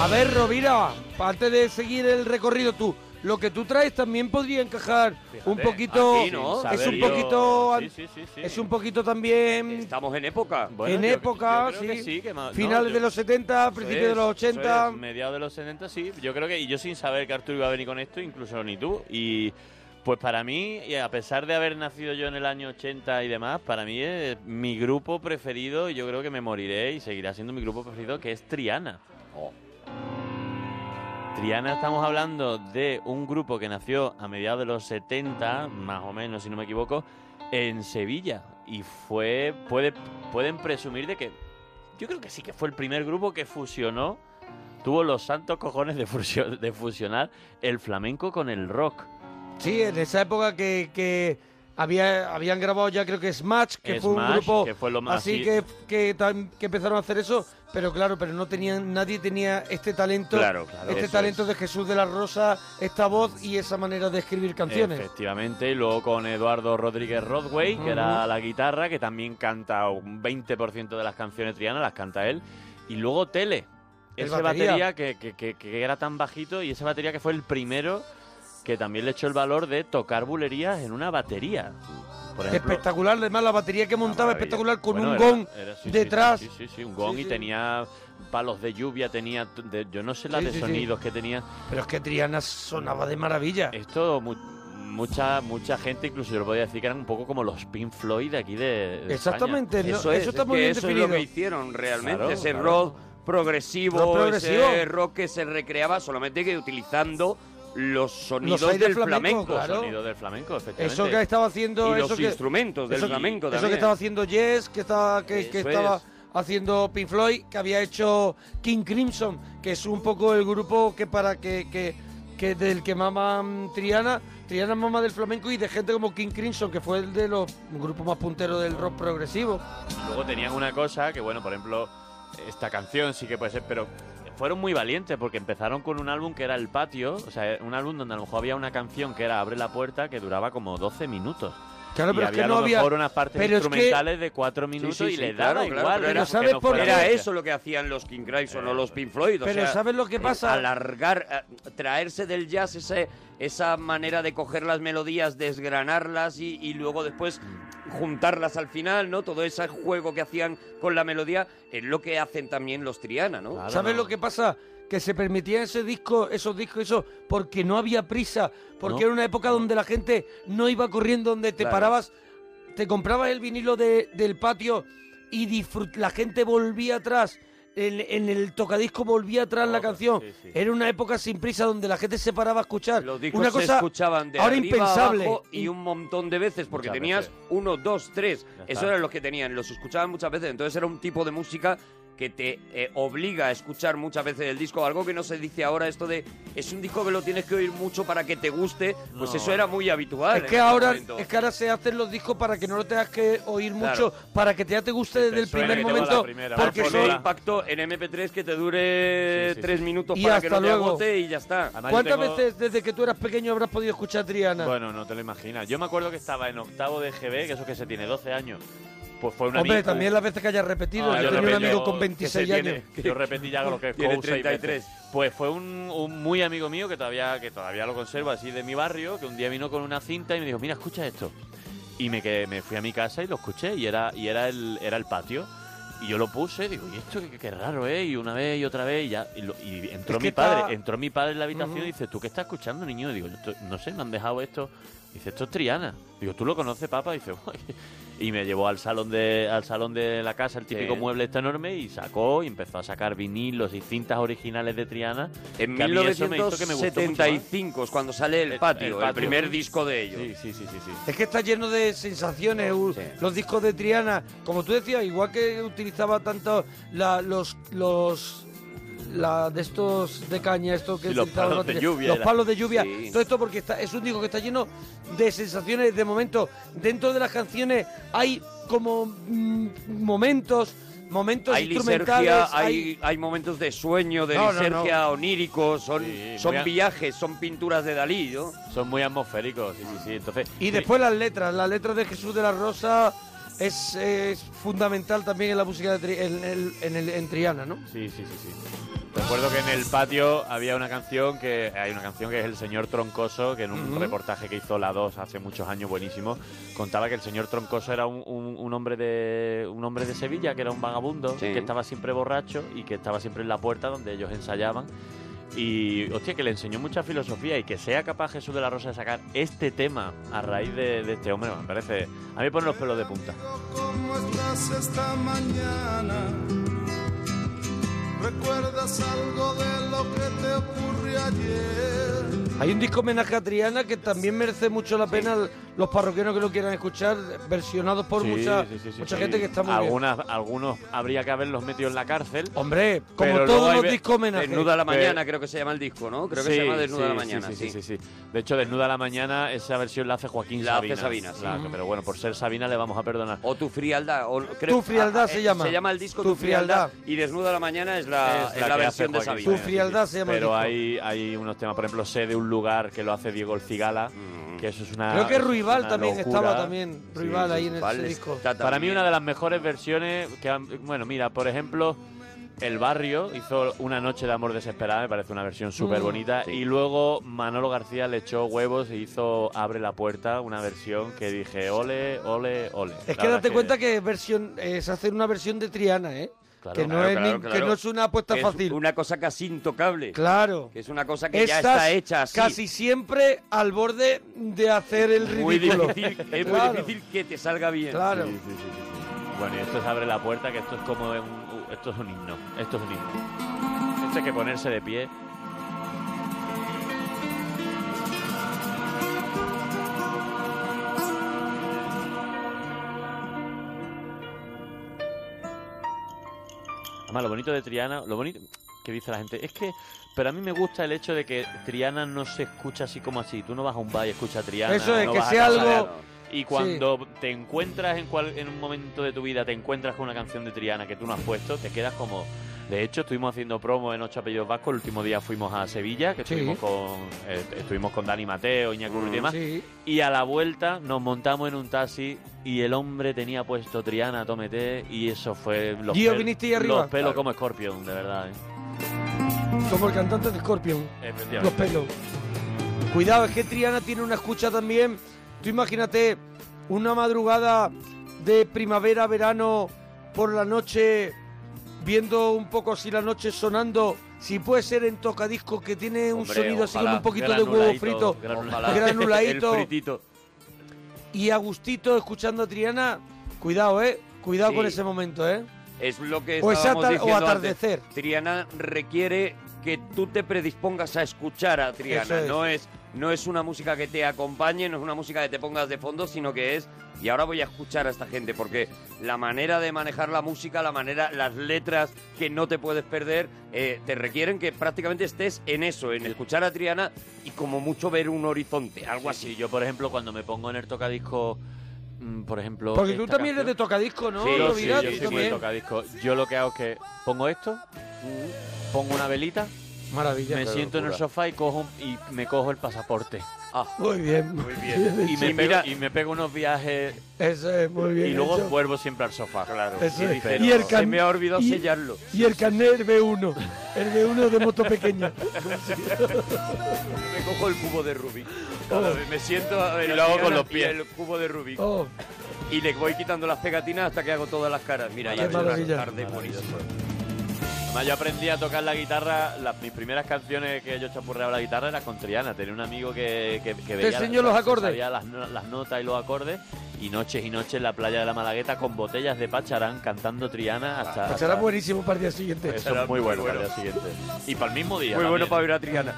A ver, Rovira, antes de seguir el recorrido tú, Lo que tú traes también podría encajar un poquito. aquí, ¿no? Sin Es un saber yo- poquito. Sí, an- Es un poquito también. Estamos en época. en época, yo creo que sí. sí, que ma- no, Finales yo- de los 70, Eso principios de es, los eso es, 80. mediados de los 70, sí. Yo creo que, y yo sin saber que Arturo iba a venir con esto, incluso ni tú. Y pues para mí, y a pesar de haber nacido yo en el año 80 y demás, para mí es mi grupo preferido, y yo creo que me moriré y seguirá siendo mi grupo preferido, que es Triana. Triana estamos hablando de un grupo que nació a mediados de los 70, más o menos, si no me equivoco, en Sevilla. Y fue. Puede, pueden presumir de que. Yo creo que sí que fue el primer grupo que fusionó. Tuvo los santos cojones de, fusio- de fusionar el flamenco con el rock. Sí, en esa época que, que había, habían grabado ya creo que Smash, que fue un Smash, grupo que fue lo más- así sí. que, que, tam- que empezaron a hacer eso, pero claro, pero no tenían, nadie tenía este talento, Claro, claro, este eso talento de Jesús de la Rosa, esta voz y esa manera de escribir canciones. Efectivamente, y luego con Eduardo Rodríguez Rodway, que era Ujú. la guitarra, que también canta un 20% de las canciones trianas, las canta él. Y luego Tele, El ese batería. batería, que, que- que- que era tan bajito, y ese batería que fue el primero que también le echó el valor de tocar bulerías en una batería. Por ejemplo, espectacular, además la batería que montaba espectacular con bueno, un era- gong era- sí, sí, detrás. Sí, sí, sí, un gong Sí, y sí. tenía palos de lluvia, tenía. t- de- yo no sé la Sí, de sí, sí. sonidos que tenía. Pero es que Triana sonaba de maravilla. Esto, mu- mucha mucha gente, incluso yo lo podía decir que eran un poco como los Pink Floyd de aquí de. de Exactamente, España. no- Eso es, eso está es muy que bien Eso es lo que hicieron realmente, Claro, ese claro. rock progresivo, Rock progresivo. ese rock que se recreaba solamente que utilizando los sonidos del aires flamenco. flamencos, claro. Sonido del flamenco, efectivamente. Eso que estaba haciendo Y eso los que- instrumentos del eso- flamenco Eso que también. estaba haciendo Yes, que estaba que, que Eso estaba es. haciendo Pink Floyd, que había hecho King Crimson, que es un poco el grupo que para que que, que del que mama mm, Triana, Triana mama del flamenco y de gente como King Crimson, que fue el de los grupos más punteros del rock progresivo. Luego tenían una cosa que, bueno, por ejemplo, esta canción sí que puede ser, pero fueron muy valientes porque empezaron con un álbum que era El Patio, o sea, un álbum donde a lo mejor había una canción que era Abre la Puerta que duraba como 12 minutos. Claro, Y pero es que a no lo había- mejor unas partes pero es que- instrumentales de 4 minutos Sí, sí, y sí, le claro, daba claro, igual. pero era, que no por- fuera era mucha. eso lo que hacían los King Crimson o los Pink Floyd. o pero sea, ¿sabes lo que eh, pasa? Alargar, eh, traerse del jazz ese, esa manera de coger las melodías, desgranarlas y, y luego después juntarlas al final, ¿no? Todo ese juego que hacían con la melodía es lo que hacen también los Triana, ¿no? ¿Sabes lo que pasa? Que se permitía ese disco, esos discos, eso, porque no había prisa, porque No. era una época donde la gente no iba corriendo, donde te Claro. parabas, te comprabas el vinilo de- del patio y disfrut- la gente volvía atrás. En, en el tocadisco volvía atrás la canción. Era una época sin prisa donde la gente se paraba a escuchar. Los discos una se cosa escuchaban de ahora arriba impensable. abajo y un montón de veces porque Muchas tenías veces. uno, dos, tres. Ya Eso está. eran los que tenían, los escuchaban muchas veces. Entonces era un tipo de música que te eh, obliga a escuchar muchas veces el disco. Algo que no se dice ahora, esto de es un disco que lo tienes que oír mucho para que te guste, pues No. eso era muy habitual. Es en que, ese ahora, momento. es que ahora se hacen los discos para que no lo tengas que oír Claro. mucho, para que te- ya te guste desde el suene primer que te va la momento. primera, porque por son, el impacto en MP3 que te dure sí, tres sí. minutos Y para que hasta no te luego. agote y ya está. ¿Cuántas veces desde que tú eras pequeño habrás podido escuchar a Triana? Bueno, no te lo imaginas. Yo me acuerdo que estaba en octavo de GB, que eso que se tiene 12 años. Pues fue Ah, una Hombre, también las veces que hayas repetido. yo tenía un amigo con 26 años. yo repetí ya lo que es Tiene Cou seis 33. veces. Pues fue un, un muy amigo mío que todavía, que todavía lo conservo así de mi barrio, que un día vino con una cinta y me dijo, mira, escucha esto. Y me, quedé- me fui a mi casa y lo escuché y era, y era el, era el patio. Y yo lo puse, digo, y esto qué, qué raro, ¿eh? Y una vez y otra vez y ya. Y, lo- y entró Es que mi padre, está- entró mi padre en la habitación Ujú. y dice, ¿tú qué estás escuchando, niño? Digo, "Yo esto- no sé, me han dejado esto. Dice, esto es Triana. Digo, ¿tú lo conoces, papá? Dice, [LAUGHS] "Uy". y me llevó al salón de al salón de la casa, el típico Sí. mueble este enorme, y sacó y empezó a sacar vinilos y cintas originales de Triana. En que a mí eso me ¿eh? hizo que me gustó mucho ¿eh? más. 1975 es cuando sale El Patio, el primer disco de ellos. Sí, sí, sí, sí. sí. Es que está lleno de sensaciones u- los discos de Triana. Como tú decías, igual que utilizaba tanto la- los... los la de estos de caña, esto que Y los utilizaban palos de antes, lluvia, los la- palos de lluvia, Sí. todo esto porque está, es un disco que está lleno de sensaciones de momento. Dentro de las canciones hay como mm, momentos, momentos Hay instrumentales, lisergia, hay, hay momentos de sueño, de No, no, lisergia no. onírico, son, son muy a- viajes, son pinturas de Dalí, ¿no? Son muy atmosféricos, sí, sí, sí. Entonces, Y después las letras, las letras de Jesús de la Rosa es, es fundamental también en la música de Tri- en, el- en el- en Triana, ¿no? Sí, sí, sí, sí. Recuerdo que en el patio había una canción que hay una canción que es El señor Troncoso, que en un Ujú. reportaje que hizo la 2 hace muchos años buenísimo, contaba que el señor Troncoso era un, un- un hombre de un hombre de Sevilla que era un vagabundo, que estaba siempre borracho y que estaba siempre en la puerta donde ellos ensayaban. Y hostia, que le enseñó mucha filosofía y que sea capaz Jesús de la Rosa de sacar este tema a raíz de, de este hombre, me parece. A mí me pone los pelos de punta. ¿Cómo estás esta mañana? ¿Recuerdas algo de lo que te ocurrió ayer? Hay un disco homenaje a Triana que también merece mucho la pena los parroquianos que lo quieran escuchar, versionados por Sí, mucha, sí, sí, sí, mucha sí. gente que está muy bien. Algunas, Algunos habría que haberlos metido en la cárcel. Hombre, como pero luego todos hay los ve- discos homenaje. Desnuda la mañana, creo que se llama el disco, ¿no? Creo que Sí, se llama Desnuda sí, la mañana. Sí sí, sí, sí. De hecho, Desnuda la mañana, esa versión la hace Joaquín La hace Sabina, Sabina. sí. La- Ujú. Pero bueno, por ser Sabina le vamos a perdonar. O tu frialdad. O, Tu frialdad se llama. ah, eh, Se llama el disco Tu Tu, frialdad. frialdad. Y Desnuda la mañana es la, es la, que versión hace de Joaquín Sabina. Tu frialdad se llama el Pero disco. hay, hay unos temas, por ejemplo, sé de un lugar que lo hace Diego El Cigala, Mm. que eso es una. Creo que eso es Ruibal una también locura. estaba también, Ruibal ahí en ese disco. Para mí una de las mejores versiones que han- bueno, mira, por ejemplo, El Barrio hizo Una noche de amor desesperada, me parece una Mm. versión súper bonita. Y luego Manolo García le echó huevos e hizo Abre la puerta, una versión que dije, ole, ole, ole. Es que date cuenta que es versión, es hacer una versión de Triana, ¿eh? que, no Claro, es ni- claro, que claro. no es una apuesta Que es fácil. una cosa casi intocable. Claro. Que es una cosa que ya Estás está hecha así. Casi siempre al borde de hacer el Muy ridículo. difícil, es Claro. muy difícil que te salga bien. Claro. Sí, Bueno, y esto es Abre la puerta, que esto es como un, uh, esto es un himno, esto es un himno. Esto hay que ponerse de pie. Además, lo bonito de Triana, lo bonito que dice la gente, es que, pero a mí me gusta el hecho de que Triana no se escucha así como así. Tú no vas a un bar y escuchas a Triana. Eso es, no que vas a sea casa algo- de alguien. Y Sí. cuando te encuentras en, cual- en un momento de tu vida, te encuentras con una canción de Triana que tú no has puesto, te quedas como... De hecho, estuvimos haciendo promo en Ocho Apellidos Vascos. El último día fuimos a Sevilla, que Sí. Mm, estuvimos, con, eh, estuvimos con Dani Mateo, Iñaki Urrutia y demás. Sí. Y a la vuelta nos montamos en un taxi y el hombre tenía puesto Triana, tómete, y eso fue los, Gio, pel- ¿viniste ahí arriba? los pelos Claro. como Scorpion, de verdad. ¿eh? Como el cantante de Scorpion. Efectivamente. Los pelos. Cuidado, es que Triana tiene una escucha también. Tú imagínate una madrugada de primavera, verano, por la noche, viendo un poco así la noche sonando. Si puede ser en tocadiscos que tiene un Hombre, sonido así ojalá. como un poquito de huevo Granuladito, frito, granuladito. [LAUGHS] granuladito. El fritito. y a gustito escuchando a Triana. Cuidado, eh. Cuidado Sí. con ese momento, eh. Es lo que O ese estábamos atar- o diciendo antes. atardecer. Triana requiere que tú te predispongas a escuchar a Eso Triana. es. No es no es una música que te acompañe, no es una música que te pongas de fondo, sino que es y ahora voy a escuchar a esta gente porque la manera de manejar la música, la manera, las letras que no te puedes perder eh, te requieren que prácticamente estés en eso, en escuchar a Triana y como mucho ver un horizonte, algo así. Yo por ejemplo cuando me pongo en el tocadisco, mm, por ejemplo. Porque tú esta también eres de tocadisco, ¿no? Sí, Lo sí, dirás yo tú soy muy también. tocadiscos. Yo lo que hago es que pongo esto, pongo una velita, Maravilla. me Qué siento en el locura. sofá y cojo y me cojo el pasaporte. Muy bien. [LAUGHS] Muy bien. Y me, Sí, pego, mira. y me pego unos viajes Eso es muy bien. y luego hecho. vuelvo siempre al sofá. Claro. Eso es. Pero se can- me ha olvidado y- sellarlo. Y el carnet el B1. El B1 de moto pequeña. Pues Me cojo el cubo de Rubik. Cada Oh. vez Me siento a ver, Y lo hago con Adriana los y pies. el cubo de Rubik. Oh. Y le voy quitando las pegatinas hasta que hago todas las caras. Mira, ya Qué ves, una maravilla. tarde buenísima. Además, yo aprendí a tocar la guitarra. Las, mis primeras canciones que yo chapurreaba la guitarra eran con Triana. Tenía un amigo que, que, que veía. enseñó la- los se acordes? Sabía las, no- las notas y los acordes. Y noches y noches en la playa de la Malagueta con botellas de Pacharán cantando Triana hasta. Pues será hasta- buenísimo para el día siguiente. Eso es muy bueno, para el día siguiente. Y para el mismo día. Muy bueno también. para ver a Triana.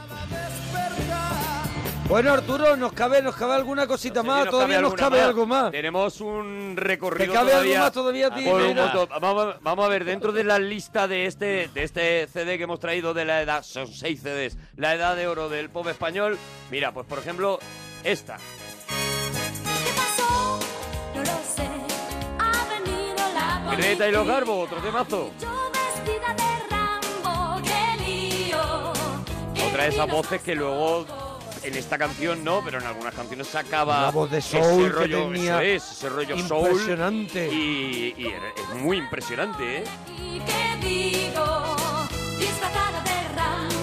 Bueno, Arturo, nos cabe, nos cabe alguna cosita más. Todavía nos cabe algo más. Tenemos un recorrido ¿Te cabe algo todavía más todavía a ti? por un Venga. montón. Vamos, a- vamos a ver, dentro de la lista de este, de este CD que hemos traído de la edad, son seis CDs, la edad de oro del pop español, mira, pues por ejemplo, esta. No lo sé, ha venido la Greta y los policía. Garbo, otro temazo. Yo vestida de Rambo, qué lío. Otra de esas voces que luego en esta canción no, pero en algunas canciones sacaba Una voz de soul ese que rollo, tenía eso es, ese rollo soul. impresionante. Y, y era- es muy impresionante, ¿eh? Y que digo, disfrazada de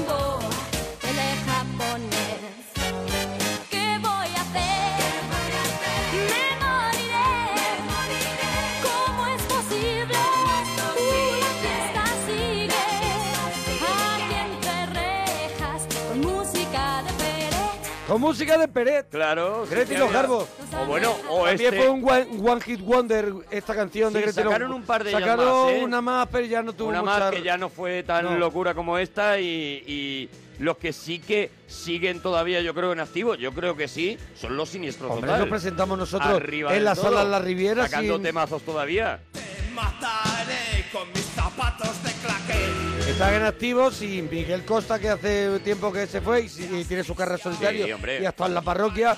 Con música de Peret. Claro. sí, Greta y sí, los había- Garbos. O bueno, o También este. fue un one, one hit wonder esta canción de Sí, Greta y los- sacaron un par de ellas Sacaron más, ¿eh? una más, pero ya no tuvo Una mucha- más que ya no fue tan No. locura como esta y, y los que sí que siguen todavía, yo creo, en activo, yo creo que sí, son los siniestros Hombre, Total. nos presentamos nosotros Arriba en del la todo, sala en La Riviera Sacando sin- temazos todavía. Mataré con mis zapatos de claqué. Están en activos y Miguel Costa, que hace tiempo que se fue y, si- y tiene su carrera solitaria hombre. y hasta en la parroquia.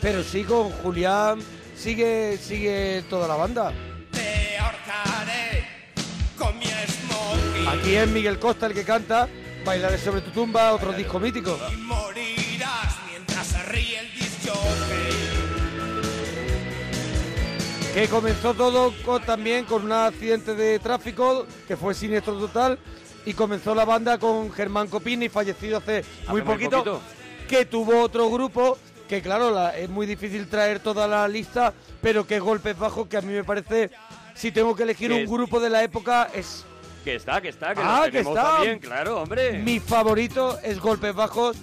Pero sí, con Julián sigue sigue toda la banda. Con mi smoking. Aquí es Miguel Costa el que canta Bailaré sobre tu tumba, otro disco mítico. Y morirás mientras se ríe el disjockey. Que comenzó todo con- también con un accidente de tráfico que fue siniestro total y comenzó la banda con Germán Copini, fallecido hace muy muy poquito, poquito. que tuvo otro grupo que claro, la- es muy difícil traer toda la lista, pero que golpes bajos que a mí me parece, si tengo que elegir Que un es- grupo de la época, es Que está, que está, que Ah, lo que tenemos está. también, claro, hombre. mi favorito, es golpes bajos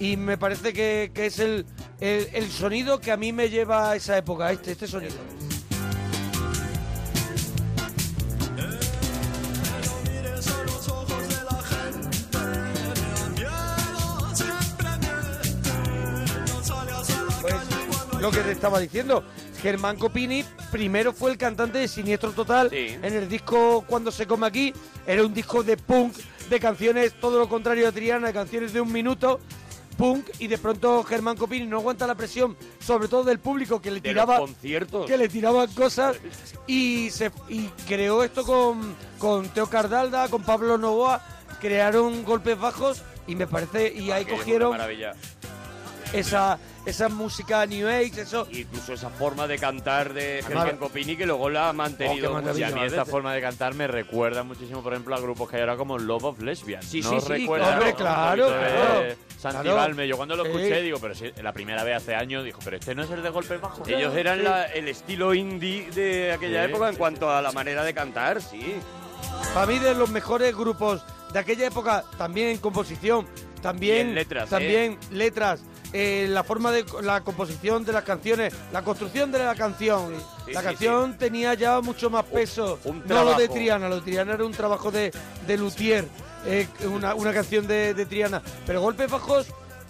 y me parece que, que es el, el, el sonido que a mí me lleva a esa época, este, este sonido. Mires a los ojos de la gente. Me dan miedo, siempre miente. No salgas a la calle cuando lo que te estaba diciendo. Germán Copini primero fue el cantante de Siniestro Total en el disco Cuando se come aquí. Era un disco de punk, de canciones, todo lo contrario a Triana, de canciones de un minuto, punk, y de pronto Germán Copini no aguanta la presión, sobre todo del público que le De los tiraba conciertos. que le tiraban cosas y se y creó esto con, con Teo Cardalda, con Pablo Novoa, crearon golpes bajos y me parece y ahí Que es una cogieron Maravilla. esa esa música new age, eso Incluso esa forma de cantar de Además- Germán Copini que luego la ha mantenido Oh, muchas qué maravilla. Y a mí esta veces. forma de cantar me recuerda muchísimo, por ejemplo, a grupos que hay ahora como Love of Lesbian. Sí, ¿No sí, os sí, recuerda hombre, un claro, poquito de claro, Santi claro. Balme, yo cuando lo Sí. escuché, digo, pero si la primera vez hace años, dijo, pero este no es el de golpes bajos. Ellos eran la- el estilo indie de aquella Sí, época en sí, cuanto a la manera de cantar, sí. Para mí de los mejores grupos de aquella época, también en composición, también Y en letras, ¿eh? también letras, eh, la forma de la composición de las canciones, la construcción de la canción. Sí, la sí, canción tenía ya mucho más peso. no lo trabajo. de Triana, lo de Triana era un trabajo de, de Luthier, eh, una, una canción de, de Triana. Pero golpes bajos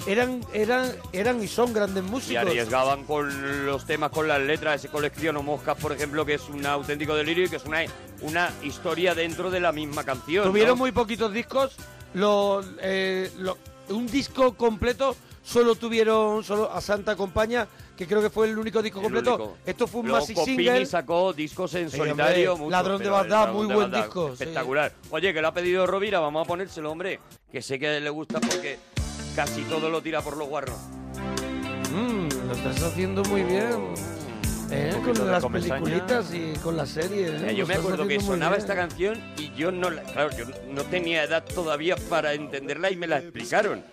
eran, eran, eran y son grandes Y músicos. arriesgaban con los temas, con las letras, ese colección o moscas, por ejemplo, que es un auténtico delirio y que es una, una historia dentro de la misma canción. ¿no? Tuvieron muy poquitos discos. Lo, eh, lo- un disco completo solo tuvieron solo a Santa Compañía, que creo que fue el único disco El completo. único. Esto fue un Luego maxi Copini single. sacó discos en Sí, solitario. Eh, hombre, muchos, Ladrón de pero Bagdad, Ladrón muy de buen Bagdad, disco, sí. Espectacular. Oye, que lo ha pedido Rovira, vamos a ponérselo, hombre. Que sé que le gusta porque casi todo lo tira por los guarros. Mm, lo estás haciendo muy bien. Eh, Un poquito Con de las comesaña. peliculitas y con las series. eh, Mira, lo yo me estás acuerdo que haciendo muy sonaba bien. esta canción y yo no la, claro, yo no tenía edad todavía para entenderla y me la explicaron.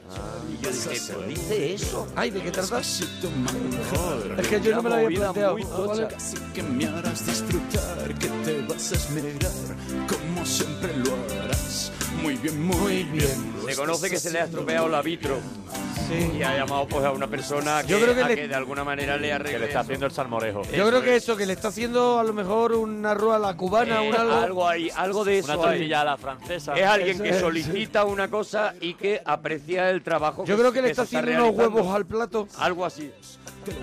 Y yo dije, "Pues "¿Pero dice eso? Ay, ¿de qué trata? Es que yo no me lo había planteado. Así que me harás disfrutar, que te vas a esmerar, como siempre lo harás. Muy bien, muy bien. Se conoce que se le ha estropeado la vitro. Y ha llamado pues a una persona que, Yo creo que a le- que de alguna manera le arregle. Que le está haciendo el salmorejo. Yo creo que eso, que le está haciendo a lo mejor una rúa a la cubana, Eh, un algo. algo ahí, algo de Una eso hay. tortilla a la francesa. Es alguien Eso que es, solicita una cosa y que aprecia el trabajo. Yo creo que le se está haciendo unos realizando. huevos al plato. Algo así.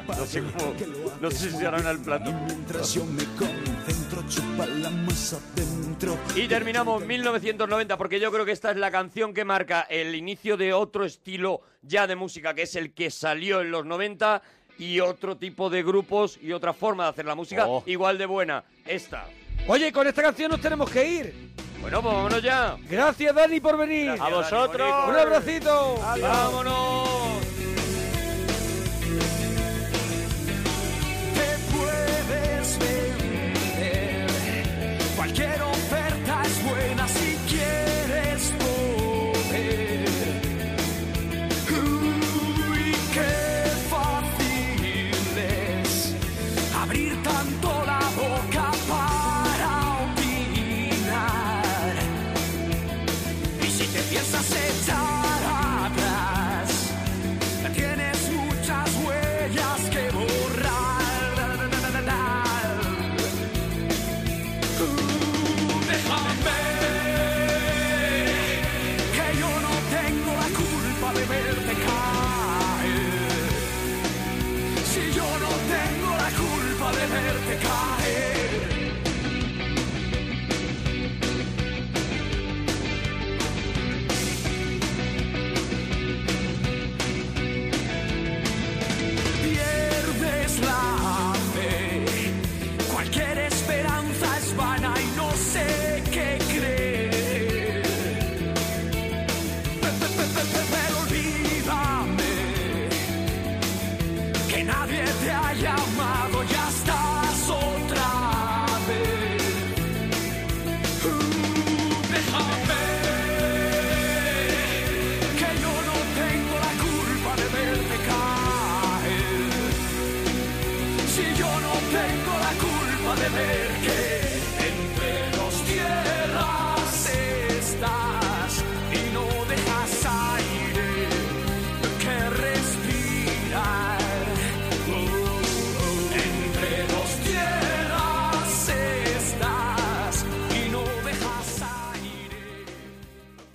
No sé cómo. No sé si harán al plato. Mientras yo me concentro, chupa la masa dentro. Y terminamos 1990 porque yo creo que esta es la canción que marca el inicio de otro estilo ya de música que es el que salió en los 90 y otro tipo de grupos y otra forma de hacer la música Oh. igual de buena. Esta. Oye, con esta canción nos tenemos que ir. Bueno, pues vámonos ya. Gracias, Dani, por venir. Gracias, A Dani, vosotros. por ir. Un abracito. Vámonos.